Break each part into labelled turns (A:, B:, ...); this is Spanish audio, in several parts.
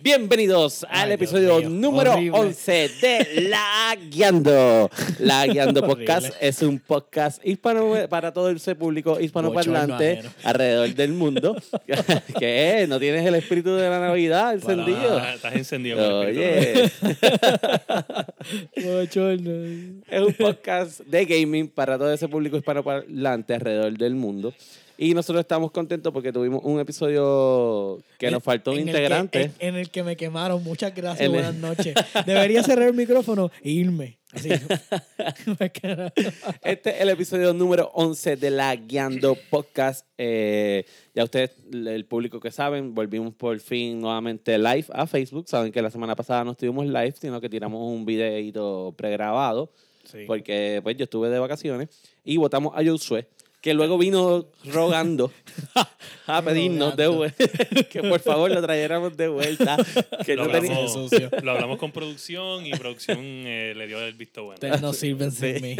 A: Bienvenidos al
B: Ay, Dios
A: episodio
B: mío,
A: número
B: horrible.
A: 11 de La Guiando. La Guiando Podcast
B: Horrible.
A: es un podcast hispano eh, para todo ese público hispanoparlante
B: Bochorno ajeno.
A: alrededor del mundo. ¿Qué? ¿No tienes el espíritu de la Navidad
C: Para
A: encendido?
C: nada, Estás encendido. con el espíritu.
A: Oye.
B: Bochorno.
A: Es un podcast de gaming para todo ese público hispanoparlante alrededor del mundo. Y nosotros estamos contentos porque tuvimos un episodio que nos faltó un
B: En el
A: integrante.
B: que- en, en el que me quemaron. Muchas gracias,
A: En el-
B: buenas noches. Debería cerrar el micrófono e irme. Así. Me quedaron-
A: Este es el episodio número 11 de la Guiando Podcast. Eh, ya ustedes, el público que saben, volvimos por fin nuevamente live a Facebook. Saben que la semana pasada no estuvimos live, sino que tiramos un videito pregrabado.
C: Sí.
A: Porque pues yo estuve de vacaciones y votamos a Josué, que luego vino rogando a pedirnos de vuelta, que por favor lo trajéramos de vuelta. Que
C: Lo
A: no tenía-
C: hablamos.
B: sucio.
C: Lo hablamos con producción y producción eh, le dio el visto bueno.
B: Ustedes no sirven sin mí.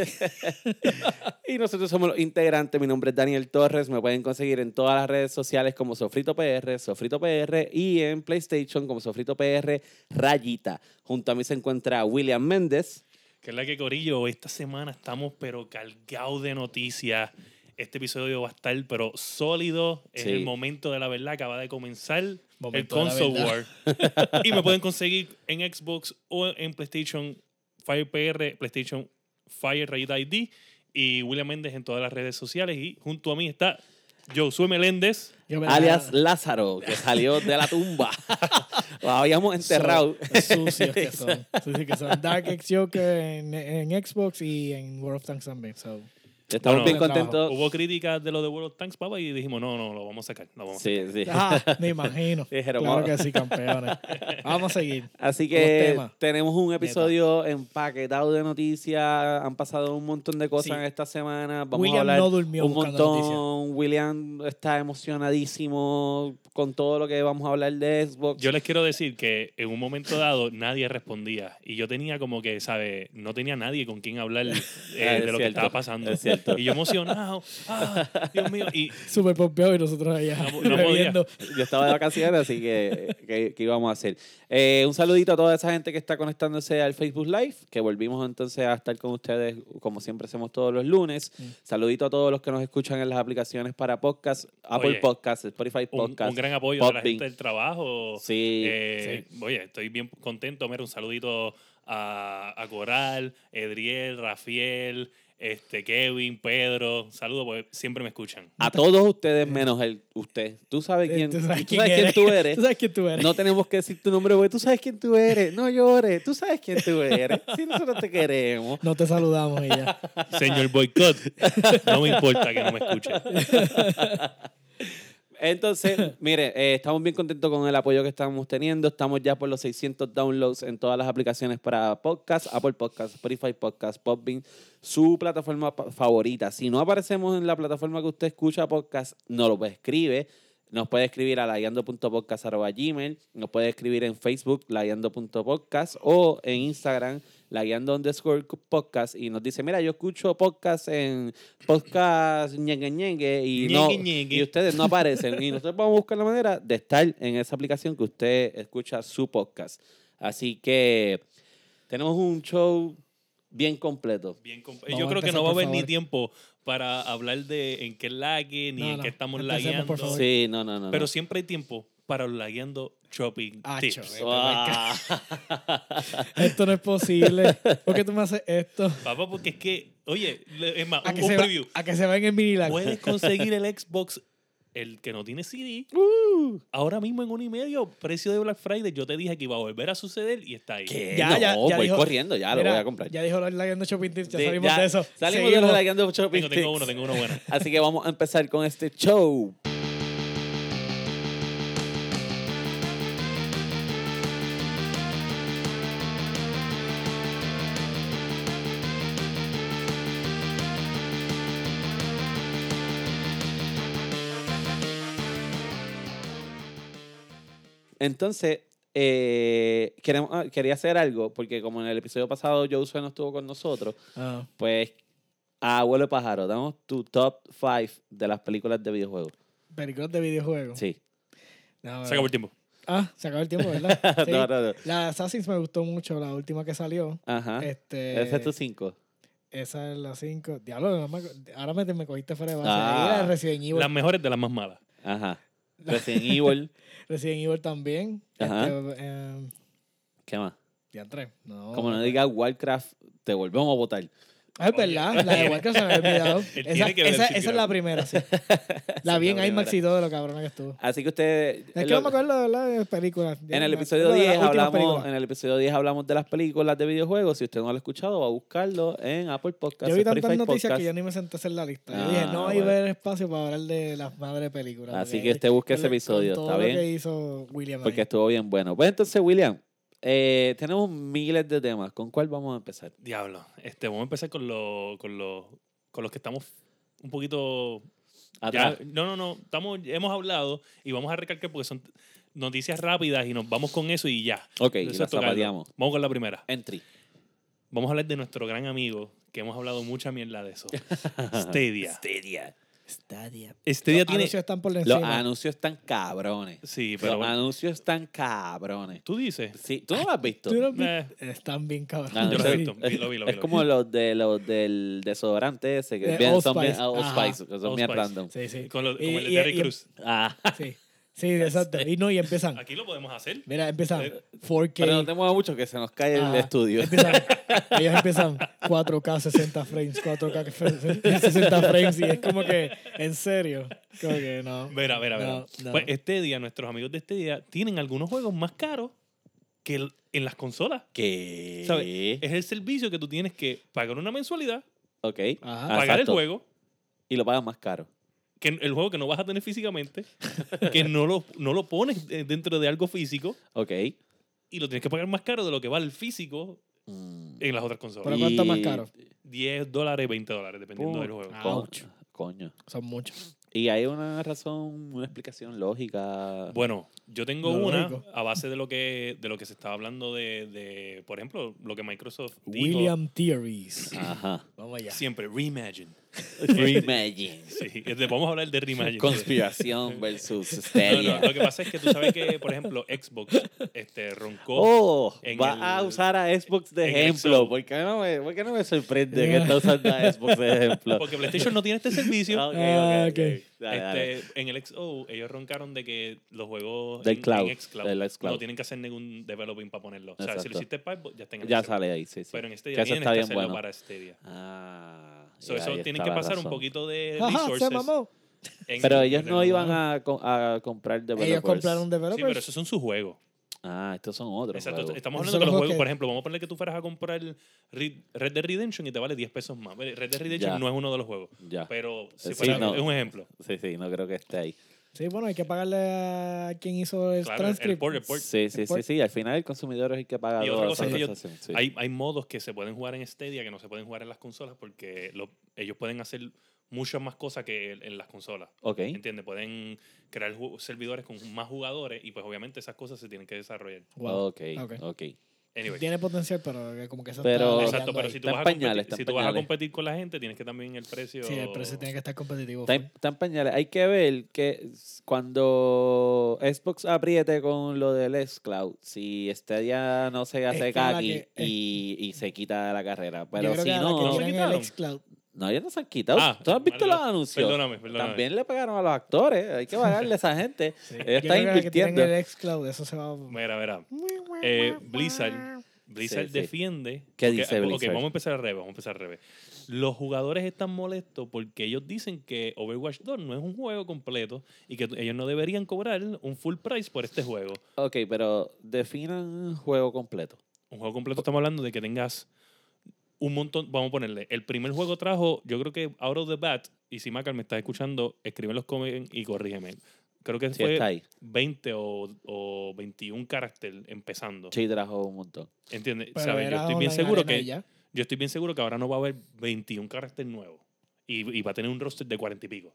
A: Y nosotros somos los integrantes. Mi nombre es Daniel Torres. Me pueden conseguir en todas las redes sociales como Sofrito PR, Sofrito PR y en PlayStation como Sofrito PR Rayita. Junto a mí se encuentra William Méndez.
C: Que es la que Corillo, esta semana estamos pero cargados de noticias. Este episodio va a estar pero sólido. Es
A: Sí.
C: el momento de la verdad. Acaba de comenzar el
B: Momento de la
C: console war. y me pueden conseguir en Xbox o en PlayStation Fire PR, PlayStation Fire Rayita ID y William Méndez en todas las redes sociales. Y junto a mí está Josué Meléndez.
B: Yo me la-
A: alias Lázaro, que salió de la tumba. Lo habíamos enterrado.
B: So- sucios que son. Sucios que son. Dark Ex Joker en, en Xbox y en World of Tanks también. So,
A: Estamos
C: Bueno,
A: bien
B: buen trabajo.
A: contentos.
C: Hubo críticas de lo de World of Tanks, papá, y dijimos, no, no, lo vamos a sacar. Lo vamos a sacar.
A: Sí, sí.
B: Ah, me imagino.
A: Dijeron,
B: claro
A: vamos.
B: que sí, campeones. Vamos a seguir.
A: Así
B: Los
A: que
B: temas.
A: tenemos un episodio empaquetado de noticias. Han pasado un montón de cosas
B: Sí.
A: en esta semana. Vamos
B: William
A: a hablar
B: no durmió
A: un
B: buscando
A: montón. William está emocionadísimo con todo lo que vamos a hablar de Xbox.
C: Yo les quiero decir que en un momento dado nadie respondía. Y yo tenía como que, ¿sabes? No tenía nadie con quien hablar eh, de
A: es
C: lo
A: cierto,
C: que estaba pasando.
A: es cierto.
C: Y yo emocionado. ¡Ah, Dios mío! Y
B: Súper pompeado y nosotros allá
C: No- no podía.
B: bebiendo.
A: Yo estaba de vacaciones, así que ¿qué, qué íbamos a hacer? Eh, un saludito a toda esa gente que está conectándose al Facebook Live, que volvimos entonces a estar con ustedes como siempre hacemos todos los lunes. Saludito a todos los que nos escuchan en las aplicaciones para podcast, Apple
C: Oye,
A: Podcast, Spotify
C: un,
A: Podcast.
C: un gran apoyo de la
A: Podbean.
C: gente del trabajo.
A: Sí,
C: Eh, Oye, estoy bien contento. Mira, un saludito a, a Coral, Edriel, Rafael, este, Kevin, Pedro. Un saludo porque siempre me escuchan.
A: A todos ustedes menos el usted. Tú sabes quién, Eh, tú sabes quién, tú eres.
B: Tú sabes quién tú eres.
A: No tenemos que decir tu nombre, porque Tú sabes quién tú eres. No llores. Tú sabes quién tú eres. Si nosotros te queremos.
B: No te saludamos y ya.
C: Señor Boycott, no me importa que no me escuche.
A: Entonces, mire, eh, estamos bien contentos con el apoyo que estamos teniendo. Estamos ya por los 600 downloads en todas las aplicaciones para podcast, Apple Podcast, Spotify Podcast, Podbean, su plataforma pa- favorita. Si no aparecemos en la plataforma que usted escucha podcast, no lo escribe. Nos puede escribir a laguiando.podcast.gmail, nos puede escribir en Facebook, laguiando.podcast, o en Instagram, laguiando underscore podcast, y nos dice, mira, yo escucho podcast en podcast ñengue ñengue, y, no,
C: Ñengue ñengue.
A: y ustedes no aparecen. y nosotros vamos a buscar la manera de estar en esa aplicación que usted escucha su podcast. Así que tenemos un show bien completo.
C: Bien comp-
B: Vamos
C: Yo
B: a
C: creo que
B: empezar,
C: no va a
B: por
C: haber ni
B: favor.
C: tiempo para hablar de en qué lague, ni
B: No,
C: en
B: no.
C: qué estamos
B: Empecemos,
C: lagueando.
B: por favor.
A: Sí, no, no, no.
C: Pero
A: no.
C: siempre hay tiempo para los lagueando shopping
B: Acho,
C: tips.
B: eh.
A: Ah.
B: Esto no es posible. ¿Por qué tú me haces esto?
C: Papá, porque es que, oye, le- es más,
B: A
C: un,
B: que,
C: un
B: se va,
C: preview.
B: a que se va en el mini lag.
C: Puedes conseguir el Xbox, el que no tiene CD,
B: Uh.
C: ahora mismo en uno y medio, precio de Black Friday. Yo te dije que iba a volver a suceder y está ahí.
A: ¿Qué?
B: Ya,
A: no,
B: ya, ya
A: voy
B: dijo-
A: corriendo, ya lo
B: Mira,
A: voy a comprar.
B: Ya dijo la Lagando Shopping Tips, ya
A: Sí,
B: salimos
A: ya
B: de eso.
A: Salimos de
B: Seguimos.
A: los Lagueando Shopping
C: Tengo, tengo
A: Tips.
C: uno, tengo uno bueno.
A: Así que vamos a empezar con este show. Entonces, eh, queremos, ah, quería hacer algo, porque como en el episodio pasado Josué no estuvo con nosotros,
B: Ah,
A: pues a Abuelo de Pájaro, damos tu top 5 de las películas de videojuegos.
B: películas de videojuegos.
A: Sí.
B: No,
C: Se acabó el tiempo.
B: Ah, se acabó el tiempo, ¿verdad? Sí.
A: No, no, no.
B: La Assassin's me gustó mucho, la última que salió.
A: Ajá.
B: Este,
A: Ese Ah, es tu 5.
B: Esa es la 5. Diablo, no me acu- ahora me, me cogiste fuera de base.
A: Ah.
B: Ahí la de Resident Evil.
C: Las mejores de las más malas.
A: Ajá. Resident Evil.
B: Resident Evil también.
A: Ajá.
B: Este, eh,
A: ¿Qué más?
B: diantre, no.
A: Como no diga Warcraft, te volvemos a votar.
B: Ah, es verdad, la de Warcraft se me había olvidado.
C: Él
B: Esa,
C: tiene que ver
B: esa-
C: si
B: esa es
C: grabó.
B: la primera, sí. La vi en
A: la
B: IMAX
A: primera.
B: y todo, lo cabrona que estuvo.
A: Así que ustedes...
B: Es que
A: lo-
B: no me acuerdo de las películas.
A: Eh, en el episodio
B: Lo de las
A: 10
B: últimas
A: hablamos,
B: películas.
A: en el episodio 10 hablamos de las películas de videojuegos. Si usted no lo ha escuchado, va a buscarlo en Apple Podcasts,
B: Yo vi tantas
A: Spotify
B: noticias que
A: Podcasts.
B: yo ni me senté a hacer la lista. Yo
A: Ah,
B: dije, no hay
A: bueno.
B: ver espacio para hablar de las madres películas.
A: Así
B: porque
A: que
B: ahí-
A: usted busque ese
B: con
A: episodio,
B: todo
A: ¿está
B: lo
A: bien?
B: que hizo William
A: Porque
B: ahí.
A: estuvo bien bueno. Pues entonces, William, eh, tenemos miles de temas. ¿Con cuál vamos a empezar?
C: Diablo. Este, vamos a empezar con, los con, los con los que estamos un poquito... ya-
A: Atrás.
C: no, no, no. Estamos, hemos hablado y vamos a recalcar porque son noticias rápidas y nos vamos con eso y ya.
A: ok, y
C: Eso es
A: la
C: tocarlo.
A: zapateamos.
C: Vamos con la primera.
A: Entry.
C: Vamos a hablar de nuestro gran amigo, que hemos hablado mucha mierda de eso. Stadia.
A: Stadia.
C: Stadia
B: Los
C: tiene...
B: anuncios están por
A: Los
B: encima.
A: anuncios están cabrones.
C: Ah, Sí,
A: Los
C: pero bueno,
A: anuncios están cabrones.
C: tú dices.
A: Sí, tú no lo has visto.
B: ¿Tú no has
C: Eh.
B: visto? Están bien cabrones.
A: Ah,
C: Yo
A: no
C: lo
A: sé.
C: he visto. Vi- lo vi, lo vi,
A: Es
C: lo vi.
A: como los de los del desodorante ese que
B: De
A: bien,
B: Old
A: son bien
B: Spice.
A: ah, Old
B: Ajá.
A: Spice, que son
C: Old
A: bien
C: Spice.
A: random.
B: Sí, sí.
C: Con lo-
B: Y-
C: como el de
B: Eh, y-
C: Terry
B: y-
C: Cruz.
A: Ah,
B: Sí, sí, exacto. Y no, y empiezan.
C: Aquí lo podemos hacer.
B: Mira, empiezan
C: Eh,
B: 4K.
A: pero no te muevas mucho que se nos cae el
B: Ajá.
A: estudio.
B: Empiezan- ellos empiezan 4K 60 frames, 4K que fr- 60 frames y es como que, en serio, como que no.
C: Verá, verá, verá.
B: No, no.
C: Pues este día, nuestros amigos de este día tienen algunos juegos más caros que el- en las consolas.
A: ¿Qué?
C: ¿Sabes? Es el servicio que tú tienes que pagar una mensualidad,
A: Ok.
B: Ajá.
A: Ah,
C: pagar el
A: exacto.
C: juego,
A: Y lo pagas más caro.
C: que el juego que no vas a tener físicamente, que no lo, no lo pones eh, dentro de algo físico
A: Ok.
C: y lo tienes que pagar más caro de lo que vale el físico
A: Mm.
C: en las otras consolas.
B: Pero ¿cuánto más caro?
C: 10 dólares, 20 dólares, dependiendo del juego.
B: Ah.
A: Co-
B: Ouch.
A: Coño.
B: Son muchos.
A: Y hay una razón, una explicación lógica.
C: Bueno, yo tengo
B: Ah. Lo
C: una
B: lógico.
C: a base de lo que, de lo que se estaba hablando de, de, por ejemplo, lo que Microsoft dijo
B: William Theories.
A: Ajá.
B: Vamos allá.
C: siempre, reimagine.
A: Reimagine.
C: Sí, este, vamos a hablar de reimagine.
A: Conspiración versus
C: No, no,
A: Stadia.
C: lo que pasa es que tú sabes que, por ejemplo, Xbox este, roncó.
A: Oh,
C: en
A: va
C: el-
A: a usar a Xbox de
C: en el
A: ejemplo.
C: show.
A: ¿Por qué, no me, por qué no me sorprende que está usando a Xbox de ejemplo?
C: Porque PlayStation no tiene este servicio.
A: Ah, ok, ok, ok.
B: Ah, ok.
A: Dale, dale.
C: Este, en el XO, ellos roncaron de que los juegos
A: Del
C: en,
A: cloud,
C: en Xcloud
A: del Xcloud.
C: no tienen que hacer ningún developing para ponerlo. O sea, si
A: Exacto.
C: lo hiciste para Xbox, ya está en el
A: Ya
C: Xbox.
A: sale ahí, sí, sí.
C: Pero en este
A: Que
C: día
A: eso
C: tienes
A: está
C: que
A: bien
C: hacerlo
A: bueno.
C: para este día.
A: Ah,
C: So,
A: y
C: eso
A: ahí
C: tienen
A: está
C: que
A: la
C: pasar un
A: razón.
C: poquito de
B: Ajá,
C: resources.
B: se mamó.
C: en-
A: Pero ellos
C: en
A: no
C: el-
A: iban a, co- a comprar developers.
B: Ellos compraron
C: Sí, pero
B: developers.
C: esos son sus juegos.
A: Ah, estos son otros.
C: Exacto.
A: juegos.
C: Estamos
B: pues,
C: hablando de
B: Esos son
C: los
B: los
C: juegos.
B: que-
C: Por ejemplo, vamos a poner que tú fueras a comprar Red Red Dead Redemption y te vale 10 pesos más. Red Dead Redemption
A: Ya.
C: no es uno de los juegos.
A: Ya.
C: Pero si
A: Sí,
C: fuera-
A: no.
C: es un ejemplo.
A: Sí, sí, no creo que esté ahí.
B: Sí, bueno, hay que pagarle a quien hizo el
C: Claro, el
B: transcript.
C: port, el port.
A: Sí, sí, sí,
B: Por-
A: sí. Al final el consumidor es el que paga
C: Y
A: toda
C: otra
A: la
C: cosa es que yo-
A: transacción, sí.
C: Hay, hay modos que se pueden jugar en Stadia que no se pueden jugar en las consolas porque lo- ellos pueden hacer muchas más cosas que en las consolas.
A: Ok.
C: ¿Entiendes? Pueden crear ju- servidores con más jugadores y pues obviamente esas cosas se tienen que desarrollar.
B: Wow.
A: ok,
B: Ok.
A: ok.
C: Anyway.
B: Tiene potencial, pero que como que se
A: Pero-
B: está
C: Exacto,
B: bailando
C: pero
B: ahí.
C: si tú,
A: Está en
C: vas a,
A: pañales,
C: competir,
A: está en
C: si tú vas a
A: pañales.
C: competir con la gente, tienes que también el precio.
B: Sí, el precio tiene que estar competitivo.
A: Está en,
B: full.
A: está en pañales. Hay que ver que s- cuando Xbox apriete con lo del xCloud, si Stadia no se hace
B: que la
A: caqui
B: que- es-
A: y, y se quita de la carrera.
B: Yo
A: Pero si
B: creo que a la
A: no,
B: que
A: no,
C: se
B: tiran
C: quitaron.
B: el xCloud.
A: no, ellos no se han quitado.
C: Ah,
A: ¿Tú has visto los
C: perdóname,
A: anuncios?
C: Perdóname, perdóname.
A: También le pagaron a los actores. Hay que pagarle a esa gente.
B: Yo
A: Ellos están
B: creo que la que tiran
A: invirtiendo.
B: el xCloud, eso se va...
C: Mira, mira. Eh, Blizzard, Blizzard
A: Sí, sí.
C: defiende.
A: ¿Qué
C: Ok,
A: dice
C: ok,
A: Blizzard?
C: vamos a empezar al revés, vamos a empezar al revés. Los jugadores están molestos porque ellos dicen que Overwatch 2 no es un juego completo y que ellos no deberían cobrar un full price por este juego.
A: Ok, pero definan juego completo.
C: Un juego completo estamos hablando de que tengas un montón, vamos a ponerle, el primer juego trajo, yo creo que Out of the Bat, y si Macar me estás escuchando, escribe en los comments y corrígeme. Creo que
A: Sí,
C: fue
A: está ahí.
C: 20 o, o 21 caracteres empezando.
A: Sí, trajo un montón.
C: ¿Entiendes?
B: Pero
C: ¿Sabes? Yo
B: era
C: estoy bien
B: online
C: seguro
B: arena
C: que
B: y ya.
C: Yo estoy bien seguro que ahora no va a haber 21 caracteres nuevos. Y, y va a tener un roster de 40 y pico.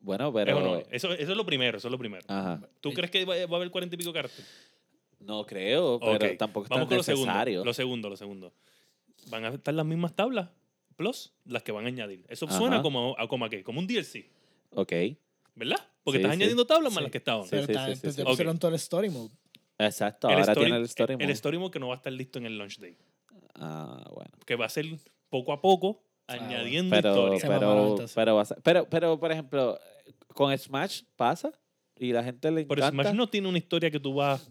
A: Bueno,
C: ¿Es
A: pero. Ah,
C: o no? Eso, eso es lo primero, eso es lo primero.
A: Ajá.
C: ¿Tú crees que va, va a haber 40 y pico caracteres?
A: No creo, pero
C: Ok.
A: tampoco es
C: Vamos
A: tan
C: con lo
A: necesario.
C: segundo. Lo segundo, lo segundo. Van a estar las mismas tablas, plus las que van a añadir. Eso
A: Ajá.
C: suena como, a, como a qué, como un DLC,
A: Ok.
C: ¿verdad? Porque
A: Sí,
C: estás
A: sí.
C: añadiendo tablas más
B: Sí.
C: las que estaban.
A: Sí,
B: Pero
A: sí,
B: está-
A: sí,
B: entonces
A: sí,
B: le
A: sí.
B: pusieron todo el story mode.
A: Exacto,
C: El
A: ahora
C: story-
A: tiene el story
C: el
A: mode.
C: story mode que no va a estar listo en el launch day.
A: Ah, bueno.
C: Que va a ser poco a poco
B: Ah,
C: añadiendo
A: Pero,
C: Mm, historia.
B: Se mamaron,
A: pero,
B: entonces.
A: pero, va a ser- pero, pero, por ejemplo, con Smash pasa y la gente le
C: Pero
A: encanta.
C: Smash no tiene una historia que tú vas.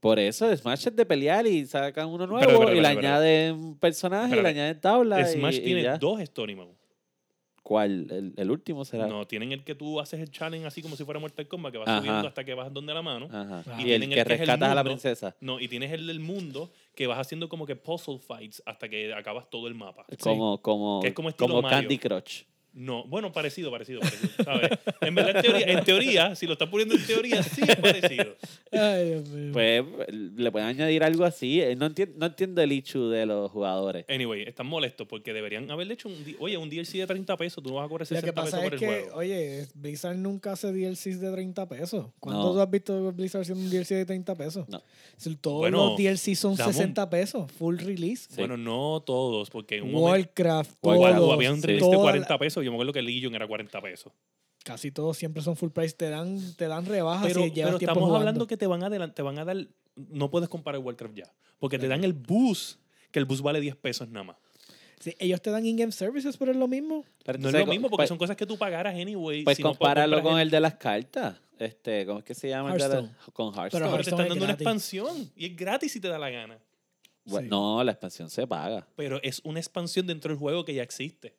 A: Por eso Smash es de pelear y sacan uno nuevo
C: Pero, pero,
A: y le
C: pero, pero.
A: añaden personajes y le
C: Espérate.
A: añaden tabla.
C: Smash
A: y, y
C: tiene
A: ya.
C: dos story modes.
A: ¿Cuál? ¿El, el último será?
C: No, tienen el que tú haces el challenge así como si fuera Mortal Kombat, que vas
A: Ajá.
C: subiendo hasta que vas donde la mano.
A: Ajá.
B: Ah.
A: Y,
B: Y
A: el
C: tienen
A: que
C: el que es el
A: rescatas a la
C: mundo.
A: princesa.
C: No, y tienes el del mundo que vas haciendo como que puzzle fights hasta que acabas todo el mapa.
A: Como, como,
C: Que es como estilo Mario.
A: Candy Crush.
C: No, bueno, parecido, parecido, parecido. ¿sabes? En verdad, en teoría, en teoría, si lo estás poniendo en teoría, sí es parecido.
B: Ay, Dios mío.
A: Pues le pueden añadir algo así. Eh, No, entien- no entiendo el issue de los jugadores.
C: Anyway, están molestos porque deberían haberle hecho un. di- Oye, un DLC de 30 pesos, tú no vas a cobrar
B: Lo
C: 60
B: que
C: pesos
B: pasa
C: por
B: es
C: el
B: que,
C: juego.
B: oye, Blizzard nunca hace DLCs de 30 pesos. ¿Cuándo
A: No.
B: tú has visto Blizzard haciendo un DLC de 30 pesos?
A: No.
B: Si todos
C: Bueno,
B: los DLCs son
C: dame un-
B: 60 pesos, full release.
A: Sí.
C: Bueno, no todos, porque en un momento.
B: Warcraft,
A: Warcraft,
B: todos,
C: había un
A: sí.
C: DLC de
B: todas
C: 40 pesos, yo me acuerdo que Legion era 40 pesos.
B: casi todos siempre son full price, te dan, te dan
A: Ah,
B: rebajas
C: Pero,
B: si llevas
C: pero
B: tiempo
C: estamos
B: jugando.
C: hablando que te van, a adelan- te van a dar. No puedes comparar Warcraft ya, porque te dan el bus, que el bus vale 10 pesos nada más.
B: Sí, ellos te dan in-game services, pero es lo mismo.
A: Pero
C: No es
A: entonces,
C: lo mismo, porque
A: pues-
C: son cosas que tú pagaras anyway.
A: Pues
C: si no puedes
A: compáralo
C: comprar
A: con
C: en-
A: el de las cartas. Este, ¿Cómo es que se llama? el de la-
B: Hearthstone.
A: con Hearthstone.
B: Pero
C: Pero te están
B: es
C: dando una
B: gratis.
C: expansión y es gratis si te da la gana.
A: Bueno,
B: Sí.
A: No, la expansión se paga.
C: Pero es una expansión dentro del juego que ya existe.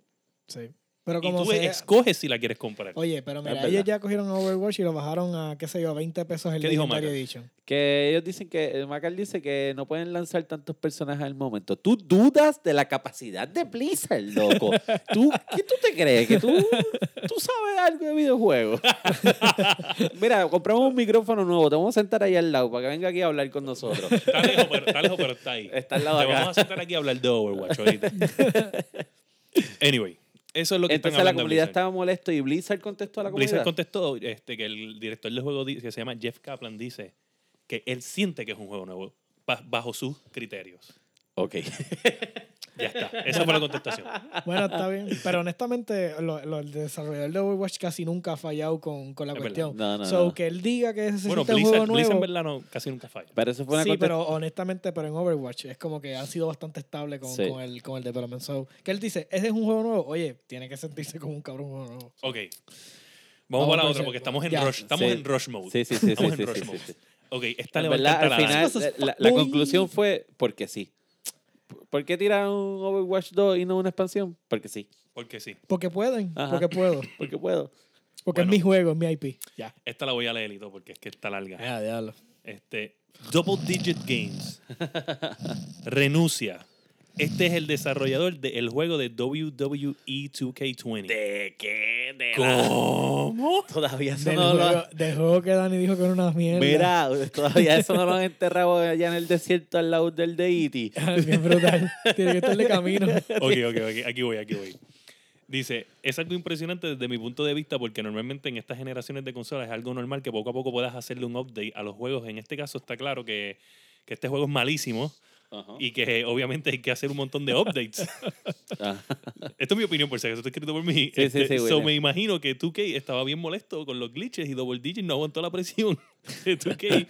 B: Sí. Pero
C: Y
B: como
C: tú
B: sea-
C: escoges si la quieres comprar.
B: Oye, pero
A: Es
B: mira,
A: verdad.
B: ellos ya cogieron Overwatch y lo bajaron a, qué sé yo, a 20 pesos el
C: ¿Qué dijo
B: Legendary
C: Maca?
B: Edition.
A: Que ellos dicen que, eh, Macal dice que no pueden lanzar tantos personajes al momento. Tú dudas de la capacidad de Blizzard, loco. ¿Tú, ¿Qué tú te crees? ¿Que tú, tú sabes algo de videojuegos? Mira, compramos un micrófono nuevo. Te vamos a sentar ahí al lado para que venga aquí a hablar con nosotros.
C: Está lejos, pero está, lejos, pero está ahí.
A: Está al lado
C: Te
A: de acá.
C: vamos a sentar aquí a hablar de Overwatch ahorita. anyway, eso es lo que están
A: Entonces la
C: hablando
A: comunidad
C: Blizzard.
A: estaba molesto y Blizzard contestó a la comunidad.
C: Blizzard contestó este, que el director del juego, di- que se llama Jeff Kaplan, dice que él siente que es un juego nuevo ba- bajo sus criterios.
A: ok.
C: Ya está. Esa fue la contestación.
B: Bueno, está bien. Pero honestamente, lo, lo- el desarrollador de Overwatch casi nunca ha fallado con, con la
C: Es verdad.
B: cuestión.
A: No, no,
B: so,
A: no.
B: que él diga que se
C: Bueno,
B: siente un
C: Blizzard,
B: juego
C: Blizzard en
B: nuevo.
C: verdad no, casi nunca falla.
A: Pero eso fue una
B: sí,
A: contestación.
B: pero honestamente, pero en Overwatch es como que han sido bastante estable con,
A: Sí.
B: con el, con el development. So, que él dice, ese es un juego nuevo. Oye, tiene que sentirse como un cabrón juego nuevo.
C: Ok. Vamos, para
B: Vamos por
C: la otra
B: ese-
C: porque estamos en
B: ya.
C: rush. Estamos
A: Sí.
C: en rush mode.
A: Sí, sí, sí, sí,
C: Estamos
A: sí,
C: en rush
A: sí,
C: mode.
A: sí, sí.
C: Ok, esta le
A: En
C: va a
A: verdad,
C: encantar a
A: al
C: la
A: final,
C: Dani.
A: eh, la, la
B: fuckboy.
A: conclusión fue porque sí. ¿Por qué tiraron un Overwatch 2 y no una expansión? Porque sí.
C: Porque sí.
B: Porque pueden,
A: Ajá.
B: porque puedo.
A: Porque puedo.
B: Porque
C: Bueno.
B: es mi juego, es mi IP. Ya.
C: Esta la voy a leer y todo porque es que está larga.
B: Ah, diablo.
C: Este, Double Digit Games renuncia. Este es el desarrollador del juego de E WWE 2K20.
A: ¿De qué? De
C: ¿Cómo?
A: Todavía eso
B: Del,
A: no lo
B: juego,
A: han...
B: del juego que Dani dijo que era una mierda.
A: Mira, todavía eso no lo han enterrado allá en el desierto al lado del de E E.T.
B: Bien brutal. Tiene que estar de camino.
C: Ok, ok, ok. Aquí voy, aquí voy. Dice, es algo impresionante desde mi punto de vista porque normalmente en estas generaciones de consolas es algo normal que poco a poco puedas hacerle un update a los juegos. En este caso está claro que, que este juego es malísimo
A: Ajá.
C: y que obviamente hay que hacer un montón de updates.
A: Ah,
C: Esto es mi opinión, por si acaso está escrito por mí.
A: sí,
C: Este,
A: sí,
C: so
A: William.
C: me imagino que 2K estaba bien molesto con los glitches y Double Digit no aguantó la presión de 2K.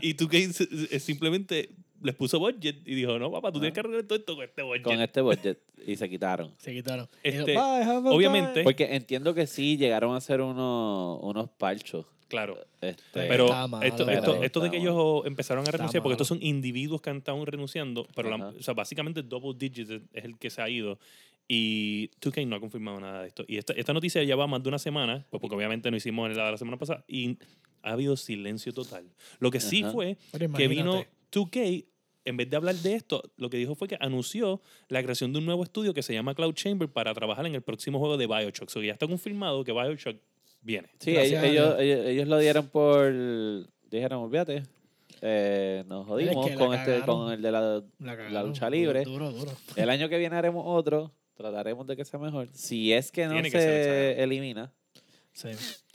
C: y 2K s- s- simplemente les puso budget y dijo, no, papá, tú tienes que arreglar todo esto con este budget.
A: Ah. con este budget. Y se quitaron.
B: Se quitaron.
C: Este,
B: Bye, have a good
C: obviamente-
B: time.
A: Porque entiendo que sí, llegaron a hacer unos, unos palchos.
C: Claro.
A: Este,
C: Pero
B: Está malo,
C: esto,
A: pero
C: esto,
A: está
C: esto de que
A: malo.
C: ellos empezaron a renunciar, porque
B: malo.
C: estos son individuos que han estado renunciando, pero la-
A: Ajá.
C: o sea, básicamente Double Digits es- es el que se ha ido. Y 2K no ha confirmado nada de esto. Y esta, esta noticia ya va más de una semana, pues porque obviamente no hicimos la de la semana pasada, y ha habido silencio total. Lo que sí
A: Ajá.
C: fue
B: Pero
C: que
B: imagínate.
C: vino 2K, en vez de hablar de esto, lo que dijo fue que anunció la creación de un nuevo estudio que se llama Cloud Chamber para trabajar en el próximo juego de Bioshock. O sea, que ya está confirmado que Bioshock viene.
A: Sí,
B: Gracias
A: ellos, ellos,
B: a
A: ellos- ellos lo dieron por. Dijeron, olvídate. eh, nos
B: Mira, es
A: jodimos
B: que la
A: con, este,
B: cagaron.
A: con el de la.
B: La,
A: la lucha libre.
B: Duro, duro. duro.
A: El año que viene haremos otro. Trataremos de que sea mejor. Si es que no
C: Tiene
A: se
C: que ser exagerado.
A: elimina.
B: Sí.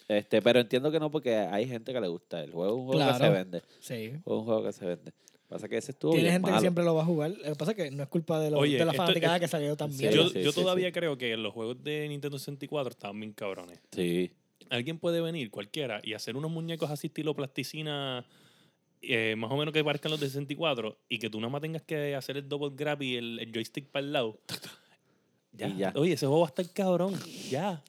A: Este, pero entiendo que no, porque hay gente que le gusta. El juego es un juego que
B: Claro.
A: se vende. El
B: Sí.
A: juego es un juego que se vende. Pasa que ese estuvo
B: Tiene
A: bien
B: gente que
A: malo.
B: siempre lo va a jugar. Lo que pasa es que no es culpa de, los-
C: Oye,
B: de la
C: esto-
B: fanaticada
C: esto-
B: que salió también.
A: Sí,
C: yo
A: sí,
C: yo
A: sí,
C: todavía
A: sí.
C: creo que los juegos de Nintendo 64 estaban bien cabrones.
A: Sí.
C: Alguien puede venir, cualquiera, y hacer unos muñecos así estilo plasticina, eh, más o menos que parezcan los de 64, y que tú nada más tengas que hacer el double grab y el, el joystick para el lado. Ya.
A: Y ya.
C: Oye, ese juego va a estar cabrón. Ya.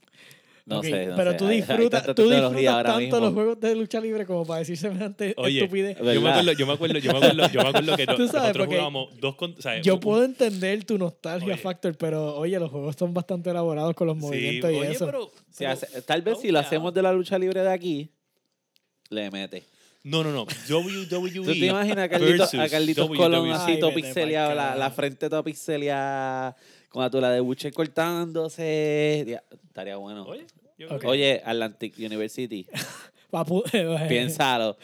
A: No
B: Ok,
A: sé. no
B: pero
A: sé.
B: tú
A: Hay- hay
B: disfrutas,
A: tanta
B: tú
A: tecnología
B: disfrutas
A: ahora
B: tanto
A: mismo.
B: los juegos de lucha libre como para decir semejante
C: Oye,
B: estupidez.
A: ¿Verdad?
C: yo me, acuerdo, yo me acuerdo, yo me acuerdo, yo me acuerdo que no-
B: Tú sabes,
C: nosotros
B: porque
C: jugábamos dos con- o sea,
B: Yo
C: un-
B: puedo entender tu nostalgia
C: eh, Oye.
B: factor, pero oye, los juegos son bastante elaborados con los
C: Sí,
B: movimientos y
C: oye,
B: eso.
C: pero-
A: Si
C: pero-
A: hace- tal vez si lo
C: obligado.
A: hacemos de la lucha libre de aquí, le mete.
C: No, no, no. WWE.
A: ¿Tú te imanas a Carlitos, a
C: versus E.
A: Carlitos
C: WWE?
A: Colón
B: Ay,
A: así, todo
B: vete pa'l
A: pixeleado, la,
B: carajo.
A: la frente toda pixeleada, con la tula de Witcher cortándose? Ya, Estaría bueno.
C: Oye, yo
B: Ok.
C: creo-
A: Oye, Atlantic University,
B: Papu-
A: piénsalo,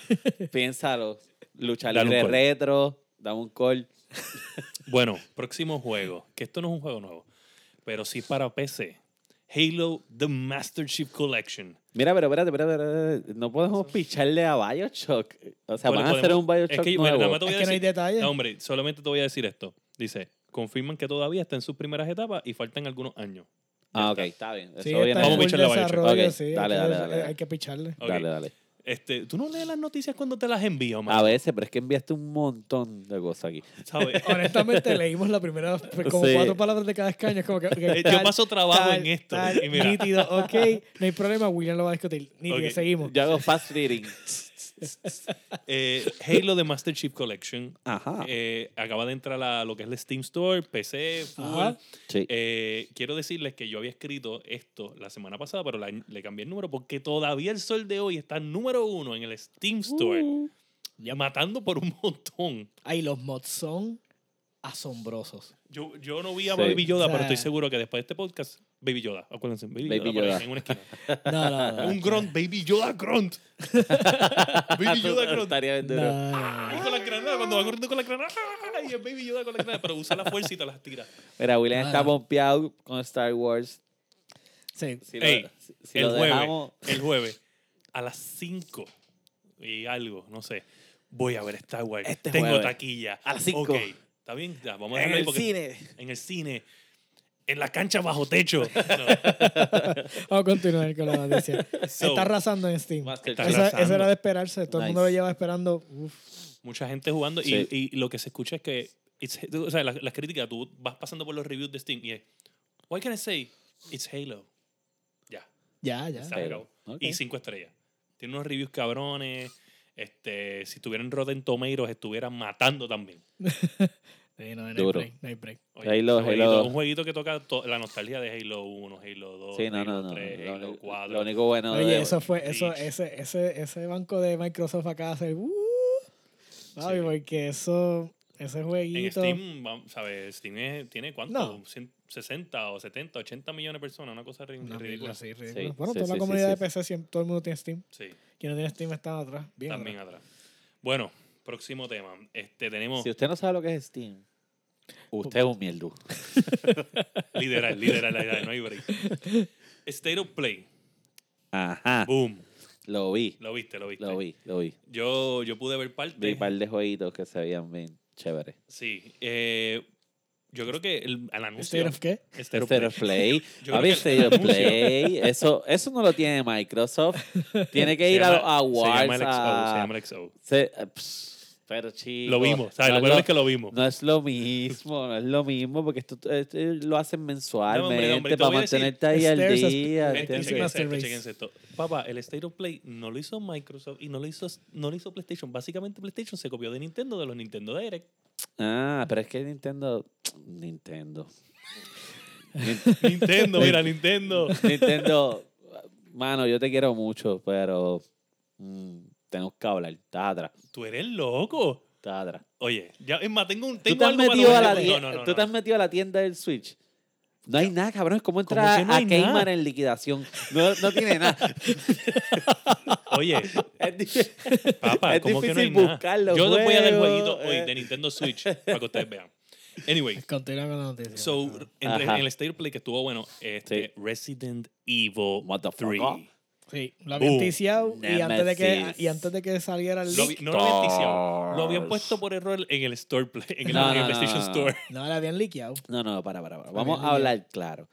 A: piénsalo. Lucha
C: Dale un
A: libre
C: call.
A: retro, dame un call.
C: Bueno, próximo juego. Que esto no es un juego nuevo, pero sí para PC. Halo The Master Chief Collection.
A: Mira, pero espérate, espérate, espérate, espérate. no podemos picharle a Bioshock. O sea,
C: Bueno,
A: van a hacer
C: podemos-
A: un Bioshock
C: es que, bueno,
A: nuevo.
C: nada más te voy
B: es
C: a
B: que no hay
C: decir-
B: detalles.
C: No, hombre, solamente te voy a decir esto. Dice, confirman que todavía está en sus primeras etapas y faltan algunos años.
A: ah, ok, está bien.
B: Sí,
A: eso viene.
B: está en
C: Vamos a
B: full
C: picharle a Bioshock.
B: desarrollo,
A: Ok,
B: sí, hay
A: dale,
B: que-
A: dale, dale.
B: Hay que picharle.
C: Ok.
A: Dale, dale.
C: Este, Tú no lees las noticias cuando te las envío,
A: A
C: man.
A: veces, pero es que enviaste un montón de cosas aquí.
C: ¿sabes?
B: Honestamente, leímos la primera, pues, como
A: Sí.
B: cuatro palabras de cada escaño. es como que, ok,
C: Eh, Yo
B: tal,
C: paso trabajo
B: tal,
C: en esto.
B: tal,
C: y mira,
B: Nítido, ok. No hay problema, William lo va a discutir. Nítido,
C: Ok.
B: seguimos.
A: Yo hago fast reading.
C: eh, Halo The Master Chief Collection
B: Ah.
A: Ajá.
C: eh, acaba de entrar a lo que es la Steam Store, PC, full.
B: Ajá.
A: Sí.
C: Eh, quiero decirles que yo había escrito esto la semana pasada, pero la- le cambié el número porque todavía el sol de hoy está número uno en el Steam Store,
A: Uh.
C: ya matando por un montón.
B: Ay, los mods son asombrosos.
C: Yo, yo no vi a
A: Sí.
C: Baby Yoda,
B: O sea-
C: pero estoy seguro que después de este podcast, Baby Yoda, acuérdense, Baby,
A: Baby
C: Yoda, por ahí,
A: Yoda. Ah,
C: en una esquina.
B: No, no, no. no.
C: un grunt, Baby Yoda grunt. Baby Yoda grunt.
A: Ah, Estaría bien
B: No,
A: duro.
B: no, no,
C: Y
B: no.
C: con la granada, cuando va corriendo con la granada, ¡ay! y el Baby Yoda con la granada, pero usa la fuerza y te las tira.
A: Mira, William está
B: Nada.
A: bombeado con Star Wars.
B: Sí.
A: Si
C: Ey,
A: lo, si- si
C: el
A: lo
C: jueves.
A: dejamos,
C: el jueves a las 5 y algo, no sé. Voy a ver Star Wars.
A: Este
C: Tengo
A: jueves,
C: taquilla.
A: a las cinco.
C: Ok, está bien, ya, vamos a
A: en
C: dejarlo ahí
A: el
C: porque-
A: cine.
C: En el cine. En la cancha bajo techo. No,
B: Vamos a continuar con la noticia.
C: so,
B: está arrasando en Steam.
A: Master
C: Está
A: Chief.
B: Esa,
C: arrasando.
B: esa era de esperarse. Todo el mundo lo
A: Nice.
B: lleva esperando. Uf.
C: mucha gente jugando y-
A: Sí.
C: y, lo que se escucha es que, it's- o sea, las las críticas, tú vas pasando por los reviews de Steam y es, why can I say it's Halo? Ya.
B: Ya, ya.
C: Está
A: Halo.
C: acabado.
A: Ok.
C: Y cinco estrellas. Tiene unos reviews cabrones. Este, si tuvieran Rotten Tomatoes, estuvieran matando también.
B: Sí, no, no hay
A: Duro.
B: break, no hay break.
A: Halo,
C: un jueguito-
A: Halo.
C: Un jueguito que toca to- la nostalgia de Halo 1, Halo 2,
A: Sí, no,
C: Halo
A: no, no.
C: 3,
A: Lo,
C: Halo
A: único-
C: 4.
A: lo único bueno
B: Oye,
A: de...
B: eso fue, eso,
C: Reach.
B: ese, ese, ese banco de Microsoft acá hace. Uh, papi,
C: Sí.
B: porque eso, ese
C: en
B: jueguito.
C: Steam, vamos, ¿sabes? Steam es- tiene cuánto?
B: No.
C: Cien- 60 o 70, 80 millones de personas, una cosa ri-
B: Una mierda
C: ridícula.
B: así, ridícula.
A: Sí,
B: bueno,
A: sí,
B: toda
A: sí,
B: la
A: sí,
B: comunidad
A: sí.
B: de PC, siempre- todo el mundo tiene Steam.
C: Sí,
B: Quien no tiene Steam está atrás. Bien
C: también
B: atrás.
C: atrás. Bueno, próximo tema. Este, tenemos
A: Si usted no sabe lo que es Steam, usted es un mierdu.
C: liderar, liderar, liderar, no hay break. State of Play.
A: Ajá.
C: Boom.
A: Lo vi,
C: Lo viste, lo viste.
A: lo vi, lo vi.
C: Yo, yo pude ver parte.
A: Vi un par de jueguitos que se veían bien chéveres.
C: Sí. eh, yo creo que el, al anuncio.
B: ¿State of qué?
C: State of
A: State of Play.
C: Yo creo
A: Papi,
C: que el
A: State of
C: anuncio-
A: Play. Eso, eso no lo tiene Microsoft. Tiene que
C: Se
A: ir a los
C: llama- Se llama
A: awards.
C: el XO.
A: a-
C: Se llama el XO.
A: se- eh, pss, pero chico.
C: Lo vimos. ¿sabes?
A: no
C: lo peor
A: lo-
C: es que lo vimos.
A: No es lo mismo, no es lo mismo, porque esto, esto lo hacen mensualmente
C: hombre, te
A: para
C: voy a decir,
A: mantenerte ahí al
B: Stairs as-
A: día.
B: Este,
C: Gente,
A: ¿entiendes?
B: chequen-
C: chéquense
B: Master
C: esto,
B: Race.
C: chéquense esto. Papá, el State of Play no lo hizo Microsoft y no lo hizo, no lo hizo PlayStation. Básicamente PlayStation se copió de Nintendo, de los Nintendo Direct.
A: Ah, pero es que Nintendo. Nintendo. Nin-
C: Nintendo, mira, Nintendo.
A: Nintendo, mano, yo te quiero mucho, pero mm, tenemos que hablar. Estás atrás,
C: Tú eres loco.
A: estás atrás.
C: Oye, ya, es más, tengo un...
A: ¿Tú
C: Tengo
A: te, has
C: algo para
A: metido a la
C: comentar.
A: tie-
C: No, no, no,
A: tú te
C: no.
A: has metido a la tienda del Switch. No hay nada, cabrón. Es como
C: ¿Cómo
A: entrar
C: que no
A: a
C: hay nada?
A: Kmart en liquidación. No, no tiene nada.
C: Oye,
A: Es, di-
C: papá,
A: es
C: ¿cómo que no hay
A: difícil
C: nada?
A: buscar los
C: Yo les voy a dar el
A: juegos,
C: jueguito hoy
A: eh.
C: de Nintendo Switch para que ustedes vean. Anyway,
B: Continúa con la noticia.
C: So,
B: por favor.
C: en, en
A: Ajá.
C: el State of Play que estuvo bueno, este, Resident Evil
A: What the fuck,
C: 3.
A: ah?
B: Sí, lo habían
C: Uh,
B: ticiado y antes, de que,
A: Nemesis.
B: y antes de que saliera el
C: Lo
B: leak,
C: vi- no lo habían ticiado. Lo habían puesto por error en el Store Play, en el,
A: No,
C: en el
A: no, no,
C: PlayStation
A: no, no.
C: Store.
B: no lo habían liqueado.
A: No, no, para, para, para.
B: Está
A: Vamos
B: bien,
A: a
B: Lidia.
A: hablar claro.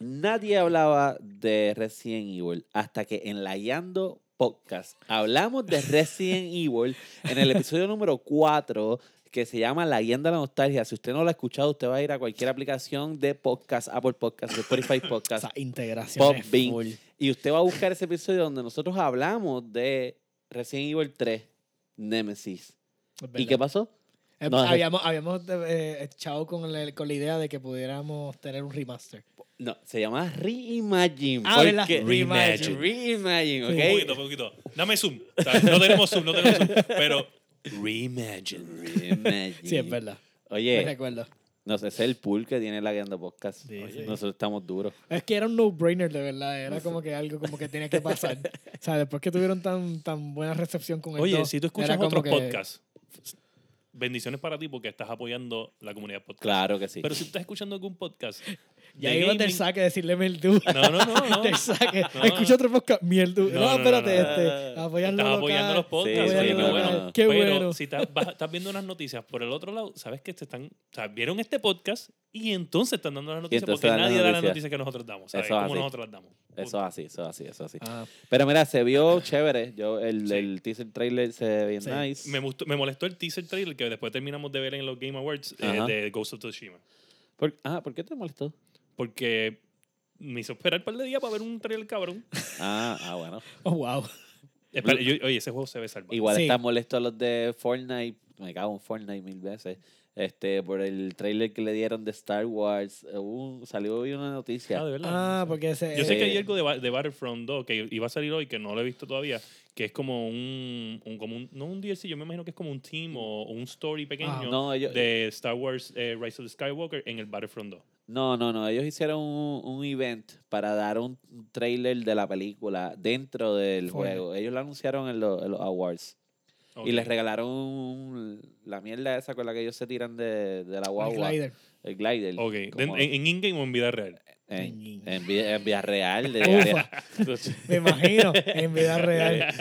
A: Nadie hablaba de Resident Evil hasta que en la Yando Podcast hablamos de Resident Evil en el episodio número 4 que se llama La Guianda de la Nostalgia. Si usted no lo ha escuchado, usted va a ir a cualquier aplicación de podcast, Apple Podcast, Spotify Podcast,
B: Esa integración. es
A: Podbean,
B: full.
A: y usted va a buscar ese episodio donde nosotros hablamos de Resident Evil 3, Nemesis.
B: Es
A: ¿Y qué
B: verdad.
A: pasó?
B: Eh,
A: No, es-
B: habíamos habíamos eh, echado con la, con la idea de que pudiéramos tener un remaster.
A: No, se llama Reimagine.
B: Ah,
A: porque-
B: ¿verdad?
C: Reimagine.
A: Reimagine,
C: Un
A: ¿ok?
C: poquito, un poquito. Dame zoom. O sea, no tenemos zoom, no tenemos zoom. Pero reimagine.
A: Reimagine.
B: Sí, es verdad. Me
A: Oye,
B: recuerdo.
A: no sé, ese es el pool que tiene la guiando podcast.
B: Sí,
A: Oye,
B: sí.
A: Nosotros estamos duros.
B: Es que era un no-brainer, de verdad. Era como que algo como que tenía que pasar. o sea, después que tuvieron tan, tan buena recepción con el
C: Oye,
B: dos,
C: si tú
B: era
C: escuchas
B: como
C: otros
B: que-
C: podcasts, bendiciones para ti porque estás apoyando la comunidad podcast.
A: Claro que sí.
C: Pero si tú estás escuchando algún podcast.
B: Ya
C: de
B: iba del
C: gaming-
B: saque a decirle Meldu.
C: No, no, no. no.
B: del saque.
C: No.
B: Escucha otro podcast, Mieldu.
C: No,
B: No,
C: no, no,
B: espérate,
C: no, no.
B: este. Apoyando
C: Estás
B: local.
C: apoyando los podcasts.
A: Sí,
C: oye,
A: sí,
C: qué
A: no,
C: bueno.
A: no, no.
B: Qué
C: Pero
B: bueno.
C: si estás, vas- estás viendo unas noticias por el otro lado, sabes que te están, o sea, vieron este podcast y entonces están dando las noticias
A: entonces
C: porque
A: dan las
C: nadie da las
A: noticias.
C: noticias que nosotros damos. ¿sabes?
A: Eso es
C: Como
A: así.
C: nosotros las damos.
A: Eso es así, eso es así, eso es así.
B: Ah,
A: Pero mira, se vio chévere. Yo, el,
C: Sí.
A: el teaser trailer se ve bien
B: Sí.
A: nice.
C: Me, gustó- me molestó el teaser trailer que después terminamos de ver en los Game Awards eh,
A: Ajá.
C: de Ghost of Tsushima.
A: Por- ah, ¿por qué te molestó?
C: Porque me hizo esperar un par de días para ver un trailer cabrón.
A: Ah, ah bueno.
B: oh, wow.
C: Espera, yo- oye, ese juego se ve salvado.
A: Igual
B: Sí.
A: está molesto a los de Fortnite. Me cago en Fortnite mil veces. Este, por el trailer que le dieron de Star Wars. Eh, hubo un- salió hoy una
C: Ah,
A: noticia.
C: de verdad.
B: Ah, porque ese.
C: Yo sé que
A: Eh.
C: hay algo de, Ba- de Battlefront 2 que iba a salir hoy que no lo he visto todavía, que es como un, un- como un no un DLC, yo me imagino que es como un team o un story pequeño
B: Ah.
A: No, ellos-
C: de Star Wars eh, Rise of the Skywalker en el Battlefront 2.
A: No, no, no. Ellos hicieron un, un event para dar un trailer de la película dentro del
B: Fortnite.
A: juego. Ellos lo anunciaron en, lo- en los awards.
C: Ok.
A: Y les regalaron un- la mierda esa con la que ellos se tiran de, de la
B: el
A: guagua. El glider.
B: glider.
C: Ok,
A: como
C: ¿En, en in-game o en vida real?
A: en, en vi- en vía real. De,
B: Ufa.
A: Entonces,
B: Me imagino, en vida real.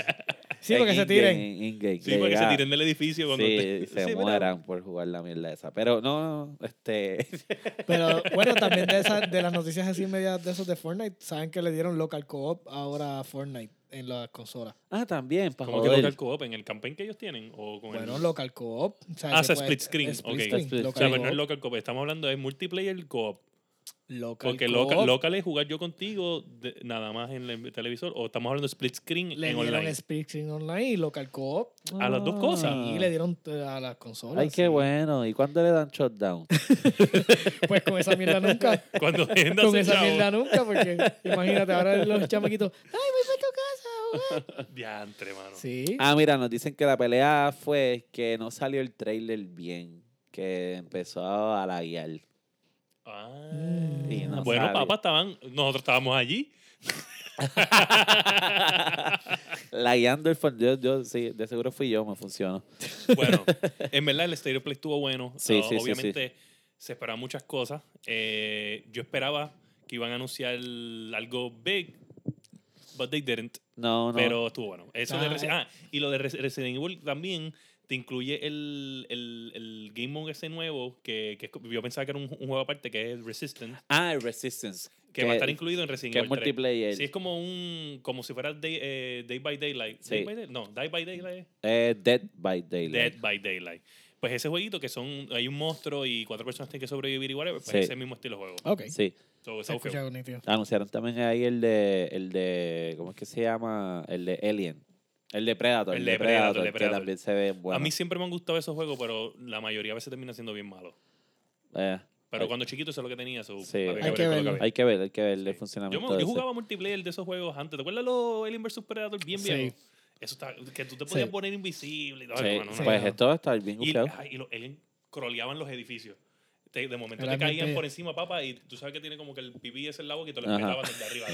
B: Sí,
A: en
B: porque se
A: in-game,
B: tiren.
A: en in-game,
C: Sí,
A: le
C: porque se
A: llega-
C: tiren del edificio cuando
A: sí,
C: te-
A: se
C: Sí, mira.
A: mueran por jugar la mierda esa. Pero no, no, este.
B: Pero bueno, también de, esa- de las noticias así medias de esos de Fortnite, saben que le dieron local co-op ahora a Fortnite en las consolas.
A: Ah, también, para
C: Como que local
A: joder.
C: co-op en el campaign que ellos tienen o con
B: Bueno,
C: el...
B: local co-op. O sea,
C: Ah,
B: se
C: o sea, split screen,
B: Split
C: ok.
B: screen,
A: Split-
C: o sea,
B: local
C: pero no es
B: co-op.
C: local co-op, estamos hablando de multiplayer co-op.
B: Local
C: Porque
B: co-op.
C: local, local es jugar yo contigo de- nada más en el televisor o estamos hablando de split screen
B: le
C: en
B: dieron
C: online.
B: split screen online y local co-op.
C: A las dos cosas.
A: Ah.
B: Y le dieron eh, a las consolas.
A: Ay, qué
B: sí.
A: bueno. ¿Y cuándo le dan shutdown?
B: Pues con esa mierda nunca.
C: Cuando vendas
B: con
C: el
B: esa
C: chavo.
B: mierda nunca, porque imagínate, ahora los chamaquitos. ¡Ay, voy para tu casa! jugar".
C: Diantre, mano.
B: Sí.
A: Ah, mira, nos dicen que la pelea fue que no salió el trailer bien, que empezó a laguear.
C: Ah.
B: Sí, no
C: bueno,
A: sabe.
C: papá, estaban, nosotros estábamos allí.
A: Lagueando el fondo, yo, yo sí, de seguro fui yo, me funcionó.
C: Bueno, en verdad el Stereo Play estuvo bueno.
A: Sí,
C: Ah,
A: sí, sí,
C: Obviamente se esperaban muchas cosas. Eh, yo esperaba que iban a anunciar algo big, but they didn't.
A: No, no.
C: Pero estuvo bueno. Eso de
B: Ah,
C: Resi- ah, y lo de Res- Resident Evil también te incluye el, el, el Game Mode ese nuevo, que, que es co- yo pensaba que era un, un juego aparte, que es Resistance,
A: Ah, el Resistance.
C: que, va a estar incluido en Resident
A: Que es
C: Evil 3.
A: multiplayer.
C: Sí, es como un. Como si fuera Day, eh, Day by Daylight.
A: Sí.
C: Day by Day- no, Day by Daylight.
A: Eh, Dead by Daylight.
C: Dead by Daylight. Pues ese jueguito que son. Hay un monstruo y cuatro personas tienen que sobrevivir y whatever. Pues
A: Sí. Oh,
C: ese mismo estilo de juego.
B: Ok.
A: Sí.
C: So,
B: Se
C: está
B: escucha
C: feo.
B: bonito.
A: Anunciaron también ahí el de, el de, ¿cómo es que se llama? El de Alien. El de Predator.
C: El de Predator, el de
A: que
C: Predator.
A: también se ve bueno.
C: A mí siempre me han gustado esos juegos, pero la mayoría a veces termina siendo bien malo.
A: Eh,
C: Pero
A: Ay.
C: cuando chiquito eso es lo que tenía. so,
A: Sí.
C: había
B: Hay
C: ver
B: que
C: con lo
B: verlo.
C: había.
A: hay que ver, hay que ver el
C: Sí.
A: funcionamiento.
C: Yo, me- yo
A: de ese.
C: jugaba multiplayer de esos juegos antes. ¿Te acuerdas los Alien vs Predator? Bien
B: Sí.
C: bien Eso está, que tú te
B: Sí.
C: podías poner invisible y todo.
A: Sí,
C: hermano, una
B: sí.
A: pues
C: cosa.
A: esto va a estar bien
C: y,
A: bufiado.
C: ay, y los Alien croleaban los edificios. Te- de momento te
B: Realmente.
C: caían por encima, papá, y tú sabes que tiene como que el pipí es el lago que te lo
A: Ajá.
C: esperaban desde arriba.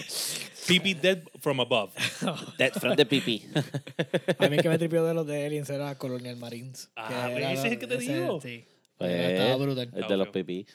C: pipí dead from above.
A: Dead from the pipí.
B: A mí el que me tripió de los de Aliens era Colonial Marines.
C: Ah,
B: que era
C: ¿ves? Ese es el que te digo.
B: Sí.
A: Pues,
B: Era- estaba brutal.
A: El de los pipí.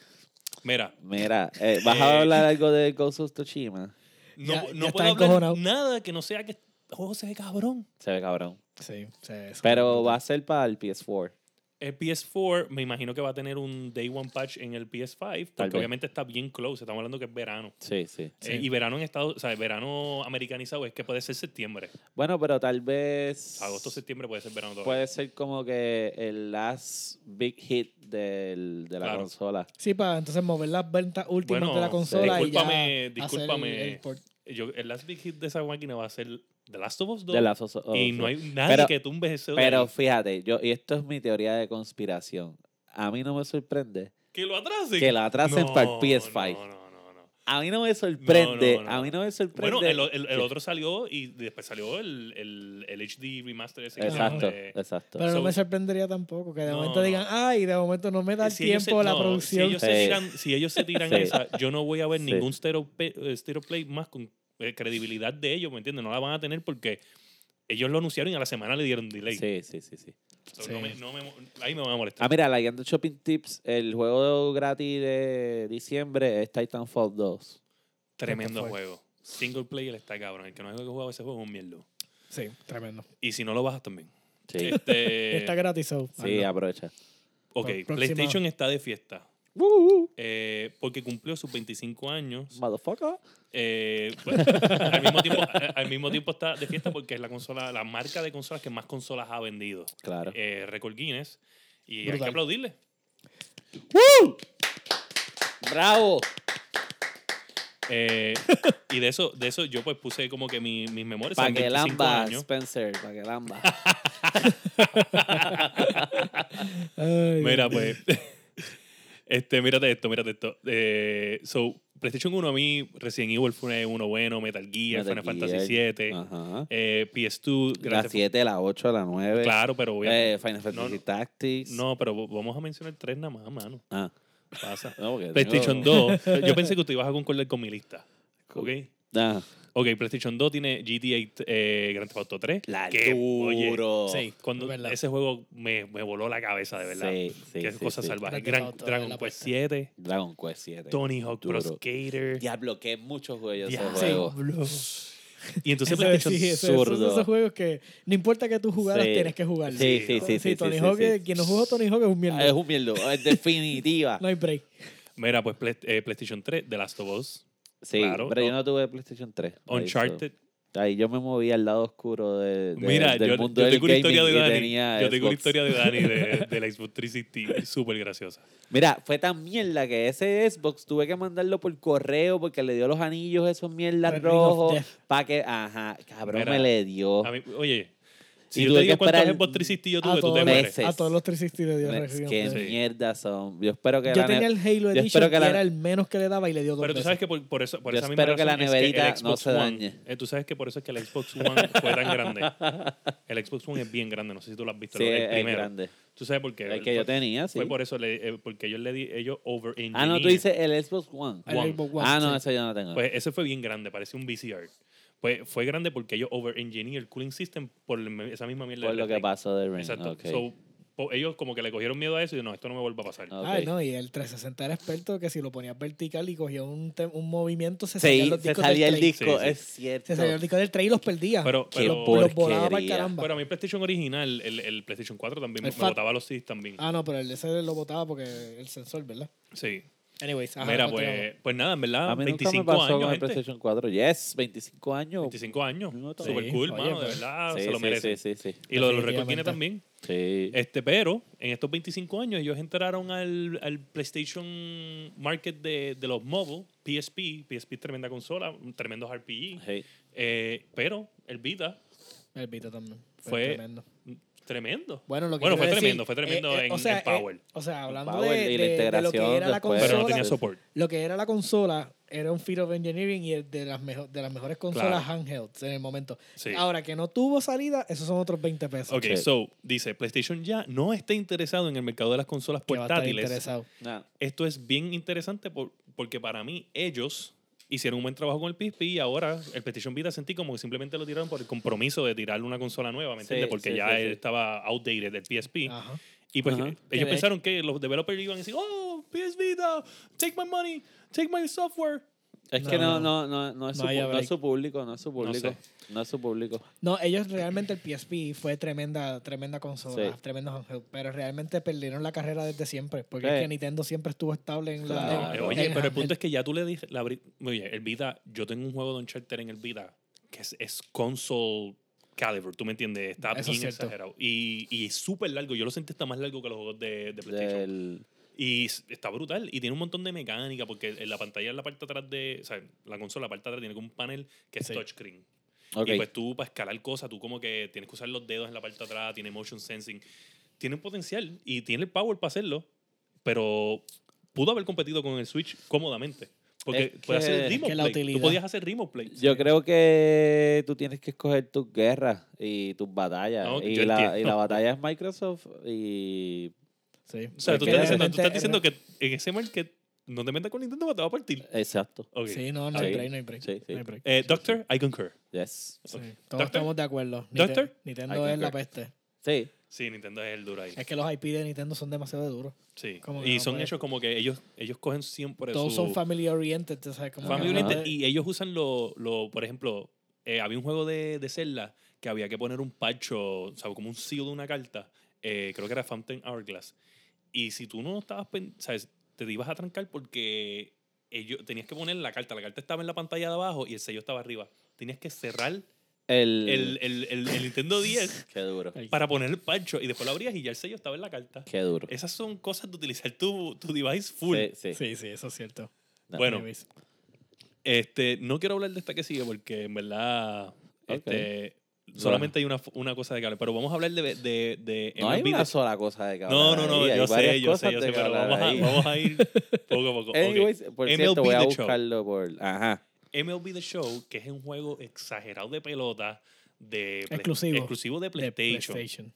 C: Mira,
A: Mira, eh, ¿vas a
C: Eh.
A: hablar algo de Ghost of Tsushima?
C: No, no
B: Ya- ya
C: puedo
B: está
C: hablar
B: encojonado.
C: nada que no sea que el juego se ve cabrón.
A: Se ve cabrón.
B: Sí, sí, sí.
A: Pero va a ser para el PS4.
C: El PS4 me imagino que va a tener un Day One Patch en el PS5
A: Tal
C: porque
A: vez.
C: obviamente está bien close. Estamos hablando que es verano.
A: Sí, sí.
B: Sí.
C: Eh, y verano en Estados o sea, verano americanizado es que puede ser septiembre.
A: Bueno, pero tal vez.
C: Agosto, septiembre puede ser verano todavía.
A: Puede ser como que el last big hit del, de la
C: Claro.
A: consola.
B: Sí, para entonces mover las ventas últimas
C: Bueno,
B: de la consola y ya
C: discúlpame,
B: hacer
C: discúlpame.
B: el- el port.
C: Yo, el last big hit de esa máquina va a ser The Last of Us 2.
A: De la so- so-
C: y
A: so-
C: no hay nadie
A: Pero-
C: que tumbe ese
A: oh, Pero
C: dedo.
A: fíjate, yo, y esto es mi teoría de conspiración. A mí no me sorprende.
C: que lo atrasen.
A: que lo atrasen para el PS5.
C: No, no, no, no.
A: A mí no me sorprende.
C: no, no.
A: A mí no me sorprende.
C: Bueno, el, el- el
A: Sí.
C: otro salió y después salió el, el, el HD remaster ese. que
A: Exacto,
C: hicieron de-
A: exacto.
B: Pero
C: So-
B: no me sorprendería tampoco que de
C: No,
B: momento digan,
C: no.
B: ay, de momento no me da el
C: Si ellos se-
B: tiempo la
C: no, Si
B: producción.
C: ellos, se
A: Sí.
C: tiran, si ellos se tiran
A: Sí.
C: esa, yo no voy a ver
A: Sí.
C: ningún stereo, pe- eh, stereo play más con eh, credibilidad de ellos, ¿me entiendes? No la van a tener porque ellos lo anunciaron y a la semana le dieron delay.
A: Sí, sí, sí, sí.
C: So,
B: Sí.
C: no me- no me mo- ahí me van a molestar.
A: Ah, mira, la guiando Shopping Tips, el juego gratis de diciembre es Titanfall 2.
C: Tremendo
B: Titanfall.
C: juego. Single player está cabrón. El que no es que jugado ese juego es un mierdo.
B: Sí, tremendo.
C: Y si no lo bajas también.
A: Sí,
C: Este,
B: Está gratis, so.
A: sí
B: hazlo.
A: aprovecha.
C: ok,
B: Próxima.
C: PlayStation está de fiesta. Eh, porque cumplió sus 25 años.
A: Motherfucker.
C: Eh, pues, al, mismo tiempo, a- al mismo tiempo está de fiesta porque es la consola, la marca de consolas que más consolas ha vendido.
A: Claro.
C: Eh, Record Guinness. Y hay
B: Brutal.
C: que aplaudirle.
A: ¡Bravo!
C: pues, Eh, y de eso, de eso yo pues puse como que mi- mis memorias.
A: Para
C: son
A: que
C: 25
A: lamba,
C: años.
A: Spencer, para que lamba.
B: Ay,
C: Mira, pues. este, mírate esto, mírate esto. Eh, so, PlayStation 1 a mí, Resident Evil fue uno bueno, Metal Gear,
A: Metal
C: Final
A: Gear,
C: Fantasy 7,
A: eh. Ajá.
C: eh, PS2, Grand
A: La
C: Theft-
A: 7, la 8, la 9.
C: Claro, pero obviamente.
A: eh, Final Fantasy
C: no.
A: Tactics.
C: No, pero vo- vamos a mencionar tres nada más, mano.
A: Ah,
C: Pasa.
A: no, porque
C: PlayStation
A: tengo-
C: 2. Yo pensé que tú ibas a concordar con mi lista. ¿Ok?
A: Ah,
C: Ok, PlayStation 2 tiene GTA eh, Grand Theft Auto 3.
A: la
C: que, oye,
A: duro.
B: Sí,
C: cuando
B: es verdad.
C: ese juego me, me voló la cabeza, de verdad.
A: Sí, sí,
C: Qué
A: sí,
C: cosa
A: sí.
C: salvaje.
B: Grand Theft
C: Gran-
B: Auto,
C: Dragon
B: la
C: Quest
B: apuesta.
C: 7.
A: Dragon Quest 7.
C: Tony Hawk Pro
A: Duro.
C: Skater.
A: Diablo, que es mucho juego ese
C: Diablo.
A: juego.
B: Diablo.
C: Y entonces
B: Ese-
C: PlayStation
B: sí, ese-
A: zurdo.
B: Esos, esos juegos que no importa que tú jugaras,
A: Sí.
B: tienes que jugar.
A: Sí, sí, sí. sí, sí,
B: Tony
A: sí,
B: Hawk,
A: sí.
B: eh, quien no jugó Tony Hawk es
A: Ah,
B: un
A: Es
B: mierda.
A: un mierdo. Es definitiva.
B: No hay break.
C: Mira, pues Play- eh, PlayStation 3, The Last of Us,
A: sí,
C: claro,
A: pero yo
C: no.
A: no tuve PlayStation 3. Ahí,
C: Uncharted.
A: so- Ahí yo me moví al lado oscuro de, de-
C: Mira,
A: del
C: yo,
A: mundo
C: yo
A: del
C: tengo una historia de
A: gaming y
C: Dani.
A: tenía
C: Yo tengo una
A: Xbox.
C: historia de Dani de, de la Xbox 360, súper graciosa.
A: Mira, fue tan mierda que ese Xbox tuve que mandarlo por correo porque le dio los anillos esos mierdas
B: Ring of
A: rojos.
B: Death.
A: Para que, ajá, cabrón,
C: Mira,
A: me le dio.
C: A mí- Oye, si
A: Oh. Y
C: yo
A: tuve
C: te
A: que
C: digo cuántas
A: esperar
C: Xbox 360 yo
B: a,
C: tuve, tú te
B: todos
A: meses.
C: mueres.
B: los, a todos los 360 le dio
A: Es
B: Resident
A: que
B: Evil.
C: Sí.
A: mierda son. Yo espero que
B: Yo
A: la
B: tenía
A: ne-
B: el Halo
A: yo
B: Edition
A: espero
B: que,
A: que la-
B: era el menos que le daba y le dio dos
C: Pero tú
B: veces.
C: sabes que por, por eso, por
A: Yo
C: esa misma
A: espero que la
C: razón es
A: neverita
C: el
A: no
C: Xbox
A: se
C: One-
A: dañe.
C: eh, tú sabes que por eso es que el Xbox One fue tan grande. El Xbox One es bien grande, no sé si tú lo has visto.
A: sí,
C: el
A: es
C: primero.
A: grande.
C: Tú sabes por qué.
A: El que yo
C: Fue-
A: tenía, sí.
C: Fue por eso, le- eh, porque ellos le di, ellos over
A: Ah, no, tú dices el Xbox One.
B: El
C: One.
B: Xbox One,
A: Ah, no,
B: sí.
A: eso yo no tengo.
C: Pues ese fue bien grande, parecía un VCR. Pues fue grande porque ellos over engineer el cooling system por el me- esa misma mierda.
A: Por
C: del
A: lo que
C: Ring.
A: pasó de Ring.
C: Exacto.
A: ok.
C: So, po- ellos como que le cogieron miedo a eso y no, esto no me vuelva a pasar.
A: Ah,
B: Ay,
A: Ok.
B: no, y el 360 era experto que si lo ponías vertical y cogía un, tem- un movimiento, se salía
A: Sí,
B: los
A: se
B: discos
A: salía
B: del
A: el
B: tray.
A: disco,
C: Sí, sí.
A: es cierto.
B: Se salía el disco del tray y los perdía.
C: Pero,
A: Qué
C: pero,
B: por- los volaba para el
A: porquería.
B: caramba.
C: pero mi PlayStation original, el, el PlayStation 4 también, me
B: El fat.
C: botaba los CDs también.
B: Ah, no, pero el de ese lo botaba porque el sensor, ¿verdad?
C: Sí.
B: Anyways, ajá,
C: Mira,
B: continuamos.
C: pues, pues nada, en verdad,
A: A mí nunca
C: 25
A: me pasó
C: años,
A: con el
C: gente.
A: PlayStation 4. Yes, 25 años.
C: 25 años.
A: No, está
C: Super
B: bien.
C: cool,
B: Oye,
C: mano, de
B: pues.
C: verdad,
A: sí,
C: ah, se lo
A: sí,
C: merecen.
A: sí, sí, sí.
C: Y lo de los récords
B: Definitivamente.
C: también.
A: Sí.
C: Este, pero en estos 25 años ellos entraron al, al PlayStation Market de, de los mobile, PSP, PSP es tremenda consola, un tremendo RPG,
A: Sí.
C: eh, pero el Vita,
B: El Vito también. Fue,
C: Fue-
B: tremendo.
C: tremendo.
B: Bueno, lo que
C: Bueno,
B: quiero
C: fue
B: decir, eh,
C: tremendo, fue tremendo en- en Power.
B: o sea, hablando
A: Power
B: de,
A: y la
B: de- de lo
A: integración
B: que era la
A: después.
B: consola,
C: pero no tenía
A: sí.
C: soporte.
B: lo que era la consola era un Fear of Engineering y el de las, mejo- de las mejores consolas handhelds en el momento.
C: Sí.
B: Ahora que no tuvo salida, esos son otros 20 pesos.
C: Ok,
A: Sí.
C: so, dice, PlayStation ya no está interesado en el mercado de las consolas
B: Que va a estar
C: portátiles.
B: interesado.
A: No.
C: Esto es bien interesante por- porque para mí ellos hicieron un buen trabajo con el PSP y ahora el PlayStation Vita sentí como que simplemente lo tiraron por el compromiso de tirarle una consola nueva, ¿me
A: Sí,
C: entiendes? porque
A: sí,
C: ya
A: sí, sí.
C: estaba outdated el PSP.
B: Ajá.
C: Y pues
A: Ajá.
B: Ah, Que de-
C: ellos pensaron que los developers iban a decir, oh, PS Vita, take my money, take my software.
A: Es
B: No,
A: que no, no,
B: no.
A: no, no, es
B: No
A: su,
B: haya
A: pu- no es
B: break.
A: su público, no es su público. No,
C: sé.
A: es su público.
B: No, ellos realmente el PSP fue tremenda, tremenda consola,
A: Sí.
B: tremendo handheld, pero realmente perdieron la carrera desde siempre, porque
A: Sí.
B: es que Nintendo siempre estuvo estable en la...
A: Claro.
B: en-
C: Eh, Oye,
B: en
C: pero el
B: handheld.
C: punto es que ya tú le dije, la, abri- oye, el Vita, yo tengo un juego de Uncharted en el Vita que es, es console caliber, tú me entiendes, está
B: Eso es
C: bien
B: cierto.
C: exagerado. Y, y es súper largo, yo lo sentí hasta más largo que los juegos de,
A: pues,
C: de PlayStation.
A: Del-
C: Y s- está brutal. Y tiene un montón de mecánica, porque en la pantalla en la parte de atrás de. O sea, la consola, la parte de atrás tiene como un panel que es
B: Sí.
C: touchscreen.
A: ok.
C: Y pues tú, para escalar cosas, tú como que tienes que usar los dedos en la parte de atrás, tiene motion sensing. Tiene un potencial y tiene el power para hacerlo, pero pudo haber competido con el Switch cómodamente. Porque
A: Es
C: puede hacer
A: que-
C: remote
B: que la
C: play.
B: utilidad.
C: Tú podías hacer remote play.
A: Yo creo que tú tienes que escoger tus guerras y tus batallas.
C: No,
A: y,
C: yo
A: la, y
C: entiendo.
A: la batalla es Microsoft y...
B: Sí.
C: O sea,
A: Porque
C: tú estás, diciendo, tú
B: realmente-
C: estás diciendo que en ese market no te metas con Nintendo, te va a partir.
A: Exacto.
C: Ok.
B: Sí, no, no hay
A: Sí.
B: break, no hay break.
A: Sí, sí.
B: no hay break.
C: Eh, Doctor, I concur.
A: Yes.
B: Sí, Todos
C: Doctor?
B: estamos de acuerdo. Ninte-
C: Doctor?
A: I
B: Nintendo
A: concur.
B: es la peste.
A: Sí.
C: Sí, Nintendo es el duro ahí.
B: Es que los IP de Nintendo son demasiado duros.
C: Sí.
B: Como que
C: Y
B: no
C: son
B: puede.
C: hechos como que ellos, ellos cogen siempre
B: Todos
C: su
B: son family oriented, tú ¿sabes? Como que
C: family
A: Ajá.
B: no-
C: oriented, y ellos usan lo, lo por ejemplo, eh, había un juego de, de Zelda que había que poner un parcho, o sea, como un seal de una carta, eh, creo que era Fountain Hourglass. Y si tú no estabas, pen- sabes, te ibas a trancar porque ellos tenías que poner la carta, la carta estaba en la pantalla de abajo y el sello estaba arriba. Tenías que cerrar
A: El...
C: el, el, el- el Nintendo 10
A: Qué duro.
C: para poner el parcho y después lo abrías y ya el sello estaba en la carta.
A: Qué duro.
C: Esas son cosas de utilizar tu, tu device full.
A: Sí, sí.
B: Sí, sí, eso es cierto.
A: No.
C: Bueno,
B: Anyways.
C: Este, no quiero hablar de esta que sigue porque en verdad
A: Ok.
C: este, solamente hay una, una cosa de que hablar, pero vamos a hablar de... de, de
A: No hay
C: MLB.
A: una sola cosa de que
C: no,
A: hablar
C: no,
A: ahí,
C: no,
A: hay
C: yo sé,
A: varias
C: yo
A: cosas
C: sé, yo
A: de
C: sé,
A: que
C: pero
A: hablar
C: vamos a,
A: ahí.
C: vamos a ir poco a poco. Ok.
A: Anyways, por
C: MLB
A: cierto, voy a
C: The Show.
A: buscarlo por... Ajá.
C: MLB The Show, que es un juego exagerado de pelota, de Play-
B: Exclusivo.
C: exclusivo de
B: De
C: PlayStation.
B: PlayStation.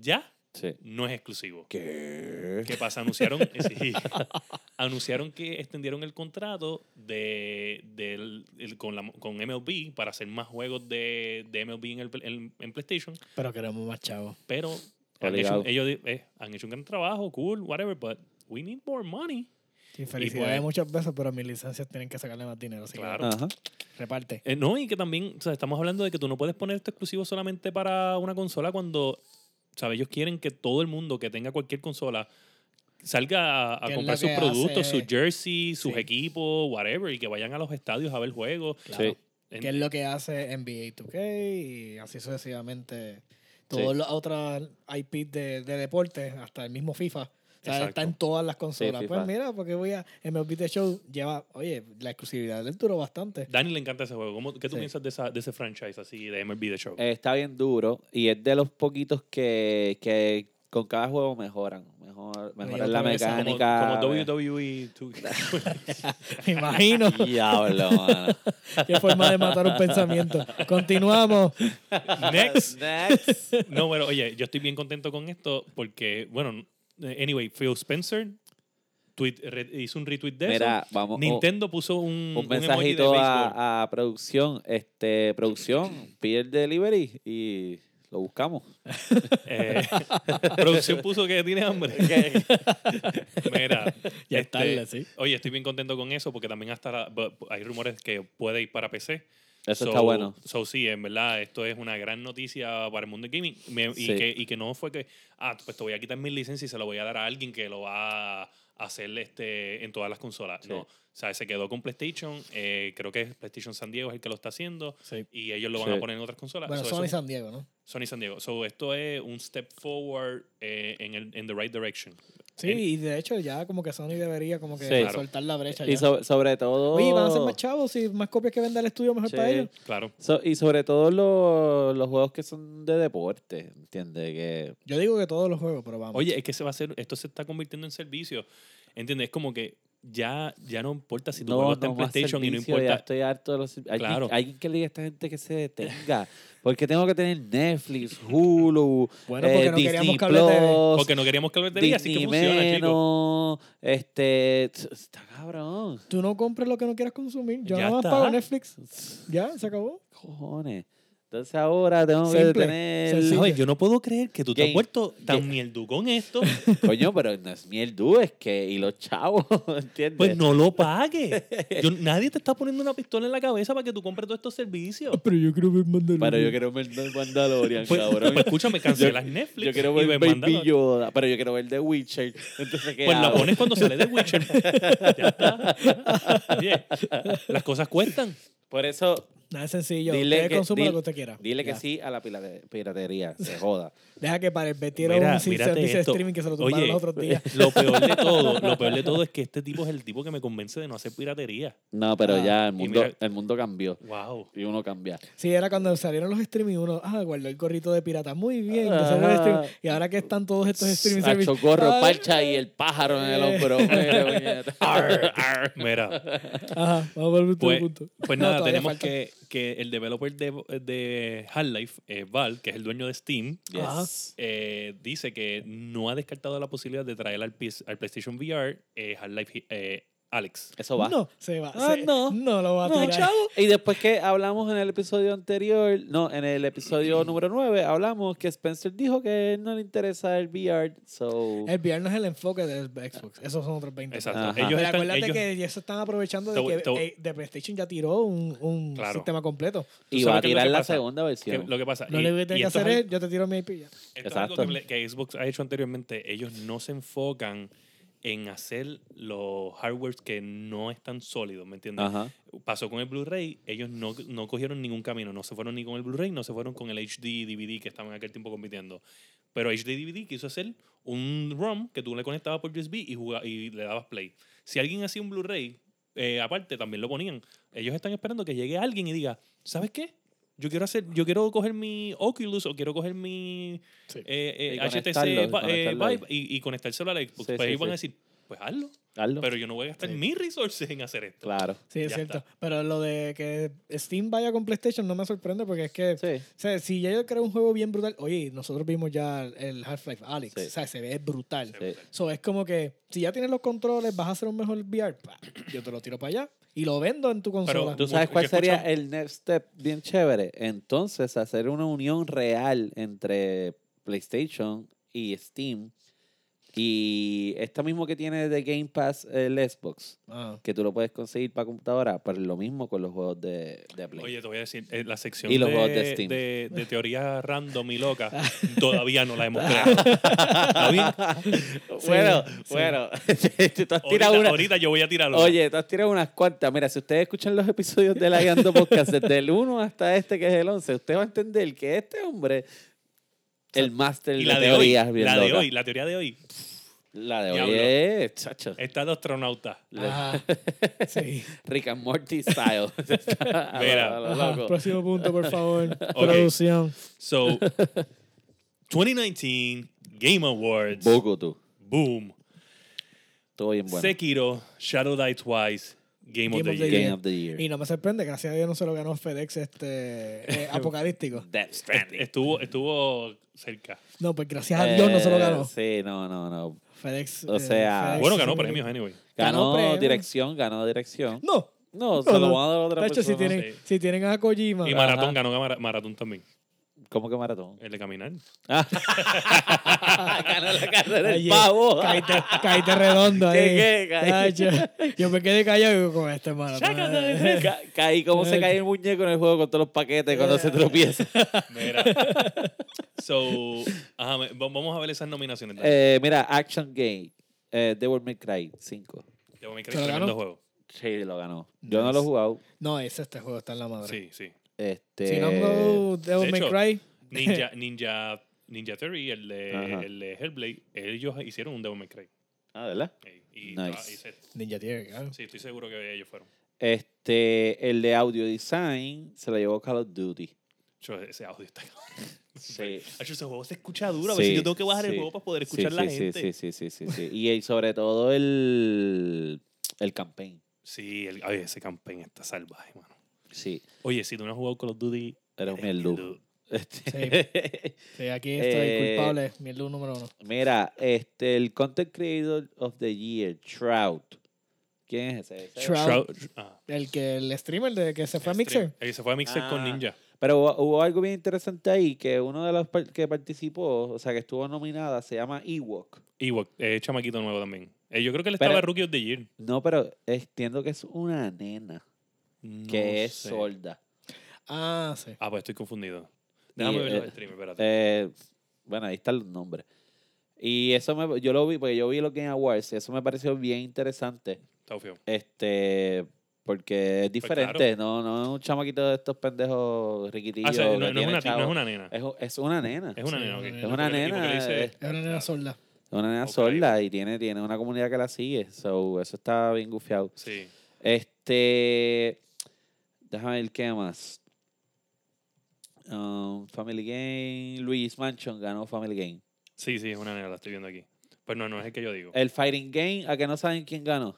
C: Ya
A: Sí.
C: no es exclusivo.
A: ¿Qué?
C: ¿Qué pasa? Anunciaron, eh, sí. anunciaron que extendieron el contrato de, del- el- con, la- con MLB para hacer más juegos de, de MLB en, el, en, en PlayStation,
B: Pero queremos más chavos.
C: pero han
A: Obligado.
C: hecho, ellos eh, han hecho un gran trabajo, cool, whatever, but we need more money.
B: Sí, felicidades
C: pues-
B: muchas veces, pero a mis licencias tienen que sacarle más dinero. Así
C: Claro.
A: Ajá.
B: que reparte.
C: Eh, no, y que también, o sea, estamos hablando de que tú no puedes poner esto exclusivo solamente para una consola cuando, ¿sabes? Ellos quieren que todo el mundo que tenga cualquier consola salga a, a
B: Que es
C: comprar
B: lo
C: sus
B: que
C: productos,
B: hace-
C: sus jerseys, sus
B: Sí.
C: equipos, whatever, y que vayan a los estadios a ver juegos.
B: Claro.
A: Sí.
C: En-
B: Que es lo que hace NBA 2K y así sucesivamente. Todas
A: Sí.
B: las otras IP de, de deportes, hasta el mismo FIFA. O sea,
C: Exacto.
B: está en todas las consolas.
A: FIFA.
B: pues mira, porque voy a MLB The Show lleva, oye, la exclusividad del duró bastante.
C: Dani le encanta ese juego. ¿Cómo- ¿Qué tú
B: Sí.
C: piensas de, esa- de ese franchise así de MLB The Show?
A: Eh, está bien duro y es de los poquitos que, que con cada juego mejoran. Mejor, mejoran la
B: otra vez, como-
C: como,
A: mecánica.
C: como E WWE 2K.
B: Me imagino.
A: Diablo, mano.
B: Qué forma de matar un pensamiento. Continuamos.
C: Next.
A: Next.
C: No, bueno, oye, yo estoy bien contento con esto porque, bueno, eh, anyway, Phil Spencer tweet- re- hizo un retweet de eso.
A: Mira, vamos. un-
C: Nintendo puso un,
A: un
C: un emoji de
A: mensajito a, a producción. Este, producción, pide el delivery y lo buscamos.
C: béisbol. Eh, producción puso que tiene hambre. Mira, este,
B: Ya está, tarde, sí.
C: Oye, estoy bien contento con eso porque también hasta la- bu- bu- hay rumores que puede ir para PC.
A: Eso
C: So-
A: está bueno.
C: So, sí, en verdad, esto es una gran noticia para el mundo del gaming. Me- y,
A: Sí.
C: que, y que no fue que, ah, pues te voy a quitar mi licencia y se lo voy a dar a alguien que lo va a hacer este, en todas las consolas.
A: Sí.
C: No, o sea, se quedó con PlayStation. eh, creo que es PlayStation San Diego es el que lo está haciendo
B: Sí.
C: y ellos lo van
A: Sí.
C: a poner en otras consolas.
B: Bueno,
C: So,
B: Sony
C: eso-
B: San Diego, ¿no?
C: Sony San Diego. So, esto es un step forward eh, en, el, en the right direction.
B: Sí,
C: En-
B: y de hecho ya como que Sony debería como que
A: Sí. Claro.
B: soltar la brecha.
A: Y
B: Ya.
A: so- sobre todo.
B: Oye, van a ser más chavos y más copias que venda el estudio mejor
A: Sí.
B: para ellos.
C: Claro.
A: So- y sobre todo los, los juegos que son de deporte, ¿entiendes? Que
B: Yo digo que todos los juegos, pero vamos.
C: Oye, es que se va a hacer, esto se está convirtiendo en servicio. ¿Entiendes? Es como que ya, ya no importa si tu juego está en
A: más
C: PlayStation y no
A: servicio, Ya
C: importa.
A: estoy harto de los servi- alguien-
C: Claro.
A: Alguien, que le diga a esta gente que se detenga. Porque tengo que tener Netflix, Hulu,
B: Bueno,
A: eh,
B: porque no
A: Disney
B: queríamos que hable de...
A: Plus,
C: Porque no queríamos que hablar de vida, así que
A: Disney
C: funciona, chicos.
A: Menos, este... t- Está cabrón.
B: Tú no compres lo que no quieras consumir. Yo
C: Ya
B: nada más
C: está.
B: pago Netflix. Ya, se acabó.
A: Cojones. Entonces ahora tengo que
B: Simple,
A: tener...
B: sencillo.
C: Oye, yo no puedo creer que tú te has
A: Jane,
C: vuelto tan
A: Jane.
C: mielducón esto.
A: Coño, pero no es mierdú, es que... Y los chavos, ¿entiendes?
C: Pues no lo pagues. Yo- nadie te está poniendo una pistola en la cabeza para que tú compres todos estos servicios.
B: Pero yo quiero ver Mandalorian.
A: Pero yo quiero ver The Mandalorian,
C: Pues,
A: cabrón.
C: pues escúchame, cancelas Netflix.
A: Yo quiero
C: y
A: ver
C: ves
A: Baby
C: Mandalorian.
A: Yoda, pero yo quiero ver The Witcher. Entonces, ¿qué
C: Pues la
A: hago?
C: pones cuando sale de Witcher. ya está. Oye, las cosas cuestan.
A: Por eso,
B: Nada es sencillo.
A: Dile
B: usted
A: que-
B: consuma
A: dile-
B: lo que usted quiera.
A: dile que
B: Ya.
A: sí a la pilate- piratería, se joda.
B: Deja que para metieron
C: Mira,
B: un sin-
C: mírate
B: servicio de
C: esto.
B: streaming que se lo tumbaron
C: Oye, eh,
B: los otros días.
C: lo peor de todo, lo peor de todo es que este tipo es el tipo que me convence de no hacer piratería.
A: No, pero
B: Ah,
A: ya el mundo,
C: mira-
A: el mundo cambió
C: Wow.
A: y uno cambia.
B: Sí, era cuando salieron los streaming uno, ah, guardó el gorrito de pirata. Muy bien.
A: Ah.
B: empezaron el streaming. Y ahora que están todos estos streaming
A: A
B: service-
A: Chocorro,
B: Ay,
A: Parcha y el pájaro en el
B: Eh.
A: hombro. Mira, puñeta.
C: Arr, arr. Mira,
B: Ajá, vamos al último
C: pues,
B: punto.
C: pues
B: No,
C: nada,
B: todavía
C: tenemos
B: falta.
C: que, que el developer de, de Half-Life, eh, Valve, que es el dueño de Steam,
B: Ah.
A: Yes.
C: eh, dice que no ha descartado la posibilidad de traer al, PS al PlayStation VR eh, Half-Life eh, Alex.
A: Eso va.
B: No, se va.
A: Ah,
B: se-
A: no.
B: No lo va a
A: No,
B: tirar.
A: chavo. Y después que hablamos en el episodio anterior, no, en el episodio número 9, hablamos que Spencer dijo que no le interesa el VR. So,
B: El VR no es el enfoque del Xbox. Esos son otros 20.
C: Exacto.
A: Ajá.
C: Ellos
B: Pero
C: están-
B: acuérdate
C: ellos-
B: que ellos se están aprovechando de
C: Te voy-
B: que
C: te voy-
B: eh, de PlayStation ya tiró un, un
C: Claro.
B: sistema completo.
C: tú
A: y
C: sabes
A: va a
C: qué es lo
A: tirar
C: que
A: la
C: pasa,
A: segunda
C: que
A: versión.
C: lo que pasa.
B: Lo
C: y-
B: único
C: y
B: que tienen que
C: esto es
B: hacer
C: al-
B: es, yo te tiro mi IP ya.
C: Esto es algo que,
A: Exacto.
C: le- que Xbox ha hecho anteriormente. Ellos no se enfocan en hacer los hardwares que no están sólidos, ¿me entiendes?
A: Ajá.
C: Pasó con el Blu-ray, ellos no, no cogieron ningún camino, no se fueron ni con el Blu-ray, no se fueron con el HD DVD que estaban en aquel tiempo compitiendo. Pero HD DVD quiso hacer un ROM que tú le conectabas por USB y, jugaba- y le dabas play. Si alguien hacía un Blu-ray, eh, aparte también lo ponían. Ellos están esperando que llegue alguien y diga, ¿sabes qué? Yo quiero hacer, yo quiero coger mi Oculus o quiero coger mi
B: Sí.
C: eh, eh,
A: Y
C: HTC
A: conectarlo,
C: Va- eh,
A: conectarlo ahí.
C: Vive y, y conectárselo a la Xbox.
A: Sí,
C: pues ahí
A: sí,
C: van a
A: sí.
C: decir, pues hazlo.
A: Hazlo.
C: Pero yo no voy a gastar
B: Sí.
C: mis resources en hacer esto.
A: Claro.
B: Sí, es
C: Ya
B: cierto.
C: está.
B: Pero lo de que Steam vaya con PlayStation no me sorprende porque es que,
A: Sí.
B: o sea, si ya yo creo un juego bien brutal, oye, nosotros vimos ya el Half-Life Alex,
A: Sí.
B: o sea, se ve brutal.
A: Sí.
B: So, es como que si ya tienes los controles, vas a hacer un mejor VR, pa, yo te lo tiro para allá y lo vendo en tu consola.
A: ¿Tú
C: Mucho-
A: sabes
C: yo
A: cuál
C: escucho-
A: sería el next step bien chévere? Entonces, hacer una unión real entre PlayStation y Steam y esta mismo que tiene de Game Pass el Xbox,
B: Ah.
A: que tú lo puedes conseguir para computadora, pero lo mismo con los juegos de, de Play.
C: Oye, te voy a decir, eh, la sección
A: Y los
C: de,
A: juegos de Steam.
C: de- de teoría random y loca todavía no la hemos creado. ¿Está bien?
A: bueno,
B: sí.
A: bueno, tú has
C: Ahorita,
A: tirado una...
C: ahorita yo voy a tirar
A: Oye, tú has tirado unas cuantas. Mira, si ustedes escuchan los episodios de la Guiando Podcast, desde el 1 hasta este que es el 11, usted va a entender que este hombre, el máster de
C: y la de hoy,
A: teorías bien
C: la de
A: loca.
C: hoy, la teoría de hoy,
A: La de
C: Diablo.
A: hoy es, chacho.
C: está de astronauta.
B: Ah, sí.
A: Rick and Morty style. A lo-
C: Mira.
A: a lo
B: Ajá,
A: loco.
B: próximo punto, por favor. Producción.
C: So, 2019 Game Awards.
A: Boco tú.
C: Boom.
A: Todo bien bueno.
C: Sekiro, Shadow Die Twice, Game, of the Year.
A: Game of the Year.
B: Y no me sorprende, gracias a Dios no se lo ganó FedEx este eh, apocalíptico.
A: Death
C: Est-
A: Stranding.
C: Estuvo, estuvo cerca.
B: No, pues gracias a Dios no se lo
A: Eh,
B: ganó.
A: Sí, no, no, no.
B: FedEx.
A: O
B: eh,
A: sea,
B: FedEx
C: Bueno,
B: se
C: ganó
B: supone
C: premios,
B: que-
C: anyway.
A: Ganó,
B: Ganó premio.
A: dirección, ganó dirección.
B: No.
A: No,
B: No,
A: se lo
B: no.
A: van a dar a otra
B: Tacho, si
A: persona.
B: tienen,
C: sí.
B: si tienen a Kojima.
C: Y Maratón ganó mara- Maratón también.
A: ¿Cómo que maratón?
C: El de caminar.
A: ganó Ah. la carrera del
B: Oye,
A: pavo. Ah.
B: Caíte, caíte redondo ahí.
A: ¿Qué, qué, caí?
B: Tacho, yo me quedé callado y digo, con este maratón.
A: Ca- Caí, ¿cómo se cae el muñeco en el juego con todos los paquetes cuando se tropieza?
C: Mira. so, ajá, me- va- vamos a ver esas nominaciones. dale.
A: Eh, mira, Action Game, eh, Devil May Cry 5.
C: Devil May Cry,
B: ¿se lo
C: tremendo
B: ganó?
C: juego.
A: Sí, lo ganó. Yo no lo he
B: Nice.
A: jugado.
B: No, es este juego, está en la madre.
C: Sí, sí.
A: Este,
B: Si no, no, Devil
C: De
B: May
C: hecho,
B: Cry.
C: Ninja, Ninja, Ninja Theory, el de,
A: Ajá.
C: el de Hellblade, ellos hicieron un Devil May Cry.
A: Ah, ¿verdad?
C: Eh, Y,
A: Nice.
C: ah, y se-
B: Ninja Theory, claro.
C: sí, estoy seguro que ellos fueron.
A: Este, el de Audio Design se lo llevó Call of Duty.
C: Yo, ese audio está cabrón.
A: Sí.
C: Ay, Ese juego se escucha duro. A veces
A: Sí,
C: yo tengo que bajar el
A: sí.
C: juego para poder
A: Sí,
C: escuchar la
A: sí, sí,
C: gente.
A: sí, sí, sí, sí, sí. Y el- sobre todo el, el campaign.
C: Sí, el- ay, ese campaign está salvaje, mano.
A: Sí,
C: Oye, si tú no has jugado Call of Duty,
A: era un
C: eres
A: mierdu.
C: mierdu.
A: Este,
B: Sí, aquí estoy
A: Eh,
B: culpable. Mierda número uno.
A: Mira, este, el Content Creator of the Year, Trout. ¿Quién es ese? Ese-
B: Trout.
C: Shroud- ah,
B: El que el streamer de que se fue a
C: el
B: Mixer.
C: stream- El que se fue a Mixer
A: Ah.
C: con Ninja.
A: Pero hubo, hubo algo bien interesante ahí, que uno de los par- que participó, o sea, que estuvo nominada, se llama Ewok.
C: Ewok, eh, chamaquito nuevo también. Eh, yo creo que él
A: Pero-
C: estaba Rookie of the Year.
A: No, pero entiendo que es una nena
C: No
A: que es
C: sé.
A: sorda.
B: Ah, sí.
C: Ah, pues estoy confundido. Déjame
A: Y,
C: ver
A: eh,
C: los streamers, espérate.
A: Eh, bueno, ahí están los nombres. Y eso me, yo lo vi, porque yo vi los Game Awards, y eso me pareció bien interesante.
C: Está feo.
A: Este, porque es diferente,
C: Pues
A: no,
C: claro.
A: no es un chamaquito de estos pendejos riquitillos.
C: Ah, o sea, no,
A: que
C: no es
A: tiene
C: una, ti- no
A: chavo.
C: es una nena.
A: Es, u- es una nena.
C: Es una
B: Sí,
C: nena, ok.
B: es
A: Es una
C: Porque el tipo que
A: nena,
C: le dice-
A: es
B: Es una nena sorda.
A: Es una nena
C: Ok.
A: sorda y tiene, tiene una comunidad que la sigue. So, eso está bien gufiado.
C: Sí.
A: Este. Déjame ver qué más. Um, Family Game. Luis Manchon ganó Family Game.
C: sí, sí, es una nena, la estoy viendo aquí. Pues no, no es el que yo digo.
A: El Fighting Game, a que no saben quién ganó.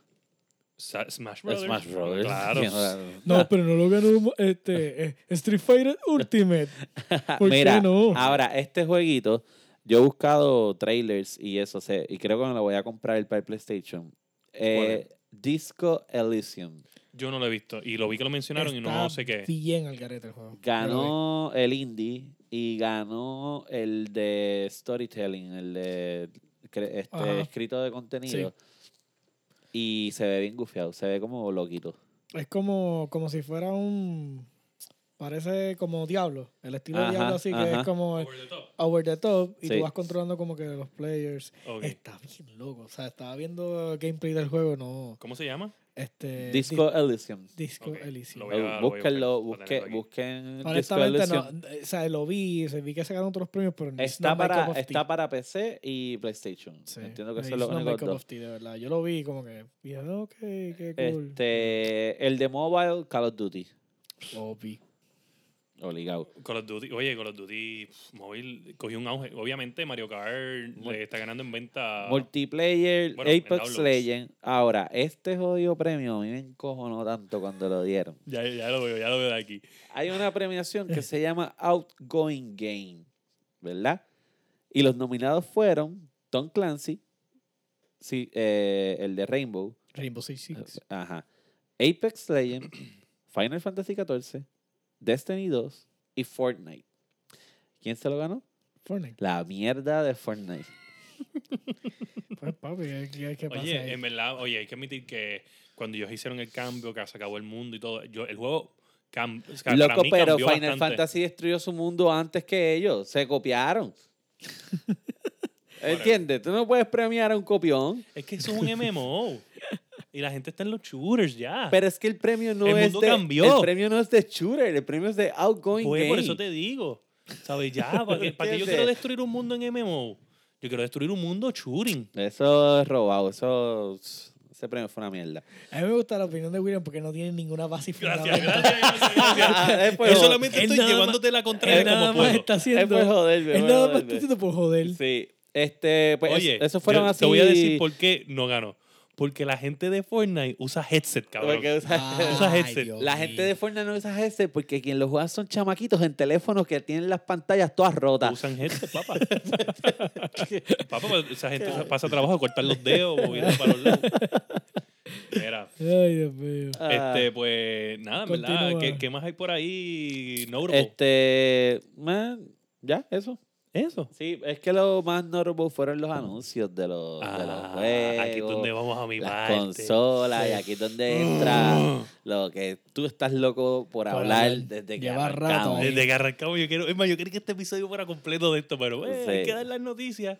C: Sa- Smash Brothers.
A: Smash Brothers.
C: Claro.
A: ¿Quién ganó?
B: No, pero no lo ganó este, eh, Street Fighter Ultimate. ¿Por qué
A: Mira,
B: no?
A: ahora, este jueguito, yo he buscado trailers y eso, sé, y creo que me lo voy a comprar para el PlayStation. Eh, Disco Elysium.
C: Yo no lo he visto. Y lo vi que lo mencionaron y no sé qué.
B: Bien al garete el juego.
A: Ganó el indie y ganó el de storytelling, el de cre- este,
B: Ajá.
A: escrito de contenido. Y se ve bien gufiado, se ve como loquito.
B: Es como, como si fuera un. Parece como Diablo. El estilo
A: Ajá,
B: de Diablo, así que
A: ajá.
B: es como
C: Over the top.
B: over the top. Y
A: Sí.
B: tú vas controlando como que los players.
C: Ok.
B: Está bien loco. O sea, estaba viendo gameplay del juego, no.
C: ¿Cómo se llama?
B: Este,
A: Disco Elysium. Eh,
B: Dis- Disco
C: Ok,
B: Elysium.
C: Eh, Lo voy a- lo voy a
A: Búsquenlo,
C: buscar, para
A: busque-
C: tenerlo aquí.
A: busquen Disco
B: Honestamente,
A: Elysium.
B: no. O sea, lo vi, se vi que se ganaron todos los premios, pero no
A: Está, para, está para PC y PlayStation.
B: Sí.
A: Entiendo que
B: Sí,
A: son los
B: it's not my
A: únicos
B: cup
A: dos.
B: of tea, de verdad. Yo lo vi como que, y dije, ok, qué cool.
A: Este, el de mobile, Call of Duty.
B: Lo vi.
A: Obligado.
C: Call of Duty. Oye, Call of Duty pff, móvil cogió un auge. Obviamente Mario Kart
A: Mul-
C: le está ganando en
A: Ah.
C: venta.
A: Multiplayer,
C: Bueno, el
A: Apex
C: Outlaws.
A: Legend. Ahora, este jodido premio a mí me encojonó tanto cuando lo dieron.
C: Ya, ya lo veo, ya lo veo de aquí.
A: Hay una premiación que se llama Outgoing Game, ¿verdad? Y los nominados fueron Tom Clancy, sí, eh, el de Rainbow,
B: Rainbow Six Six.
A: ajá, Apex Legend, Final Fantasy XIV, Destiny 2 y Fortnite. ¿Quién se lo ganó?
B: Fortnite.
A: La mierda de Fortnite.
B: Pues, papi, ¿qué- ¿qué, qué pasa ahí?
C: Oye, en verdad, oye, hay que admitir que cuando ellos hicieron el cambio, que se acabó el mundo y todo, yo, el juego cam- o sea, para
A: Loco,
C: mí
A: pero
C: cambió
A: Final
C: bastante.
A: Fantasy destruyó su mundo antes que ellos. Se copiaron. ¿Entiendes? Tú no puedes premiar a un copión.
C: Es que eso es un MMO. y la gente está en los shooters ya.
A: Pero es que el premio no
C: Ah. El
A: es
C: mundo
A: de,
C: cambió.
A: El premio no es de shooter, el premio es de outgoing
C: Pues,
A: game.
C: por eso te digo. ¿Sabes? Ya, ¿para qué, para qué yo
A: ¿Entiendes?
C: quiero destruir un mundo en MMO? Yo quiero destruir un mundo shooting.
A: Eso es robado, eso ese premio fue una mierda.
B: A mí me gusta la opinión de William porque no tiene ninguna base
C: Gracias,
B: fundamental.
C: gracias. gracias.
A: Ah, es por
C: Yo
A: joder.
C: solamente
B: Él
C: estoy
B: nada más-
C: llevándote la
B: Él
C: contraria
B: nada
C: como
B: más
C: puedo.
B: está
A: es por
B: haciendo.
A: joderme,
B: Él
A: por
B: nada más
A: joderme.
B: está haciendo por joder.
A: Sí. Este, pues
C: Oye,
A: es- esos fueron
C: yo
A: así.
C: te voy a decir por qué no ganó. Porque la gente de Fortnite usa headset, cabrón.
A: porque, o sea,
B: Ay,
C: Usa headset.
B: Dios
A: La
B: mío.
A: gente de Fortnite no usa ese porque quien los juega son chamaquitos en teléfonos que tienen las pantallas todas rotas.
C: Usan headset, papá. papá, pues, esa gente pasa trabajo a cortar los dedos, moviendo para los lados. Mira,
B: Ay, Dios mío.
A: Ah,
C: este, pues nada, en ¿verdad?
B: Continúa.
C: ¿Qué, qué más hay por ahí?
A: Eh,
C: Notable.
A: este, man, ya, eso.
C: Eso.
A: Sí, es que lo más notable fueron los anuncios de los, de los
C: Ah,
A: juegos.
C: aquí es donde vamos a mi
A: las
C: parte.
A: consolas Ah. y aquí es donde entra lo que tú estás loco por
B: Por
A: hablar
B: hablar.
A: desde que
B: Lleva rato
A: arrancamos.
B: ahí.
C: Desde que arrancamos, yo quiero. Es más, yo quería que este episodio fuera completo de esto, pero eh,
A: Sí.
C: hay que dar las noticias.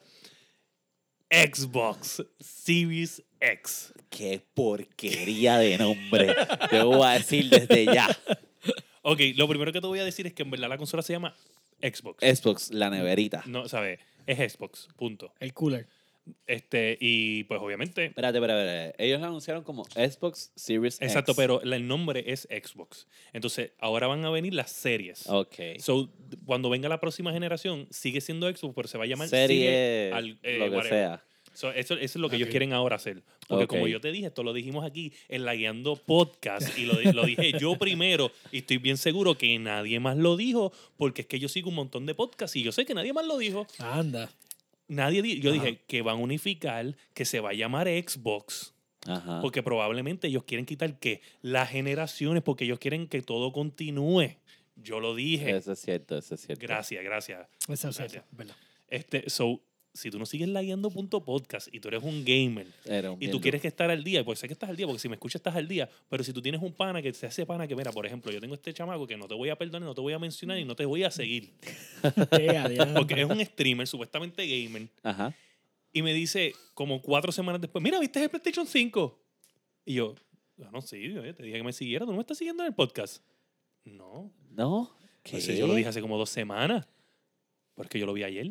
C: Xbox Series X.
A: Qué porquería de nombre. Te voy a decir desde ya.
C: Ok, lo primero que te voy a decir es que en verdad la consola se llama Xbox.
A: Xbox, la neverita.
C: No, ¿sabes? Es Xbox, punto.
B: El cooler.
C: Este, y pues obviamente.
A: Espérate, espérate, espérate. Ellos la anunciaron como Xbox Series X.
C: Exacto, pero la- el nombre es Xbox. Entonces, ahora van a venir las series.
A: Ok.
C: So, cuando venga la próxima generación, sigue siendo Xbox, pero se va a llamar
A: Serie,
C: al- eh,
A: lo que
C: whatever.
A: sea.
C: So, eso, eso es lo que ellos
B: Ok.
C: quieren ahora hacer. Porque
A: Ok.
C: como yo te dije, esto lo dijimos aquí en la Guiando Podcast y lo, di- lo dije yo primero y estoy bien seguro que nadie más lo dijo porque es que yo sigo un montón de podcasts y yo sé que nadie más lo dijo.
B: Ah, Anda.
C: Nadie di- yo
B: Ajá.
C: dije que van a unificar, que se va a llamar Xbox.
A: Ajá.
C: Porque probablemente ellos quieren quitar que las generaciones, porque ellos quieren que todo continúe. Yo lo dije.
A: Eso es cierto, eso es cierto.
C: Gracias, gracias.
B: Esa, esa,
C: Gracias.
B: esa, verdad.
C: Este, so, si tú no sigues lagueando.podcast y tú eres un gamer
A: Era un
C: y tú
A: bien
C: quieres que estar al día, pues sé que estás al día, porque si me escuchas estás al día, pero si tú tienes un pana que se hace pana que, mira, por ejemplo, yo tengo este chamaco que no te voy a perdonar, no te voy a mencionar y no te voy a seguir,
B: Eh, adiós.
C: porque es un streamer, supuestamente gamer,
A: duro. Ajá.
C: y me dice como cuatro semanas después, mira, ¿viste el PlayStation 5? Y yo, "Ah, no, sí, yo te dije que me siguiera, ¿tú no me estás siguiendo en el podcast? No,
A: ¿No?
C: Pues sí, yo lo dije hace como dos semanas, porque yo lo vi ayer.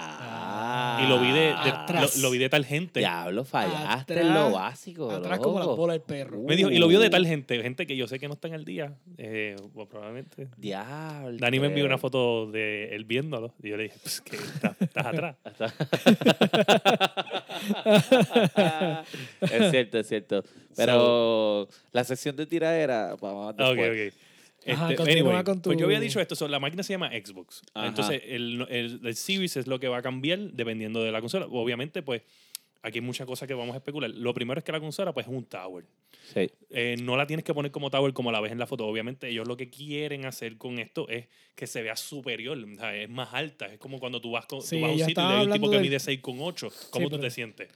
A: Ah.
C: Y lo vi de, de-
B: Atrás.
C: lo, lo vi de tal gente.
A: Diablo, fallaste en
B: Atrás-
A: lo básico.
B: Atrás como la
A: loco.
B: bola del perro.
A: Uh.
C: Me dijo, y lo vio de tal gente, gente que yo sé que no están al día, eh, o probablemente.
A: Diablo.
C: Dani me envió una foto de él viéndolo y yo le dije, pues que estás, estás atrás.
A: es cierto, es cierto. Pero la sección de tiradera, vamos
C: Ah,
A: después.
C: ok, ok. Este,
B: Ajá, continúa
C: anyway,
B: con tu-
C: pues yo había dicho esto, so, la máquina se llama Xbox.
A: Ajá.
C: Entonces, el, el, el Series es lo que va a cambiar dependiendo de la consola. Obviamente, pues, aquí hay muchas cosas que vamos a especular. Lo primero es que la consola, pues, es un tower.
A: Sí.
C: Eh, no la tienes que poner como tower como la ves en la foto. Obviamente, ellos lo que quieren hacer con esto es que se vea superior, o sea, es más alta. Es como cuando tú vas, con, tú
B: Sí,
C: vas a un
B: ya
C: sitio y
B: estaba
C: hay un tipo
B: hablando
C: que
B: del-
C: mide 6,8. ¿Cómo tú
B: pero-
C: te sientes?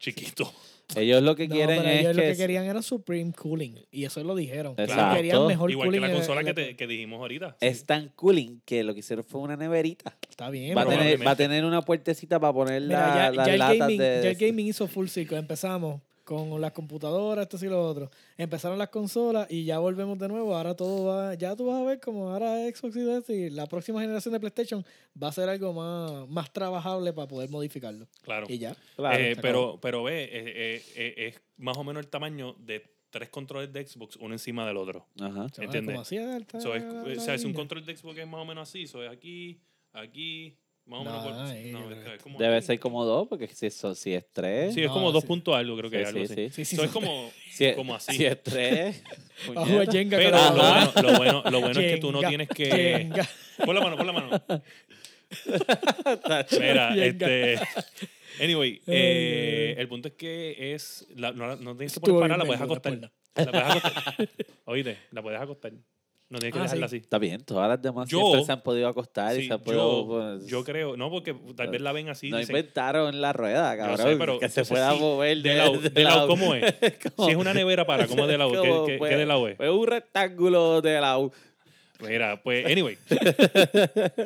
C: Chiquito.
A: Ellos lo que
B: No,
A: quieren
B: pero
A: es
B: ellos
A: que,
B: lo que querían era Supreme Cooling. Y eso lo dijeron. Ellos
A: Exacto.
B: Querían mejor
C: Igual que
B: cooling.
C: la
B: en-
C: consola
B: en
C: que,
B: la-
C: te- que dijimos ahorita.
A: es tan cooling que lo que hicieron fue una neverita.
B: Está bien.
A: Va a, tener,
B: pero-
C: Probablemente.
A: va a tener una puertecita para poner
B: Mira,
A: la-
B: ya,
A: las
B: ya el
A: latas
B: gaming,
A: de... este.
B: ya el gaming hizo full circle. Empezamos con las computadoras, esto y lo otro. Empezaron las consolas y ya volvemos de nuevo. Ahora todo va. Ya tú vas a ver como ahora Xbox y todo esto, y la próxima generación de PlayStation va a ser algo más, más trabajable para poder modificarlo.
C: Claro.
B: Y ya.
A: Claro,
C: Eh,
A: se acabó.
C: pero, pero ve, eh, eh, eh, es más o menos el tamaño de tres controles de Xbox uno encima del otro.
A: Ajá.
B: Se va a ver
C: Entiende.
B: como así, ah, está
C: So, es- eh,
B: la-
C: o
B: la
C: sea, si un
B: línea.
C: control de Xbox es más o menos así, so, es aquí, aquí, más o
B: No, eh,
C: menos. por-
B: ahí,
C: no,
B: yo
C: es-
B: creo que-
C: es como
A: Debe
C: aquí.
A: ser como dos, porque si, eso- si es tres...
C: Sí, es
B: No,
C: como dos
B: sí.
C: puntos algo, creo que
A: sí,
C: es algo
A: sí,
C: así.
A: sí.
B: Sí, sí,
C: So, es
B: sí.
C: como,
A: Si es-
C: como así.
A: Si es tres...
B: Va a jugar
A: puñeta.
B: Jenga
C: Pero
B: con
C: lo
B: la-
C: bueno, lo bueno, lo bueno es que tú no
B: Jenga,
C: tienes que.
B: Jenga.
C: Pon la mano, pon la mano.
A: Tacho.
C: Mira,
B: Jenga.
C: este. Anyway, eh,
B: Ay, ay, ay.
C: el punto es que es. la- no, la- no tienes que
B: Estuvo
C: poner parada, la
B: bien
C: puedes
B: menuda,
C: acostar.
B: ponla.
C: La puedes acostar. Oíste, la puedes acostar. No tienes que
B: Ah,
C: dejarla
B: sí.
C: así.
A: Está bien, todas las demás
C: Yo-
A: siempre se han podido acostar y
C: Sí,
A: se han podido...
C: yo,
A: pues,
C: yo creo, no, porque tal vez la ven así.
A: no
C: dicen,
A: inventaron la rueda,
C: Yo sé,
A: cabrón.
C: pero
A: que se
C: entonces
A: pueda
C: sí,
A: mover
C: de lado, de lado, ¿cómo es?
A: Como-
C: Si es una nevera para, ¿cómo es de lado?
A: como,
C: ¿Qué, qué-
A: pues,
C: qué de lado es?
A: pues un rectángulo de lado.
C: Mira, pues, anyway.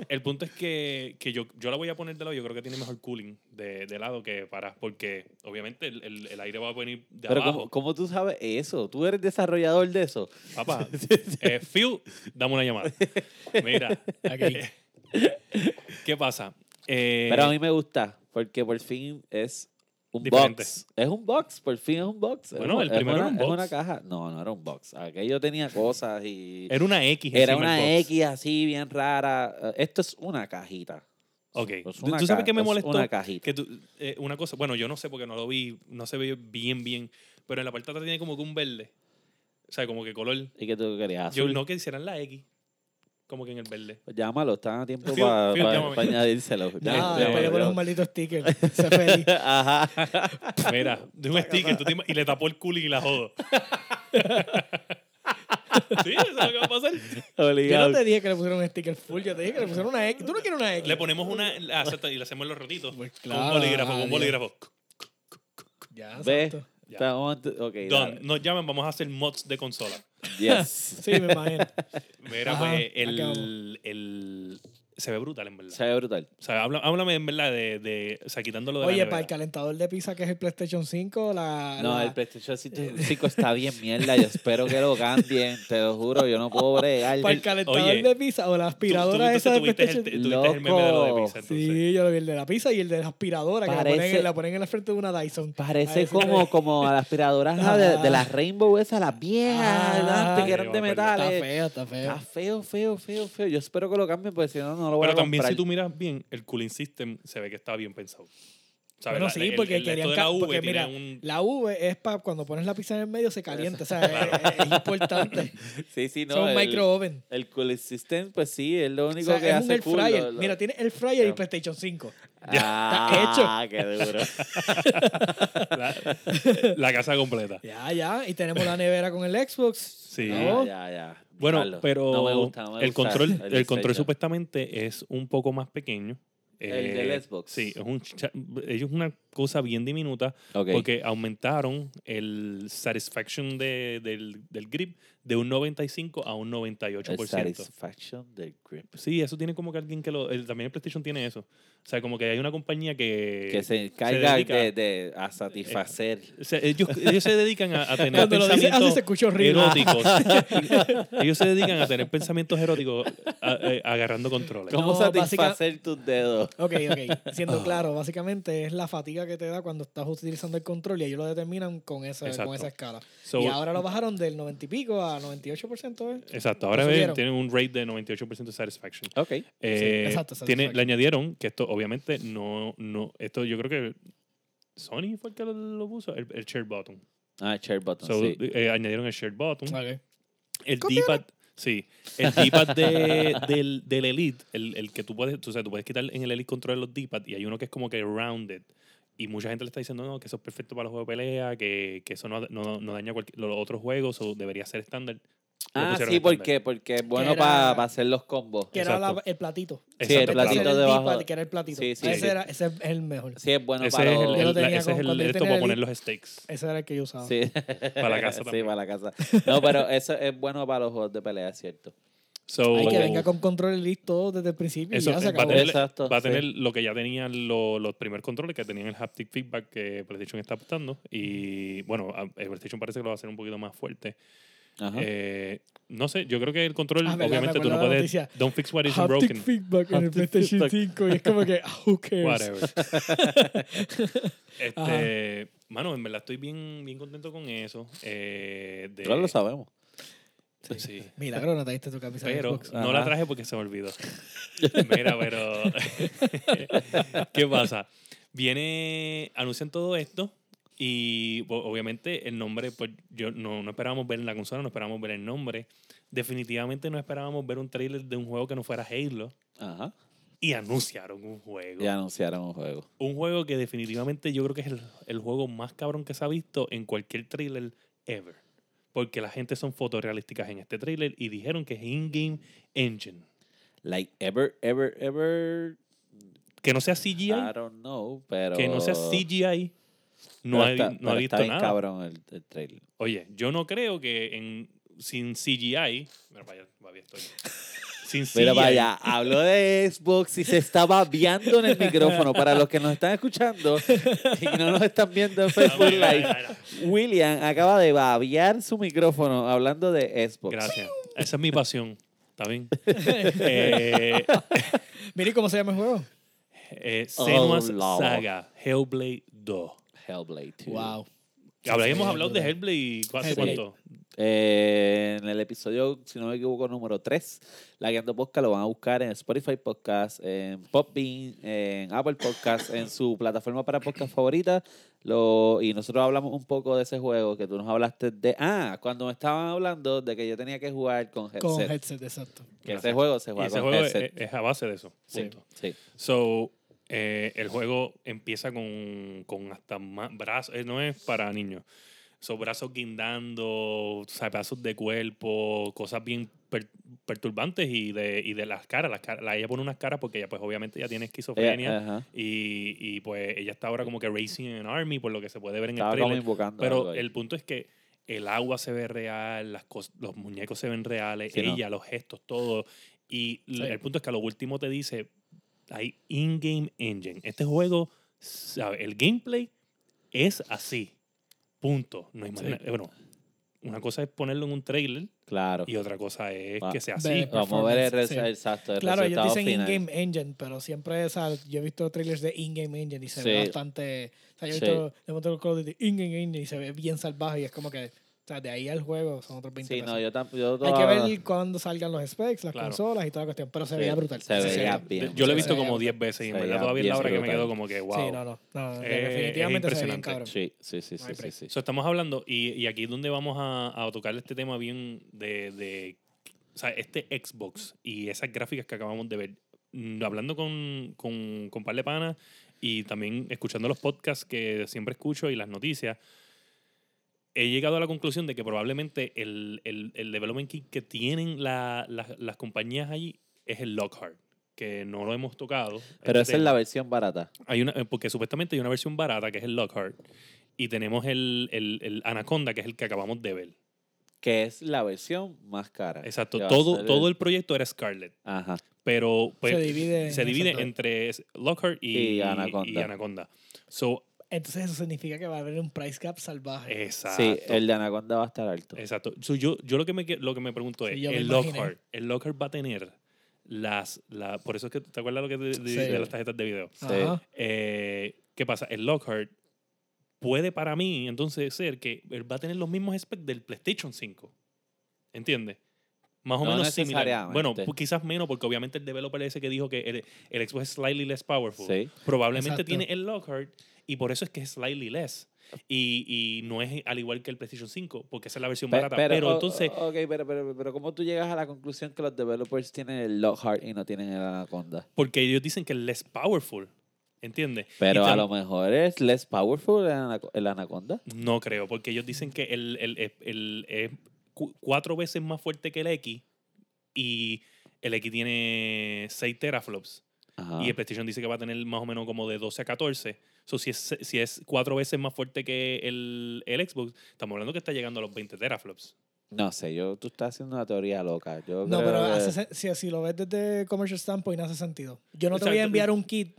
C: El punto es que, que yo, yo la voy a poner de lado. Yo creo que tiene mejor cooling de, de lado que para. Porque obviamente el, el- el aire va a venir de
A: Pero
C: abajo.
A: ¿cómo, cómo tú sabes eso? ¿Tú eres desarrollador de eso?
C: Papá, eh, Phil, dame una llamada. Mira,
B: Aquí.
C: ¿qué pasa? Eh,
A: Pero a mí me gusta, porque por fin es un
C: Diferente.
A: box. Es un box, por fin es un box. Es
C: Bueno,
A: un-
C: el
A: es
C: primero
A: una,
C: era un
A: es
C: box.
A: una caja. No, no era un box. Aquello tenía cosas y...
C: era una X.
A: Era
C: encima del
A: una
C: box.
A: X así, bien rara. Eh, Esto es una cajita.
C: Ok.
A: Es
C: Pues ¿Tú-
A: una
C: ¿Tú sabes
A: ca-
C: qué me
A: es
C: molestó?
A: Una cajita.
C: Que tú- eh, una cosa, bueno, yo no sé porque no lo vi, no se ve bien, bien, pero en la parte de atrás tiene como que un verde. O sea, como que color.
A: ¿Y que tú querías?
C: Yo
A: Azul.
C: no que hicieran la X, como que en el verde.
A: Llámalo, está a tiempo
C: Phil,
A: para
C: Phil, llámame.
A: añadírselo.
B: Nada,
A: Llámalo,
B: después le pones un
A: llámalo.
B: maldito sticker. Sé feliz.
A: Ajá.
C: Mira, de un sticker tú te ima- y le tapó el culo y la jodo. sí, eso es lo que va a pasar.
B: Yo
A: Obligado.
B: no te dije que le pusieron un sticker full, yo te dije que le pusieron una X. Tú no quieres una X.
C: Le ponemos una ah, exacto, y le hacemos los rotitos.
B: Pues
C: Con
B: claro,
C: un bolígrafo, con
B: adiós.
C: un bolígrafo.
B: Ya,
A: Ve.
B: exacto.
C: Ya.
A: Estamos, ok,
C: Don,
A: dale.
C: nos llaman, vamos a hacer mods de consola.
A: Yes.
B: Sí, me imagino.
C: Mira,
B: Ajá,
C: pues,
B: acabo.
C: el, el- Se ve brutal, en verdad.
A: Se ve brutal.
C: O sea, habla- háblame en verdad de, de o sea, quitándolo de la
B: Oye,
C: nevera.
B: para el calentador de pizza que es el PlayStation 5, la.
A: No,
B: la-
A: el PlayStation 5 está bien mierda. Yo espero que lo cambien, te lo juro. Yo no puedo bregar.
B: para el calentador
C: Oye,
B: de pizza o la
C: Tú- tú-
B: aspiradora
C: tú-
B: esa de
C: tuviste el,
B: PlayStation.
C: te- tuviste el meme de lo de
A: Loco.
C: pizza, entonces.
B: Sí, yo lo vi el de la pizza y el de la aspiradora que la ponen,
A: Parece-
B: en- la ponen en la frente de una Dyson.
A: Parece
B: Parece
A: como,
B: que-
A: como a las aspiradoras ah, de, de las Rainbow esas, las viejas,
B: Ah,
A: antes que eran
C: yo
A: de
C: me acuerdo.
B: Está
A: metales.
B: feo, está feo.
A: Está feo, feo, feo, feo. Yo espero que lo cambien porque si no, no lo voy
C: Pero
A: a
C: también
A: comprar.
C: si tú miras bien, el cooling system se ve que está bien pensado. ¿Sabes?
B: Bueno,
C: La-
B: sí,
C: el-
B: porque
C: el- esto
B: querían
C: de la
B: ca-
C: V
B: porque
C: tiene
B: mira,
C: un-
B: La V es para cuando pones la pizza en el medio se calienta, o sea, es, es importante.
A: Sí, sí, no.
B: Son
A: el-
B: micro oven.
A: El Cool System, pues sí, es lo
B: O
A: único
B: sea,
A: que
B: es un
A: hace
B: air
A: cool.
B: fryer.
A: lo- lo-
B: Mira, tiene air fryer y
A: Ya.
B: PlayStation 5.
A: Ah, qué duro.
C: la, la casa completa.
B: Ya, ya. Y tenemos la nevera con el Xbox.
C: Sí.
B: No,
A: Ya, ya, ya.
C: Bueno,
A: Carlos,
C: pero
A: no me gusta, no me
C: el
A: gusta
C: control,
A: el
C: el, control
A: PlayStation.
C: supuestamente es un poco más pequeño. Eh,
A: El del Xbox.
C: Sí, es, un, cha- ellos una cosa bien diminuta
A: Ok.
C: porque aumentaron el satisfaction de- del, del grip de un 95 a un
A: El
C: 98%.
A: satisfaction del grip.
C: Sí, eso tiene como que alguien que lo... el- también el PlayStation tiene eso. O sea, como que hay una compañía que...
A: Que se encarga
C: Eh, dedica- Eh,
A: de, de- a satisfacer.
C: o sea, ellos, ellos se dedican a, a tener
B: Cuando lo dice así
C: pensamientos-
B: se escucha horrible. Ah,
C: eróticos. Ellos se dedican a tener pensamientos eróticos a- eh, agarrando controles.
A: ¿Cómo
B: No,
A: satisfacer tus dedos?
B: Ok, ok. Siendo
A: Ah.
B: claro, básicamente es la fatiga que te da cuando estás utilizando el control y ellos lo determinan con esa,
C: Exacto.
B: con esa escala.
C: So,
B: y ahora lo bajaron del 90 y pico a 98%. ¿eh?
C: Exacto, ahora
B: Lo
C: ven,
B: subieron.
C: tienen un rate de 98% de satisfaction.
A: Ok.
C: Eh,
B: exacto,
C: tiene-
B: satisfaction.
C: le añadieron que esto, obviamente, no, no, esto yo creo que Sony fue el que lo, lo puso, el, el share button.
A: Ah, share button,
C: So,
A: sí.
C: eh, añadieron el share button.
B: Ok.
C: El
B: Copiaron.
C: D-pad, sí. El D-pad de- del, del Elite, el, el que tú puedes, tú, sabes, tú puedes quitar en el Elite control los D-pad y hay uno que es como que rounded. Y mucha gente le está diciendo, no, que eso es perfecto para los juegos de pelea, que, que eso no, no, no daña cualquier- los otros juegos o debería ser estándar. Lo
A: Ah,
C: pusieron
A: sí,
C: estándar.
A: porque, porque es bueno
B: era-
A: para hacer los combos.
B: Que era la-
C: Exacto.
B: el platito.
A: Sí,
C: Exacto,
A: el platito
B: Ese era el
A: debajo.
B: D-pad, que era el platito.
A: Sí, sí,
B: ese,
A: sí.
B: Era, ese es el mejor.
A: Sí, es bueno
C: Ese
A: para
C: es el,
A: los...
B: Yo lo
C: el-
B: tenía
C: ese es
B: con-
C: el-
B: cuando yo
C: esto
B: tenía
C: para
B: el
C: poner
B: Elite.
C: los stakes.
B: Ese era el que yo usaba.
A: Sí.
C: Para la casa
A: Sí,
C: también.
A: para la casa. No, pero eso es bueno para los juegos de pelea, es cierto.
C: So,
B: Hay que venga
A: Oh.
B: con control elite todo desde el principio.
C: Eso,
B: y ya se
C: eh, va a
B: acabó.
C: tener,
A: Exacto,
C: va a
A: sí.
C: tener lo que ya tenían lo- los primeros controles, que tenían el haptic feedback que PlayStation está apostando. Y bueno, a- el PlayStation parece que lo va a hacer un poquito más fuerte.
A: Ajá.
C: Eh, no sé, yo creo que el control,
B: Ah, verdad,
C: obviamente
B: me
C: tú no
B: acuerdo la
C: puedes.
B: noticia.
C: Don't fix what isn't
B: Haptic
C: broken.
B: feedback en el
A: Haptic
B: PlayStation
A: feedback.
B: 5 y es como que, ah, who cares?
C: Whatever. este, mano, en verdad estoy bien, bien contento con eso. Eh, de-
A: Pero lo sabemos.
C: Sí.
B: Milagro, no te diste tu camisa de
C: Pero
B: Xbox.
C: no la
A: Ajá.
C: traje porque se me olvidó. Mira, pero. ¿Qué pasa? Viene. Anuncian todo esto. Y bo- obviamente el nombre, pues yo no, no esperábamos ver en la consola, no esperábamos ver el nombre. Definitivamente no esperábamos ver un trailer de un juego que no fuera Halo.
A: Ajá.
C: Y anunciaron un juego.
A: Y anunciaron un juego.
C: Un juego que definitivamente yo creo que es el, el juego más cabrón que se ha visto en cualquier trailer ever. Porque la gente son fotorrealísticas en este trailer y dijeron que es in-game engine.
A: Like ever, ever, ever.
C: Que no sea CGI,
A: I don't know, pero.
C: que no sea CGI, no
A: pero
C: ha,
A: está-
C: no ha
A: pero
C: visto
A: Está bien
C: nada.
A: cabrón el, el trailer.
C: Oye, yo no creo que en, sin CGI... Mira, para allá, para allá estoy. Sin CGI...
A: Mira, vaya, habló de Xbox y se está babeando en el micrófono. Para los que nos están escuchando y no nos están viendo en
C: Mira,
A: Facebook
C: mira,
A: Live,
C: mira, mira.
A: William acaba de babear su micrófono hablando de Xbox.
C: Gracias. Esa es mi pasión. ¿Está bien? eh,
B: Mire cómo se llama el juego.
C: eh, Senua's
A: Oh, Lord.
C: Saga, Hellblade 2.
A: Hellblade 2.
B: Wow.
C: Habíamos hablado de Hellblade ¿cuánto?
B: Hellblade.
C: ¿cuánto?
A: Eh, en el episodio, si no me equivoco, número 3, La Guiando Podcast lo van a buscar en Spotify Podcast, en Popbean, en Apple Podcast, en su plataforma para podcast favorita. Lo, y nosotros hablamos un poco de ese juego que tú nos hablaste de. Ah, cuando me estaban hablando de que yo tenía que jugar con headset.
B: Con headset, exacto.
A: que ese juego se
C: Y
A: juega
C: ese
A: con
C: juego es,
A: headset.
C: es a base de eso.
B: Sí.
C: Punto.
A: Sí.
C: So, eh, el juego empieza con, con hasta más brazos, eh, no es para niños. Son brazos guindando, o sea, pedazos de cuerpo, cosas bien per- perturbantes y de, y de las caras. Las caras la- ella pone unas caras porque ella, pues obviamente ya tiene esquizofrenia.
A: Ella- Eh, ajá.
C: y, y, pues ella está ahora como que racing en Army, por lo que se puede ver en
A: Estaba
C: el
A: como
C: trailer.
A: invocando. algo
C: Pero
A: ahí.
C: el punto es que el agua se ve real, las cos- los muñecos se ven reales,
A: Sí, ¿no?
C: ella, los gestos, todo. Y l- el punto es que a lo último te dice, hay in-game engine. Este juego, sabe, el gameplay es así. Punto. No hay más
A: Sí.
C: na- Bueno, una cosa es ponerlo en un trailer
A: Claro.
C: y otra cosa es
A: Ah.
C: que sea así.
B: Ve.
A: Vamos a ver el, res-
B: performance, sí.
A: exacto, el
B: Claro, ellos
A: resultado
B: dicen
A: final.
B: in-game engine, pero siempre, o sea, yo he visto trailers de in-game engine y se ve
A: Sí.
B: bastante. O sea, yo he
A: Sí.
B: visto le mostré el Call of Duty in-game engine y se ve bien salvaje y es como que. O sea, de ahí al juego son otros 20
A: Sí,
B: pesos.
A: no, yo, tam- yo
B: Hay que
A: todavía-
B: ver cuándo salgan los specs, las
C: Claro.
B: consolas y toda la cuestión, pero se
A: Sí,
B: veía brutal.
A: se
B: Sí,
A: veía
B: cierto.
A: bien.
C: Yo lo he
B: Sí,
C: visto
B: se
C: como
B: veía-
C: 10 veces y en
A: se
C: verdad
A: veía
C: todavía es
A: bien
C: la hora que me
A: brutal.
C: quedo como que wow.
B: Sí, no, no. no
C: Eh,
B: definitivamente se ve bien
C: impresionante.
B: cabrón.
A: Sí, sí, sí,
B: No
A: sí,
B: hay
A: sí,
B: break.
A: sí.
C: So, estamos hablando, y, y aquí es donde vamos a, a tocar este tema bien de, de- O sea, este Xbox y esas gráficas que acabamos de ver. Mm, Hablando con, con, con par de panas y también escuchando los podcasts que siempre escucho y las noticias. he llegado a la conclusión de que probablemente el, el, el development kit que tienen la- la- las compañías allí es el Lockhart, que no lo hemos tocado.
A: Pero
C: Este
A: esa es
C: tema.
A: la versión barata.
C: Hay una, eh, porque supuestamente hay una versión barata que es el Lockhart y tenemos el, el- el Anaconda que es el que acabamos de ver.
A: Que es la versión más cara.
C: Exacto.
A: Que va a
C: Todo,
A: ser
C: todo el proyecto era Scarlet,
A: Ajá.
C: pero pues,
B: Se divide
C: se
B: en
C: divide
B: esas dos.
C: entre Lockhart y,
A: Y Anaconda.
C: y Anaconda. So,
B: Entonces eso significa que va a haber un price cap salvaje.
C: exacto.
A: Sí, el de Anaconda va a estar alto.
C: Exacto. So, yo yo lo, que me, que- lo que me pregunto es,
B: Sí, yo me
C: el
B: imaginé.
C: Lockhart, el Lockhart va a tener las... la- por eso es que, ¿te acuerdas lo que te- de,
B: Sí.
C: de las tarjetas de video?
A: Sí.
B: Ajá.
C: Eh, ¿Qué pasa? El Lockhart puede para mí entonces ser que él va a tener los mismos specs del PlayStation 5. ¿Entiendes? Más o
A: No
C: menos similar.
A: necesariamente.
C: Bueno, pues quizás menos porque obviamente el developer ese que dijo que el, el Xbox es slightly less powerful.
A: Sí.
C: Probablemente
B: Exacto.
C: tiene el Lockhart y por eso es que es slightly less. Y, y no es al igual que el PlayStation 5, porque esa es la versión
A: Pe-
C: barata. Pero,
A: o-
C: entonces,
A: o- Ok, pero, pero, pero ¿cómo tú llegas a la conclusión que los developers tienen el Lockhart y no tienen el Anaconda?
C: porque ellos dicen que es less powerful. ¿Entiendes?
A: Pero
C: Y
A: a
C: tam-
A: lo mejor es less powerful el, Anaco- el Anaconda.
C: No creo, porque ellos dicen que el, el, el- el- es cu- cuatro veces más fuerte que el X y el X tiene 6 teraflops
B: Ah.
A: Ajá.
C: y el PlayStation dice que va a tener más o menos como de 12 a 14. So, si, es, si es cuatro veces más fuerte que el, el Xbox, estamos hablando que está llegando a los 20 teraflops.
A: No sé, yo, tú estás haciendo una teoría loca. Yo
B: No,
A: creo
B: pero
A: que-
B: hace sen- si, si lo ves desde commercial standpoint, hace sentido. Yo no te voy
C: Exacto.
B: a enviar un kit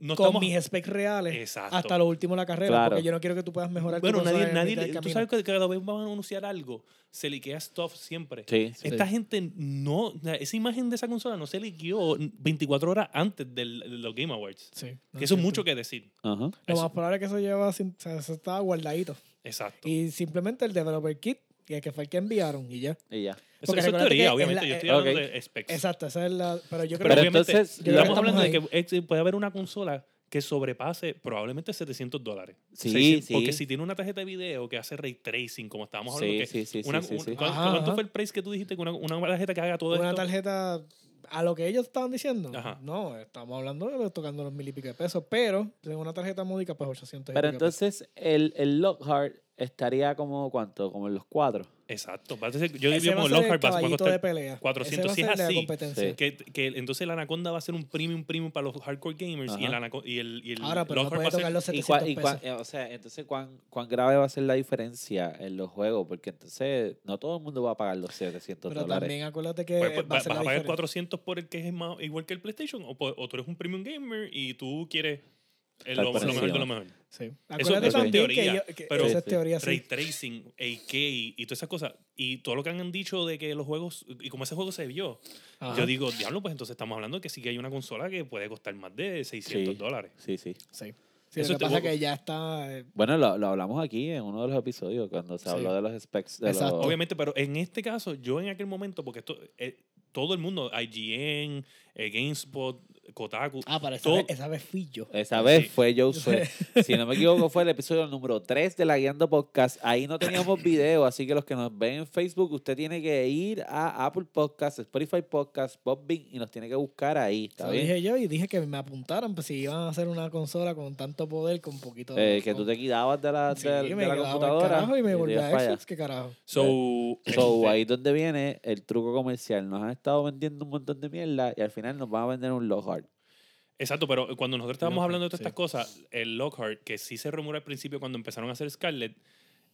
C: No
B: con
C: estamos-
B: mis specs reales
C: Exacto.
B: hasta lo último de la carrera,
A: Claro.
B: porque yo no quiero que tú puedas mejorar. tu
C: Bueno,
B: consola
C: nadie,
B: en
C: nadie,
B: mitad del
C: tú
B: camino.
C: sabes que cada vez van a anunciar algo, se liquea stuff siempre.
A: Sí, sí.
C: Esta gente no, o sea, esa imagen de esa consola no se liqueó 24 horas antes del- de los Game Awards.
B: Sí, no
C: Que eso es
B: cierto.
C: mucho que decir.
A: Ajá.
B: Lo
C: eso.
B: más probable es que eso lleva, sin- o sea, eso estaba guardadito.
C: Exacto.
B: Y simplemente el developer kit, que que fue el que enviaron y ya.
A: Y ya.
C: Eso,
B: porque
C: eso es
B: recuérdate que
C: teoría,
B: es
C: obviamente.
B: la- e
C: yo estoy
A: eh,
C: hablando
A: ok.
C: de specs.
B: Exacto, esa es la. Pero
A: Pero
C: Pero,
B: yo creo que.
C: obviamente,
A: entonces,
B: yo creo
C: estamos
B: que
C: hablando de
B: estamos
C: que ex- puede haber una consola que sobrepase probablemente 700 dólares.
A: Sí,
C: 600,
A: sí.
C: Porque si tiene una tarjeta de video que hace ray tracing, como estábamos hablando,
A: Sí,
C: que
A: sí, sí, sí,
C: una-
A: sí,
C: un-
A: sí.
C: ¿cuán-
B: Ajá,
C: ¿Cuánto
B: ajá.
C: fue el price que tú dijiste que una, una tarjeta que haga todo
B: Una
C: esto?
B: tarjeta. A lo que ellos estaban diciendo.
C: Ajá.
B: No, estamos hablando de tocando los mil y pico de pesos. Pero, tengo una tarjeta módica, pues 800 y
A: Pero
B: pico de pesos.
A: entonces el, el Lockhart estaría como cuánto, como en los cuatro.
C: Exacto. Va a ser- yo
B: Ese
C: diría
B: va
C: como
B: a ser el
C: Lockhart va a
B: caballito
C: costar
B: de pelea.
C: 400, si
B: Ese va a
C: es
B: ser de
C: así.
B: la competencia.
A: Sí.
C: Que, que entonces el Anaconda va a ser un premium premium para los hardcore gamers y el,
A: Ajá.
C: Anaco- y el, y el
B: Ahora, pero no
C: Lockhart
B: puede
C: va a ser-
B: tocar los
A: Y cua-
B: 700
A: y
B: pesos.
A: cua- eh, o sea, entonces ¿cuán, cuán grave va a ser la diferencia en los juegos, porque entonces no todo el mundo va a pagar los 700
B: Pero
A: dólares.
B: también acuérdate que
C: Pues, pues,
B: eh, va a
C: ¿Vas
B: ser
C: vas
B: la
C: a pagar
B: diferencia.
C: 400 por el que es más, igual que el PlayStation? O, po- o tú eres un premium gamer y tú quieres el-
A: Estar
C: lo,
A: por
C: lo mejor de
A: encima.
C: lo mejor?
B: Sí.
C: Eso-
B: Acuérdate
A: eso es
B: también
C: teoría,
B: que, yo- que
C: pero-
B: esa es
A: Sí.
B: teoría,
C: Ray
B: sí.
C: tracing, AK y todas esas cosas. Y todo lo que han dicho de que los juegos, y como ese juego se vio,
B: Ajá.
C: yo digo, diablo, pues entonces estamos hablando que sí que hay una consola que puede costar más de 600
A: Sí.
C: dólares.
A: Sí, sí.
B: Sí. Sí,
C: Eso
B: lo
C: te-
B: que pasa es que ya está. eh,
A: Bueno, lo, lo hablamos aquí en uno de los episodios cuando se
B: Sí.
A: habló de los specs. De
B: Exacto.
A: los-
C: Obviamente, pero en este caso, yo en aquel momento, porque esto, eh, todo el mundo, IGN, eh, GameSpot, Kotaku,
B: Ah, para esa,
C: Todo-
B: vez, esa vez fui yo.
A: Esa vez
C: Sí.
A: fue Josué. Si no me equivoco, fue el episodio número 3 de la Guiando Podcast. Ahí no teníamos video, así que los que nos ven en Facebook, usted tiene que ir a Apple Podcast, Spotify Podcast, Bobbing y nos tiene que buscar ahí. ¿Está
B: Lo
A: bien?
B: dije yo y dije que me apuntaran pues, si iban a hacer una consola con tanto poder, con poquito
A: Eh, que tú te quitabas de la,
B: Sí,
A: de-
B: me
A: de la
B: quedaba el
A: computadora.
B: carajo y me volví
A: ibas
B: a
A: para allá.
B: Xbox, qué carajo.
C: So,
A: So,
C: este,
A: ahí es donde viene el truco comercial. Nos han estado vendiendo un montón de mierda y al final nos van a vender un Lockhart.
C: Exacto, pero cuando nosotros estábamos
B: Lockhart,
C: hablando de todas
B: sí.
C: estas cosas, el Lockhart, que sí se rumoró al principio cuando empezaron a hacer Scarlett,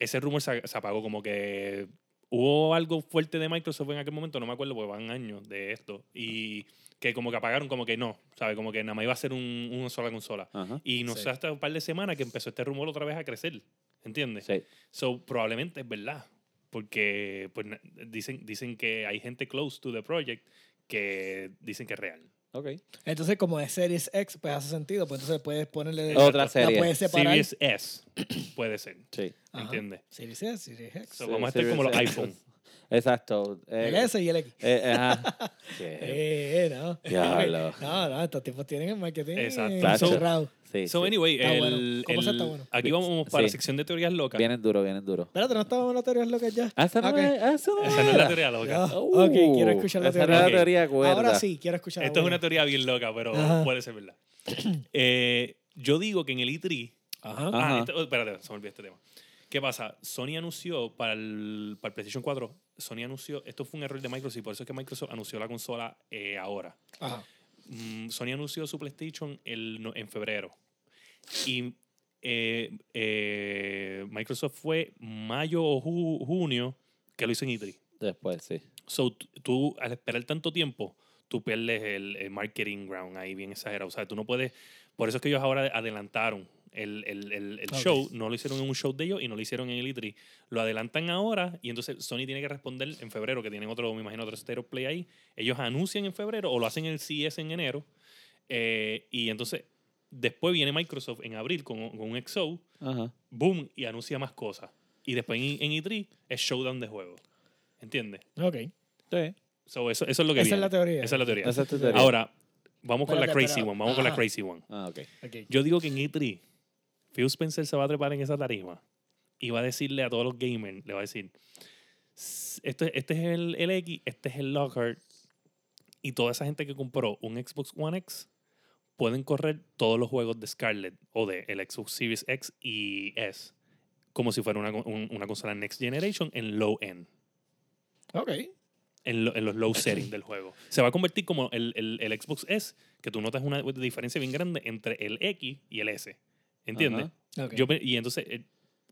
C: ese rumor se, se apagó como que hubo algo fuerte de Microsoft en aquel momento, no me acuerdo porque van años de esto, y que como que apagaron como que no, ¿sabes? Como que nada más iba a ser un, una sola consola.
A: Ajá.
C: Y no
B: Sí.
C: sé hasta un par de semanas que empezó este rumor otra vez a crecer, ¿entiendes?
A: Sí.
C: So, probablemente es verdad, porque pues, na- dicen, dicen que hay gente close to the project que dicen que es real.
A: Ok.
B: Entonces, como es Series X, pues hace sentido. Pues entonces puedes ponerle.
C: Oh,
A: Otra
B: la
A: serie.
B: puedes separar.
C: Series S puede ser.
A: Sí.
B: Ajá.
C: ¿Entiendes?
B: Series S, Series X.
C: So, vamos a estar
A: Sí,
C: como los
A: sí, sí.
C: iPhone.
A: Exacto. Eh,
B: El S y el X.
A: eh, ajá. Sí.
B: Eh, eh, no.
A: Diablo.
B: No, no, estos tipos tienen el marketing.
C: Exacto.
A: Tacho.
B: cerrado.
A: Sí,
C: So,
A: sí.
C: anyway,
B: Está
C: el,
B: bueno. ¿Cómo se
C: el-
B: está bueno?
C: aquí vamos para la
A: Sí.
C: sección de teorías locas.
A: Vienen duro, vienen duro.
B: Espérate, no estábamos en la teoría loca ya.
A: Ah, Esa no
B: Ok.
A: es- ah, esa no
C: Esa no es la
A: era.
C: teoría loca.
B: Ah, ok, quiero
A: Uh,
B: escuchar la
A: esa no
B: teoría.
A: era
C: Ok.
A: teoría cuerda.
B: Ahora sí, quiero escuchar. la
C: Esto es
B: buena.
C: una teoría bien loca, pero
B: Ajá.
C: puede ser verdad. Eh, yo digo que en el ah, E3.
B: Ajá.
C: Ah,
A: Ajá.
C: esto- oh, espérate, se me olvidó este tema. ¿Qué pasa? Sony anunció para el, para el PlayStation 4, Sony anunció, esto fue un error de Microsoft y por eso es que Microsoft anunció la consola eh, ahora.
B: Ajá.
C: Mm, Sony anunció su PlayStation el, no- en febrero. Y eh, eh, Microsoft fue mayo o ju- junio que lo hizo en E E3.
A: Después, sí.
C: So, t- tú, al esperar tanto tiempo, tú pierdes el, el marketing ground ahí bien exagerado. O sea, tú no puedes... Por eso es que ellos ahora adelantaron el, el- el- el
B: Ok.
C: show. No lo hicieron en un show de ellos y no lo hicieron en el E3. Lo adelantan ahora y entonces Sony tiene que responder en febrero, que tienen otro, me imagino, otro State of Play ahí. Ellos anuncian en febrero o lo hacen en el CES en enero. eh, y entonces después viene Microsoft en abril con, con un XO,
A: Ajá.
C: boom, y anuncia más cosas. Y después en, en E3 es showdown de juego. ¿Entiendes?
B: Ok.
A: Sí.
C: So, eso, eso es lo que
B: Esa es
C: viene.
B: la teoría.
C: Esa es la teoría.
A: Esa es tu teoría.
C: Ahora, vamos con la
B: Espérate,
C: crazy
B: espera.
C: one. Vamos con la
B: Ajá.
C: crazy one.
A: Ah, ok.
B: Ok.
C: Yo digo que en E3, Phil Spencer se va a trepar en esa tarima y va a decirle a todos los gamers, le va a decir, "S- este, este es el, el X, este es el Lockhart y toda esa gente que compró un Xbox One X pueden correr todos los juegos de Scarlett o de el Xbox Series X y S como si fuera una, con- un- una consola Next Generation en low end
B: Ok.
C: en, lo- en los low settings del juego. Se va a convertir como el, el- el Xbox S, que tú notas una diferencia bien grande entre el X y el S. ¿Entiendes?
A: Ajá.
B: Ok.
C: Yo, pe- y entonces, eh,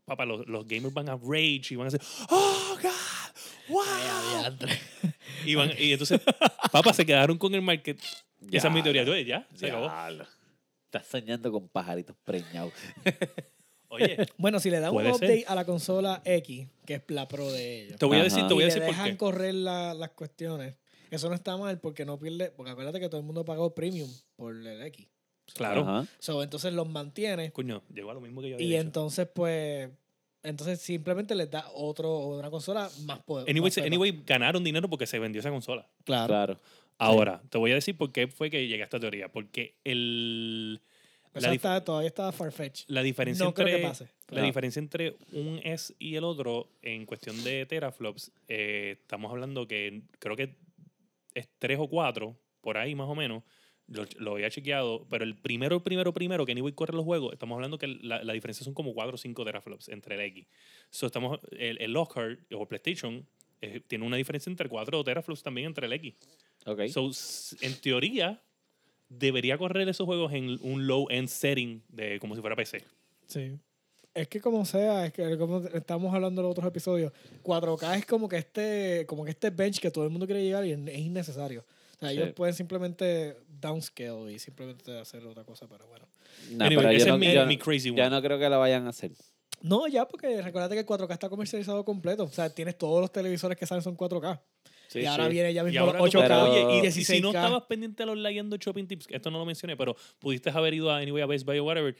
C: papá, los, los gamers van a rage y van a decir, ¡Oh, God! ¡Wow! Y, van- y entonces, papá, se quedaron con el market. Esa es mi teoría. Oye, ya, se acabó.
A: Diablo. Estás soñando con pajaritos preñados.
C: Oye,
B: Bueno, si le da un
C: Puede
B: update
C: ser.
B: a la consola X, que es la pro de ellos,
C: te voy a
A: Ajá.
C: decir, te
B: y
C: voy a
B: le
C: decir por
B: dejan
C: qué.
B: correr la- las cuestiones, eso no está mal porque no pierde, porque acuérdate que todo el mundo pagó premium por el X.
C: Claro.
A: Ajá.
B: So, entonces los mantiene
C: Coño, llegó a lo mismo que yo había
B: y
C: dicho.
B: entonces pues, entonces simplemente les da otro, una consola más poderosa.
C: Anyway, se- anyway, ganaron dinero porque se vendió esa consola.
B: claro.
A: Claro.
C: Ahora, te voy a decir por qué fue que llegué a esta teoría. Porque el,
B: Eso
C: la dif-
B: está- todavía está farfetch.
C: la diferencia
B: No creo
C: entre
B: que pase.
C: la
A: Ah.
C: diferencia entre un S y el otro en cuestión de teraflops eh, estamos hablando que creo que es tres o cuatro por ahí más o menos lo, lo había chequeado pero el primero el primero primero que Anyway corre los juegos estamos hablando que la, la diferencia son como cuatro o cinco teraflops entre el X so estamos el, el Lockhart o PlayStation eh, tiene una diferencia entre cuatro teraflops también entre el X
A: Ok.
C: So, s- en teoría, debería correr esos juegos en un low-end setting de como si fuera PC.
B: Sí. Es que como sea, es que como estamos hablando en los otros episodios, 4K es como que este, como que este bench que todo el mundo quiere llegar y es innecesario. O sea,
A: Sí.
B: ellos pueden simplemente downscale y simplemente hacer otra cosa, pero bueno.
A: Nah,
C: Anyway,
A: pero yo
C: ese
A: no-
C: es mi,
A: yo no-
C: mi crazy one.
A: yo no creo que la vayan a hacer.
B: No, ya, porque recuérdate que 4K está comercializado completo. O sea, tienes todos los televisores que salen son 4K. y ahora viene ya
C: y
B: mismo los
C: ahora tú-
B: 8K
A: pero-
C: oye, y- y,
B: 16K.
C: si no estabas pendiente a los leyendo shopping tips, que esto no lo mencioné, pero pudiste haber ido a Anyway, a Best Buy o whatever.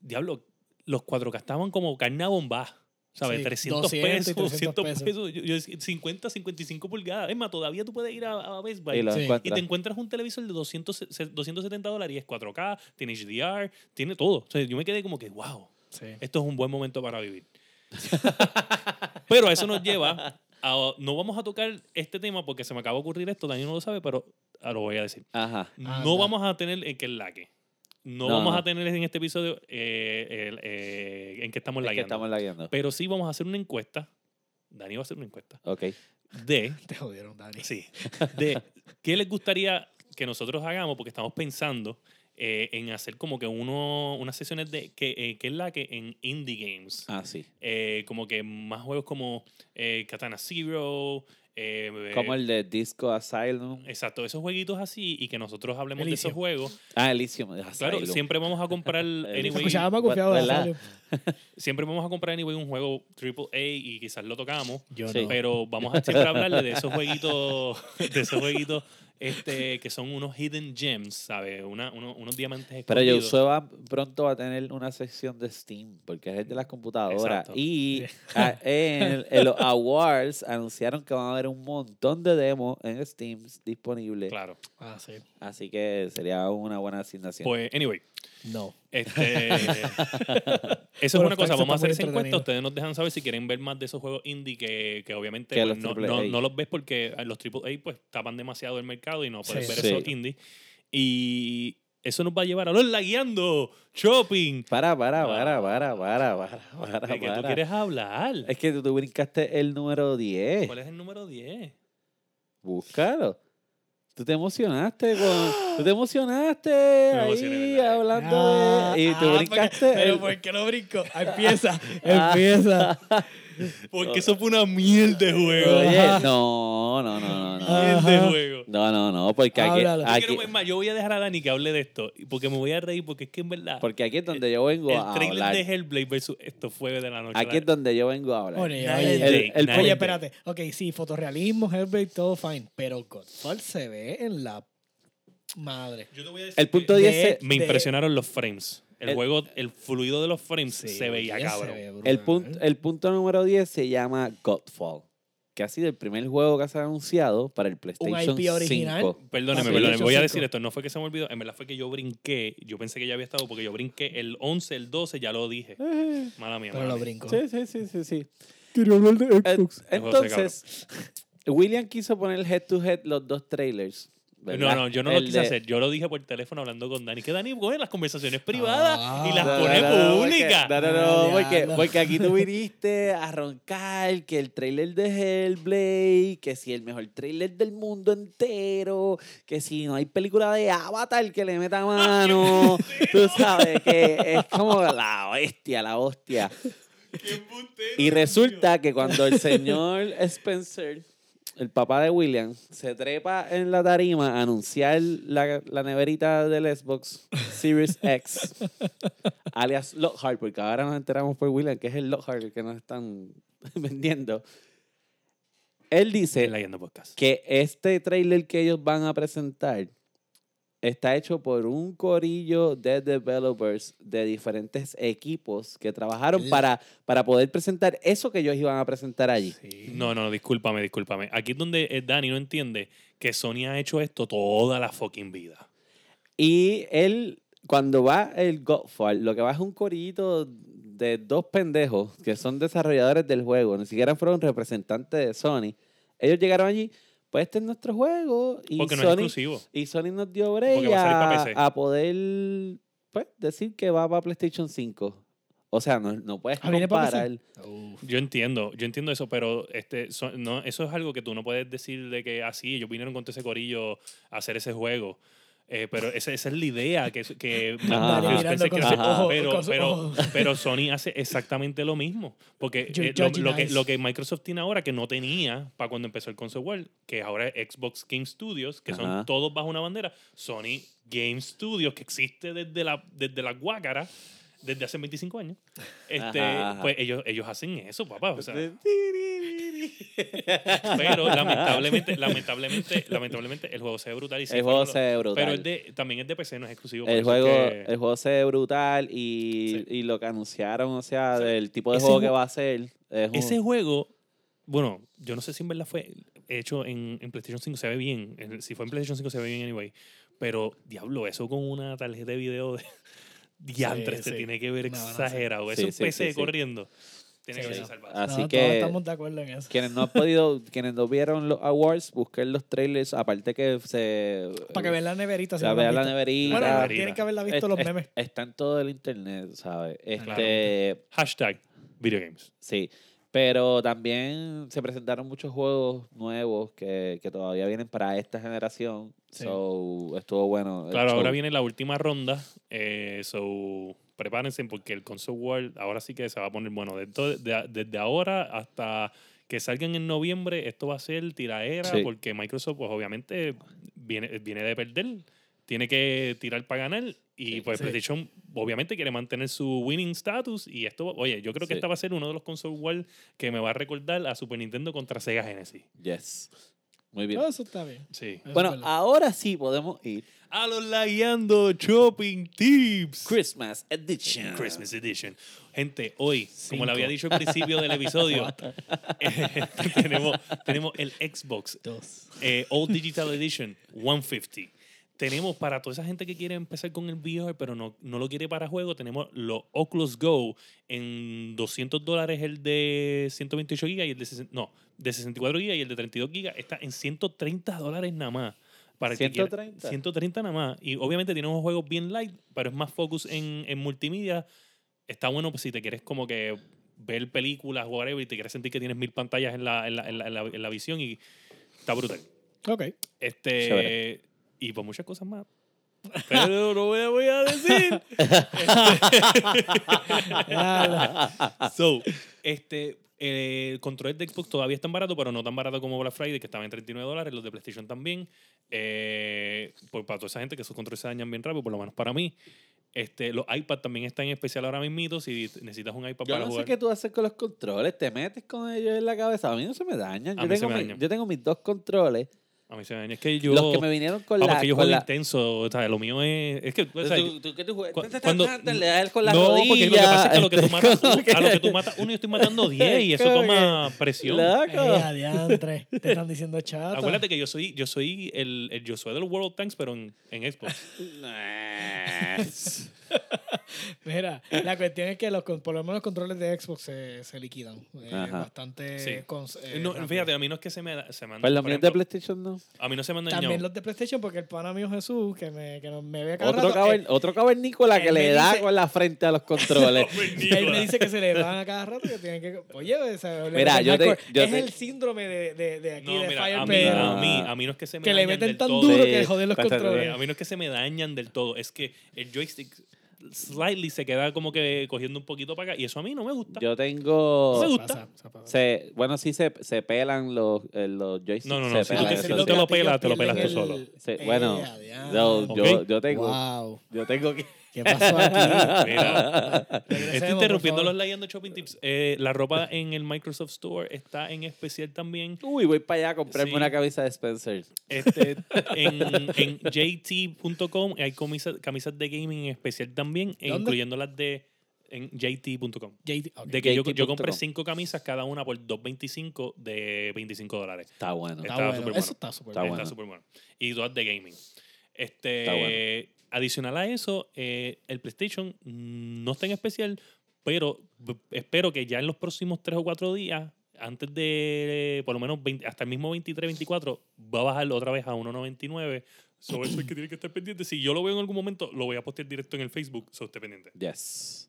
C: Diablo, los 4K estaban como carne a bomba. ¿Sabes?
B: Sí,
C: 300
B: 200 y
C: pesos,
B: 300
C: 200 pesos. Yo- yo- 50, 55 pulgadas. Es más, todavía tú puedes ir a, a Best Buy.
A: Y lo
B: Sí.
C: Y
A: encuentras.
C: te encuentras un televisor de 200, se- 270 dólares y es 4K, tiene HDR, tiene todo. O sea, yo me quedé como que, wow,
B: Sí.
C: esto es un buen momento para vivir. pero eso nos lleva a... No vamos a tocar este tema porque se me acaba de ocurrir esto, Daniel no lo sabe, pero ah, lo voy a decir.
A: Ajá.
C: No
B: Anda.
C: vamos a tener en que el laque. No,
A: No,
C: vamos
A: no.
C: a tener en este episodio eh, el, eh, en que estamos
A: Es que
C: lagueando.
A: estamos lagueando.
C: Pero sí vamos a hacer una encuesta. Dani va a hacer una encuesta.
A: Ok.
C: De
B: Te jodieron, Dani.
C: Sí. De qué les gustaría que nosotros hagamos, porque estamos pensando eh, en hacer como que uno, unas sesiones de que, eh, que es la que en indie games.
A: Ah, sí.
C: Eh, como que más juegos como eh, Katana Zero. eh,
A: Como el de Disco Asylum.
C: Exacto, esos jueguitos así y que nosotros hablemos de
B: Elysium.
C: esos juegos.
A: Ah, Elysium.
C: Claro,
A: Asylum.
C: siempre vamos a comprar
A: Elysium.
C: anyway,
B: Escuchaba más confiado de
A: ¿Verdad?
B: Dani.
C: siempre vamos a comprar anyway un juego AAA y quizás lo tocamos.
B: Yo
A: Sí.
B: no.
C: Pero vamos a siempre hablarle de esos jueguitos, de esos jueguitos este, que son unos hidden gems, ¿sabes? Una, uno- unos diamantes
A: Pero
C: escondidos.
A: yo va, pronto va a tener una sección de Steam, porque es el de las computadoras.
C: Exacto.
A: Y a- en, en los Awards anunciaron que van a haber un montón de demos en Steam disponibles.
C: Claro.
B: Ah, sí.
A: Así que sería una buena asignación.
C: Pues, anyway.
B: No.
C: Este, eso es
B: Bueno,
C: una cosa. Vamos a
B: está- está
C: hacer
B: muy
C: esa encuesta.
B: entretenido.
C: Ustedes nos dejan saber si quieren ver más de esos juegos indie que, que obviamente
A: Que
C: pues,
A: los
C: no,
A: AAA.
C: no- no los ves porque los AAA pues tapan demasiado el mercado y no puedes
B: Sí.
C: ver
A: Sí.
C: esos indie. Y Eso nos va a llevar a los lagueando, shopping.
A: Para, para, para, para, para, para, para.
C: Ah. ¿De que tú
A: para.
C: quieres hablar?
A: Es que tú, tú brincaste el número 10.
C: ¿Cuál es el número 10?
A: Búscalo. Tú te emocionaste con... Tú te emocionaste
C: emocioné,
A: ahí
C: ¿verdad?
A: hablando
B: Ah,
A: de... Y tú
B: ah,
A: brincaste...
B: porque- pero
A: el-
B: ¿por qué no brinco? Empieza,
A: Ah.
B: empieza.
A: Oh.
C: Porque eso fue una miel de juego.
A: Oye,
B: Ajá.
A: no, no, no, no. no.
B: Ah.
C: Miel de
B: Ajá.
C: juego.
A: No, no, no, porque aquí,
B: Háblalo.
C: Yo, quiero-
A: aquí,
C: es más, yo voy a dejar a Dani que hable de esto, porque me voy a reír, porque es que en verdad
A: porque aquí es donde yo vengo a
C: el trailer
A: hablar.
C: de Hellblade versus esto fue de la noche. a la-
A: Aquí es donde yo vengo a hablar.
B: Oye,
C: Nadie
B: oye,
A: El-
C: Jake,
A: el-
C: nadie
B: oye,
C: Jake.
B: espérate. Ok, sí, fotorrealismo, Herbert, todo fine. Pero Godfall se ve en la madre.
C: Yo te voy a decir
A: El punto
C: que
A: 10
B: de-
A: se-
C: me
B: de-
C: impresionaron los frames. El,
A: El-
C: juego, el fluido de los frames
B: Sí,
C: se veía
B: oye,
C: cabrón.
B: se ve brutal.
A: el, punto, el punto número 10 se llama Godfall, que ha sido el primer juego que se ha anunciado para el PlayStation
B: IP original.
A: 5.
C: Perdóneme,
A: Sí,
C: perdóneme,
B: hecho
C: voy a
B: cinco.
C: decir esto, no fue que se me olvidó, en verdad fue que yo brinqué, yo pensé que ya había estado porque yo brinqué el 11, el 12, ya lo dije.
A: Eh,
C: Mala mía.
B: Pero
C: mala
B: lo
C: mía.
B: brinco.
A: Sí, sí, sí, sí, sí.
B: Quería hablar de
A: Eh, Entonces, William quiso poner head to head los dos trailers.
C: No,
A: ¿verdad?
C: no, yo no
A: El
C: lo quise
A: de-
C: hacer, yo lo dije por teléfono hablando con Dani, que Dani coge las conversaciones privadas
B: Ah.
C: y las
A: No,
C: pone
A: no, no, no,
C: públicas.
A: porque- No, no, no,
B: Ah,
A: porque,
B: diablo.
A: porque aquí tú viniste a roncar que el trailer de Hellblade, que si el mejor trailer del mundo entero, que si no hay película de Avatar que le meta mano, tú sabes que es como la bestia, la hostia.
C: Qué embustero,
A: Y resulta que cuando el señor Spencer, el papá de William, se trepa en la tarima a anunciar la, la neverita del Xbox Series X, alias Lockhart, porque ahora nos enteramos por William que es el Lockhart que nos están vendiendo. Él dice
C: El Leyendo Podcast.
A: que este trailer que ellos van a presentar está hecho por un corillo de developers de diferentes equipos que trabajaron
B: Sí.
A: para, para poder presentar eso que ellos iban a presentar allí.
C: No, no, discúlpame, discúlpame. Aquí es donde eh, Dani no entiende que Sony ha hecho esto toda la fucking vida.
A: Y él, cuando va el Godfall, lo que va es un corillito de dos pendejos que son desarrolladores del juego, ni siquiera fueron representantes de Sony. Ellos llegaron allí, pues este es nuestro juego y
C: Porque no es
A: Sony
C: exclusivo.
A: Y Sony nos dio break
C: Porque va a salir para
A: a,
C: PC.
A: a poder pues, decir que va para PlayStation 5. O sea, no, no puedes
B: Ah, ¿viene para
A: comparar.
C: Yo entiendo, yo entiendo eso, pero este, so- no, eso es algo que tú no puedes decir de que así, ellos vinieron con todo ese corillo a hacer ese juego. Eh, pero esa, esa es la idea que, que
A: Dani
C: que
B: mirando
C: Spencer
B: con
C: quiere
A: su
C: hacer.
B: ojo,
C: pero,
B: con su
C: pero-
B: ojo.
C: pero Sony hace exactamente lo mismo. Porque
B: You're
C: eh, lo,
B: judging
C: lo que,
B: us.
C: lo que Microsoft tiene ahora, que no tenía para cuando empezó el Console World, que ahora es Xbox Game Studios, que
A: Ajá.
C: son todos bajo una bandera, Sony Game Studios, que existe desde la, desde la guácara, desde hace 25 años. Este,
A: Ajá, ajá.
C: Pues ellos, ellos hacen eso, papá. o sea, pero lamentablemente, lamentablemente, lamentablemente, el juego se ve brutal. Y sí,
A: el juego
C: fueron
A: se ve
C: los-
A: brutal.
C: Pero es de- también es de PC, no es exclusivo. por
A: el,
C: eso es
A: juego,
C: que-
A: el juego se ve brutal y, y lo que anunciaron, o sea,
C: Sí.
A: del tipo de
C: Ese
A: juego que
C: ju-
A: va a ser. es un-
C: Ese juego, bueno, yo no sé si en verdad fue hecho en, en PlayStation 5, se ve bien. en- si fue en PlayStation 5, se ve bien anyway. Pero, diablo, eso con una tarjeta de video de diantres
B: Sí,
C: te
B: sí.
C: tiene que ver
B: No, no, sí.
C: exagerado.
A: Sí,
C: eso es
A: sí,
C: PC
A: sí, Ah. sí.
C: corriendo. Tiene
B: Sí,
C: que
B: sí.
C: verse salvado.
A: Así
B: No,
A: que
B: todos estamos de acuerdo en eso.
A: quienes no han podido, quienes no vieron los awards, busquen los trailers, aparte que se
B: Para que vean la neverita. si
A: la,
B: no la
A: vean
B: han
A: la
B: visto.
A: neverita.
B: Bueno,
C: neverita.
B: tienen que haberla visto
A: Es-
B: los
A: es-
B: memes.
A: Está en todo el internet, ¿sabes?
B: Claro.
A: Este,
C: Hashtag videogames.
A: Sí, pero también se presentaron muchos juegos nuevos que, que todavía vienen para esta generación.
B: Sí.
A: So, estuvo bueno. el
C: Claro, ahora
A: show.
C: viene la última ronda. eh, so, prepárense porque el Console World ahora sí que se va a poner bueno. de to- de- desde ahora hasta que salgan en noviembre, esto va a ser tiraera
A: Sí.
C: porque Microsoft, pues obviamente, viene, viene de perder. Tiene que tirar para ganar. Y
A: Sí.
C: pues
B: Sí.
C: PlayStation, obviamente, quiere mantener su winning status. Y esto, oye, yo creo que
A: Sí.
C: esta va a ser uno de los Console World que me va a recordar a Super Nintendo contra Sega Genesis.
A: Yes. Muy bien.
B: No, eso está bien.
C: Sí.
B: Eso
A: Bueno,
B: es verdad.
A: ahora sí podemos ir.
C: A los lagueando shopping tips.
A: Christmas Edition.
C: Christmas Edition. Gente, hoy, como
B: Cinco.
C: le había dicho al principio del episodio, eh, tenemos, tenemos el Xbox
B: Dos.
C: eh, All Digital Edition 150. Tenemos para toda esa gente que quiere empezar con el VR, pero no, no lo quiere para juego, tenemos los Oculus Go en 200 dólares, el de 128 gigas y el de, 60 no, de 64 gigas y el de 32 gigas está en 130 dólares nada más. Para el que quiera.
A: 130.
C: 130 nada más. Y obviamente tiene unos juegos bien light, pero es más focus en, en multimedia. Está bueno pues, si te quieres como que ver películas, whatever, y te quieres sentir que tienes mil pantallas en la, en la, en la, en la- en la visión y está brutal.
B: Ok.
C: Este,
A: Chévere.
C: Y pues muchas cosas más.
B: Pero no me voy a decir. Nada.
C: So, este, eh, el control de Xbox todavía es tan barato, pero no tan barato como Black Friday, que estaba en 39 dólares, los de PlayStation también. Eh, por, para toda esa gente que esos controles se dañan bien rápido, por lo menos para mí. Este, los iPad también están en especial ahora mismo. Si necesitas un iPad
A: Yo
C: para
A: no sé
C: jugar.
A: qué tú haces con los controles, te metes con ellos en la cabeza. A mí no se me dañan.
C: A
A: Yo
C: mí se
A: tengo,
C: me
A: mi-
C: dañan.
A: yo tengo mis dos controles.
C: A mí se me daña. Es que yo.
A: los que me vinieron con
C: vamos,
A: la.
C: que yo
A: con
C: juego
A: la-
C: intenso. O sea, lo mío es. Es que. o sea, yo-
A: ¿Tú, tú, qué tú juegas?
C: cu-
A: Tan, tan,
C: cuando-
A: tan, tan, le das con la
C: no,
A: rodilla.
C: porque lo que pasa es que, a lo que tú
A: este,
C: matas,
A: como
C: a lo que
A: que-
C: tú matas uno, yo estoy matando 10 y eso
A: Como
C: toma presión.
B: Ey,
A: Loco.
B: adiantre. Te están diciendo chata.
C: Acuérdate que yo soy, yo soy el, el Josué del World of Tanks, pero en, en Xbox.
A: Pues
B: Mira, la cuestión es que los, con- por lo menos los controles de Xbox se, se liquidan. eh,
A: Ajá.
B: bastante.
C: Sí.
B: cons- eh,
C: No,
B: rápido.
C: fíjate, a mí no es que se me, se me han-
A: Pues los
C: por
A: míos de
C: ejemplo,
A: PlayStation no.
C: A mí no se me han dañado.
B: También los de PlayStation, porque el pana mío Jesús, que me, que no- me ve a cada
A: Otro,
B: rato,
C: eh,
B: eh,
A: caber- otro cavernícola que
B: él
A: le
B: me
A: da
B: dice-
A: con la frente a los controles.
B: él, él me Pues dice que se le van a cada rato que tienen que. Oye, o sea, le
A: Mira,
B: meten
A: yo te-
B: hardcore.
A: yo
B: es
A: te-
B: el síndrome de, de, de aquí
C: No,
B: de
C: mira,
B: Fire
C: a mí,
B: Pedro,
A: Ah.
C: a mí, a mí no es que se me
B: que le
C: dañan
B: meten
C: del
B: tan
C: todo.
B: duro
A: Sí,
B: que joden los
A: bastante
C: Eh,
B: controles.
C: a mí no es que se me dañan del todo. Es que el joystick slightly se queda como que cogiendo un poquito para acá. Y eso a mí no me gusta.
A: Yo tengo.
C: me gusta.
B: Pasa, pasa.
A: Se, bueno, sí se, se pelan los, eh, los joysticks.
C: No, no,
A: se
C: no, si tú
A: pelan,
C: te-
A: eso
C: si
A: sí.
C: tú te lo pelas, te lo pelas tú solo.
A: Sí, bueno,
B: yo,
A: Yo, yo, yo tengo.
B: Eh, Wow,
A: Yo tengo que.
B: ¿qué pasó aquí?
C: Mira,
B: Regresemos,
C: estoy interrumpiendo
B: por
C: los
B: favor.
C: Leyendo Shopping Tips. Eh, la ropa en el Microsoft Store está en especial también.
A: Uy, voy para allá a comprarme
C: Sí.
A: una camisa de Spencer.
C: Este, en, en jt.com hay camisa- camisas de gaming en especial también, e
B: ¿Dónde?
C: incluyendo las de en jt.com.
B: JT, ok.
C: De que yo, yo
A: jt.com.
C: compré cinco camisas, cada una por 2.25 de 25 dólares.
A: Está bueno.
C: Está
B: Está bueno,
C: superbueno.
B: Eso está súper
A: Está
B: bueno.
A: bueno.
C: Está súper bueno. Y todas de gaming. Este,
A: Está bueno.
C: Adicional a eso, eh, el PlayStation mm, no está en especial, pero b- espero que ya en los próximos 3 o 4 días, antes de eh, por lo menos 20 hasta el mismo 23, 24, va a bajar otra vez a 1.99. Sobre eso es que tiene que estar pendiente. Si yo lo veo en algún momento, lo voy a postear directo en el Facebook. So, esté pendiente.
A: Yes.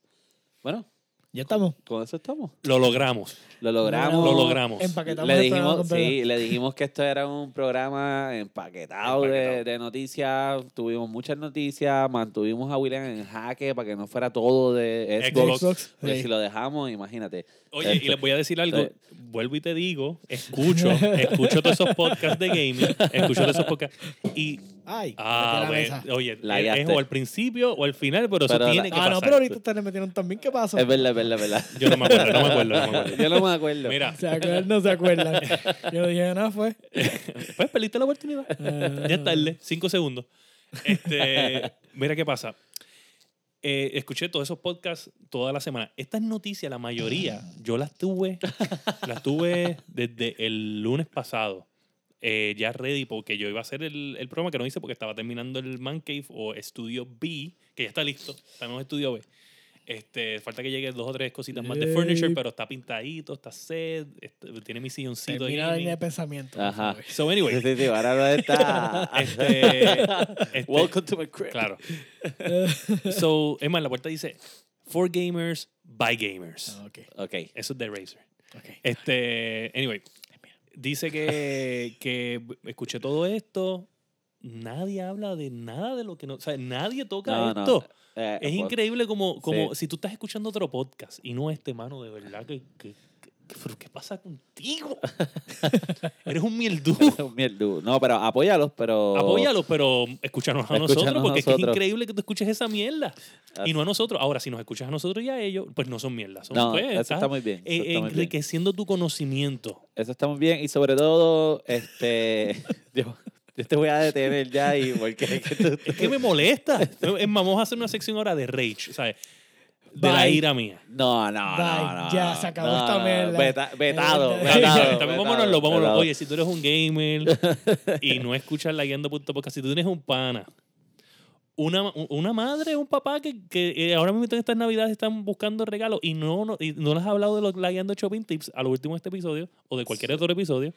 A: Bueno,
B: Ya estamos.
A: con eso estamos.
C: Lo logramos.
A: Lo logramos.
C: Lo logramos.
B: Empaquetamos
A: Le
B: el programa
A: dijimos,
B: completo.
A: sí, le dijimos que esto era un programa empaquetado, De,
C: Empaquetado.
A: de noticias. Tuvimos muchas noticias. Mantuvimos a William en jaque para que no fuera todo de Xbox.
C: Xbox.
B: Xbox,
A: Porque
B: sí.
A: si lo dejamos, imagínate.
C: Oye, y les voy a decir algo.
A: Este.
C: Vuelvo y te digo, escucho, escucho todos esos podcasts de gaming, escucho todos esos podcasts. Y
B: Ay,
C: Ah,
B: metí la
C: bueno.
B: mesa.
C: Oye, eh,
A: La
C: es- es
A: hallaste.
C: o al principio o al final, pero,
A: Pero
C: eso
A: la-
C: tiene que
B: Ah,
C: pasar.
B: no, pero ahorita ustedes metieron también. ¿Qué pasó?
A: Es verdad, es verdad, es verdad.
C: Yo no me acuerdo, no me acuerdo, no me acuerdo.
A: Yo no me acuerdo.
C: Mira,
B: ¿Se acuerdan? No se acuerdan. Yo dije, no, fue.
C: pues perdiste la oportunidad. Ya es tarde, cinco segundos. Este, mira qué pasa. Eh, escuché todos esos podcasts toda la semana. Estas noticias, la mayoría, yo las tuve, las tuve desde el lunes pasado. eh, ya ready, porque yo iba a hacer el, el programa que no hice porque estaba terminando el Man Cave o Estudio B, que ya está listo. Estamos en Estudio B. Este, falta que llegue dos o tres cositas más de
B: Yay.
C: furniture, pero está pintadito, está set, este, tiene mi silloncito.
B: Ah, Termina la
C: gaming.
B: línea de pensamiento. por
A: Ajá.
B: favor.
C: So, anyway,
A: Sí, sí, sí, ahora no está.
C: pues. este, este-
A: Welcome to my crib.
C: Claro. so, es más, la puerta dice For gamers, by gamers.
B: Ah, Ok,
A: Ok. eh,
C: Eso es de Razer.
B: ok.
C: Este, anyway, dice que, que escuché todo esto. Nadie habla de nada de lo que no. O sea, nadie toca
A: No, no.
C: esto.
A: Eh,
C: Es
A: pues,
C: increíble como, como
A: Sí.
C: si tú estás escuchando otro podcast y no este, mano, de verdad que. que- que- pero ¿qué pasa contigo? Eres un mieldú.
A: Mierdu. No, pero apóyalos, pero.
C: Apóyalos, pero escúchanos a
A: Escúchanos
C: nosotros, porque es que es
A: nosotros.
C: increíble que tú escuches esa mierda.
A: Ah,
C: Y no a nosotros. Ahora, si nos escuchas a nosotros y a ellos, pues no son mierdas. Son,
A: No,
C: pues,
A: eso
C: estás,
A: está muy bien. Eso,
C: eh,
A: está muy bien.
C: enriqueciendo tu conocimiento.
A: Eso está muy bien. Y sobre todo, este. yo, yo te voy a detener ya y porque. es que tú-
C: Es que me molesta. es más, vamos a hacer una sección ahora de rage, ¿sabes? De la
B: Bye.
C: ira mía.
A: No, no, no,
B: Bye,
A: no.
B: ya, se acabó
A: no,
B: esta
A: no,
B: mierda.
A: veta- vetado,
B: Está
A: vetado,
C: Está bien, está bien,
A: vetado,
C: vámonos, vámonos.
A: vetado.
C: Oye, si tú eres un gamer y no escuchas la guiando punto podcast, si tú tienes un pana, una, una madre, un papá que, que, eh, ahora mismo en estas navidades están buscando regalos y no, no, y no les has hablado de los la guiando shopping tips a lo último de este episodio o de cualquier otro episodio,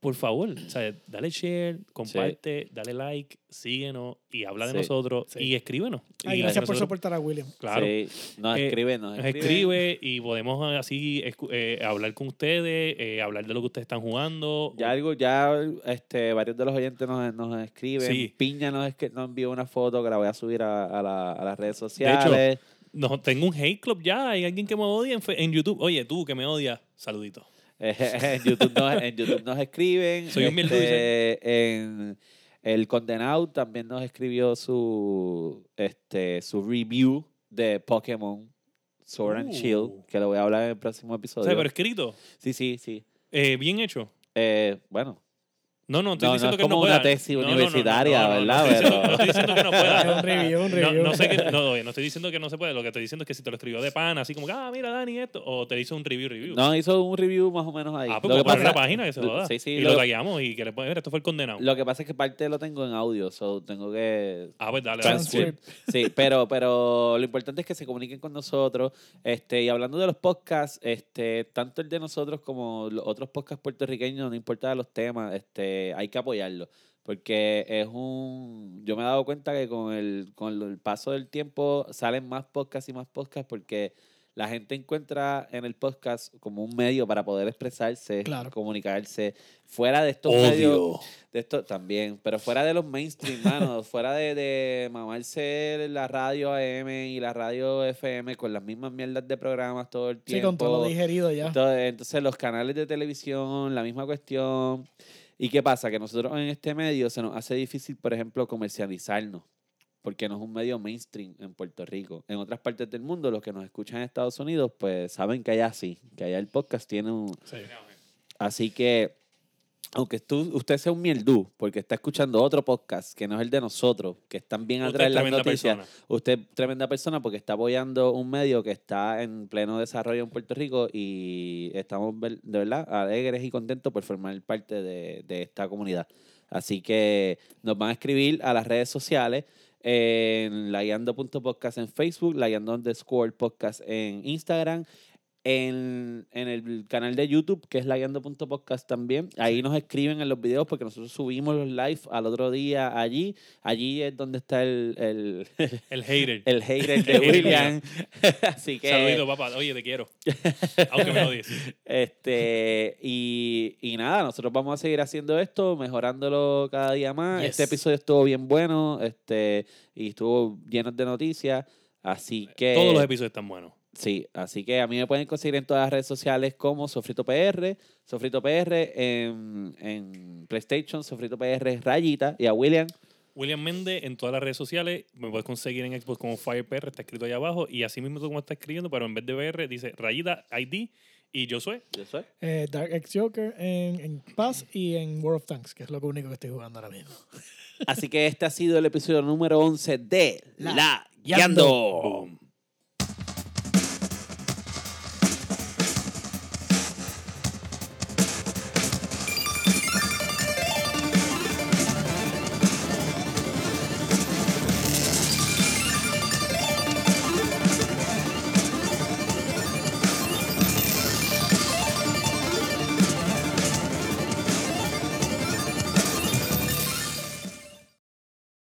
C: por favor, o sea, dale share, comparte, dale like, síguenos y habla de
A: Sí.
C: nosotros
B: Sí.
C: y escríbenos.
B: Ay,
C: Y
B: Ah, gracias por
C: nosotros-
B: soportar a William.
C: Claro.
A: Sí. Nos
C: Eh,
A: escribe, nos
C: Nos
A: escribe.
C: escribe y podemos eh, así escu- eh, hablar con ustedes, eh, hablar de lo que ustedes están jugando.
A: Ya algo, ya este, varios de los oyentes nos, nos escriben.
C: Sí.
A: Piña nos, escri- nos envió una foto que la voy a subir a, a la- a las redes
C: hecho,
A: sociales.
C: No, tengo un hate club ya. Hay alguien que me odia en, fe- en YouTube. Oye, tú que me odias, saludito.
A: en, YouTube nos, en YouTube nos escriben.
C: Soy un mil
A: En el Condenado también nos escribió su, este, su review de Pokémon Sword and
C: Uh.
A: Shield, que lo voy a hablar en el próximo
C: O
A: episodio.
C: sea, pero escrito,
A: Sí, sí, sí.
C: eh, bien hecho.
A: Eh, bueno,
C: No, no, estoy
A: No, no,
C: diciendo
A: es
C: que
A: como
C: no
A: una
C: pueda.
A: tesis
C: No, no, no,
A: universitaria,
C: no, no, no,
A: ¿verdad?
C: No, estoy diciendo-
A: Pero-
C: no estoy diciendo que no pueda.
B: Ah, un review, un
C: No,
B: review.
C: no sé que, no, oye, no estoy diciendo que no se puede. Lo que estoy diciendo es que si te lo escribió de pana, así como, que, ah, mira, Dani, esto. O te hizo un review, review.
A: no, hizo un review más o menos ahí.
C: ah,
A: Lo
C: pues
A: que
C: como poner
A: pasa-
C: una página que se lo da.
A: Sí, sí,
C: y
A: lo-
C: lo tagueamos y que le pones, mira, esto fue el condenado.
A: Lo que pasa es que parte lo tengo en audio, so tengo que
C: ah, pues dale, dale.
A: transcript. Sí, pero, pero lo importante es que se comuniquen con nosotros. Este, y hablando de los podcasts, este, tanto el de nosotros como los otros podcasts puertorriqueños, no importa los temas, este, hay que apoyarlos. Porque es un. Yo me he dado cuenta que con el, con el paso del tiempo salen más podcasts y más podcasts porque la gente encuentra en el podcast como un medio para poder expresarse,
B: Claro.
A: comunicarse. Fuera de estos medios
C: Odio.
A: de esto también, pero fuera de los mainstream, mano, fuera de, de mamarse la radio AM y la radio FM con las mismas mierdas de programas todo el
B: Sí,
A: tiempo.
B: con todo lo digerido ya.
A: Todo- entonces los canales de televisión, la misma cuestión. ¿Y qué pasa? Que nosotros en este medio se nos hace difícil, por ejemplo, comercializarnos, porque no es un medio mainstream en Puerto Rico. En otras partes del mundo, los que nos escuchan en Estados Unidos, pues saben que allá sí, que allá el podcast tiene un,
C: Sí.
A: Así que, aunque tú, usted sea un mierdú, porque está escuchando otro podcast que no es el de nosotros, que están bien
C: Usted
A: atrás
C: es
A: en las
C: tremenda
A: noticias,
C: persona.
A: usted es tremenda persona porque está apoyando un medio que está en pleno desarrollo en Puerto Rico y estamos ver- de verdad alegres y contentos por formar parte de, de esta comunidad. Así que nos van a escribir a las redes sociales en laguiando.podcast en Facebook, laguiando underscore podcast en Instagram, en, en el canal de YouTube, que es laguiando.podcast también. Ahí nos escriben en los videos porque nosotros subimos los live al otro día allí. Allí es donde está el, el,
C: El hater.
A: el hater de
C: El hater.
A: William. Así que...
C: Saludito, papá. Oye, te quiero. Aunque me odies.
A: Este, y, y nada, nosotros vamos a seguir haciendo esto, mejorándolo cada día más.
C: Yes.
A: Este episodio estuvo bien bueno, este, y estuvo lleno de noticias. Así que.
C: Todos los episodios están buenos.
A: Sí, así que a mí me pueden conseguir en todas las redes sociales como Sofrito PR, Sofrito PR en, en PlayStation, Sofrito PR Rayita, y a William.
C: William Méndez en todas las redes sociales. Me puedes conseguir en Xbox como FirePR, está escrito ahí abajo. Y así mismo tú como está escribiendo, pero en vez de BR dice rayita ID y yo soy.
A: Yo soy.
B: Eh, Dark X Joker en, en Paz y en World of Tanks, que es lo único que estoy jugando ahora mismo.
A: Así que este ha sido el episodio número 11 de La,
B: La
A: Guiando.
B: Guiando.
C: Boom.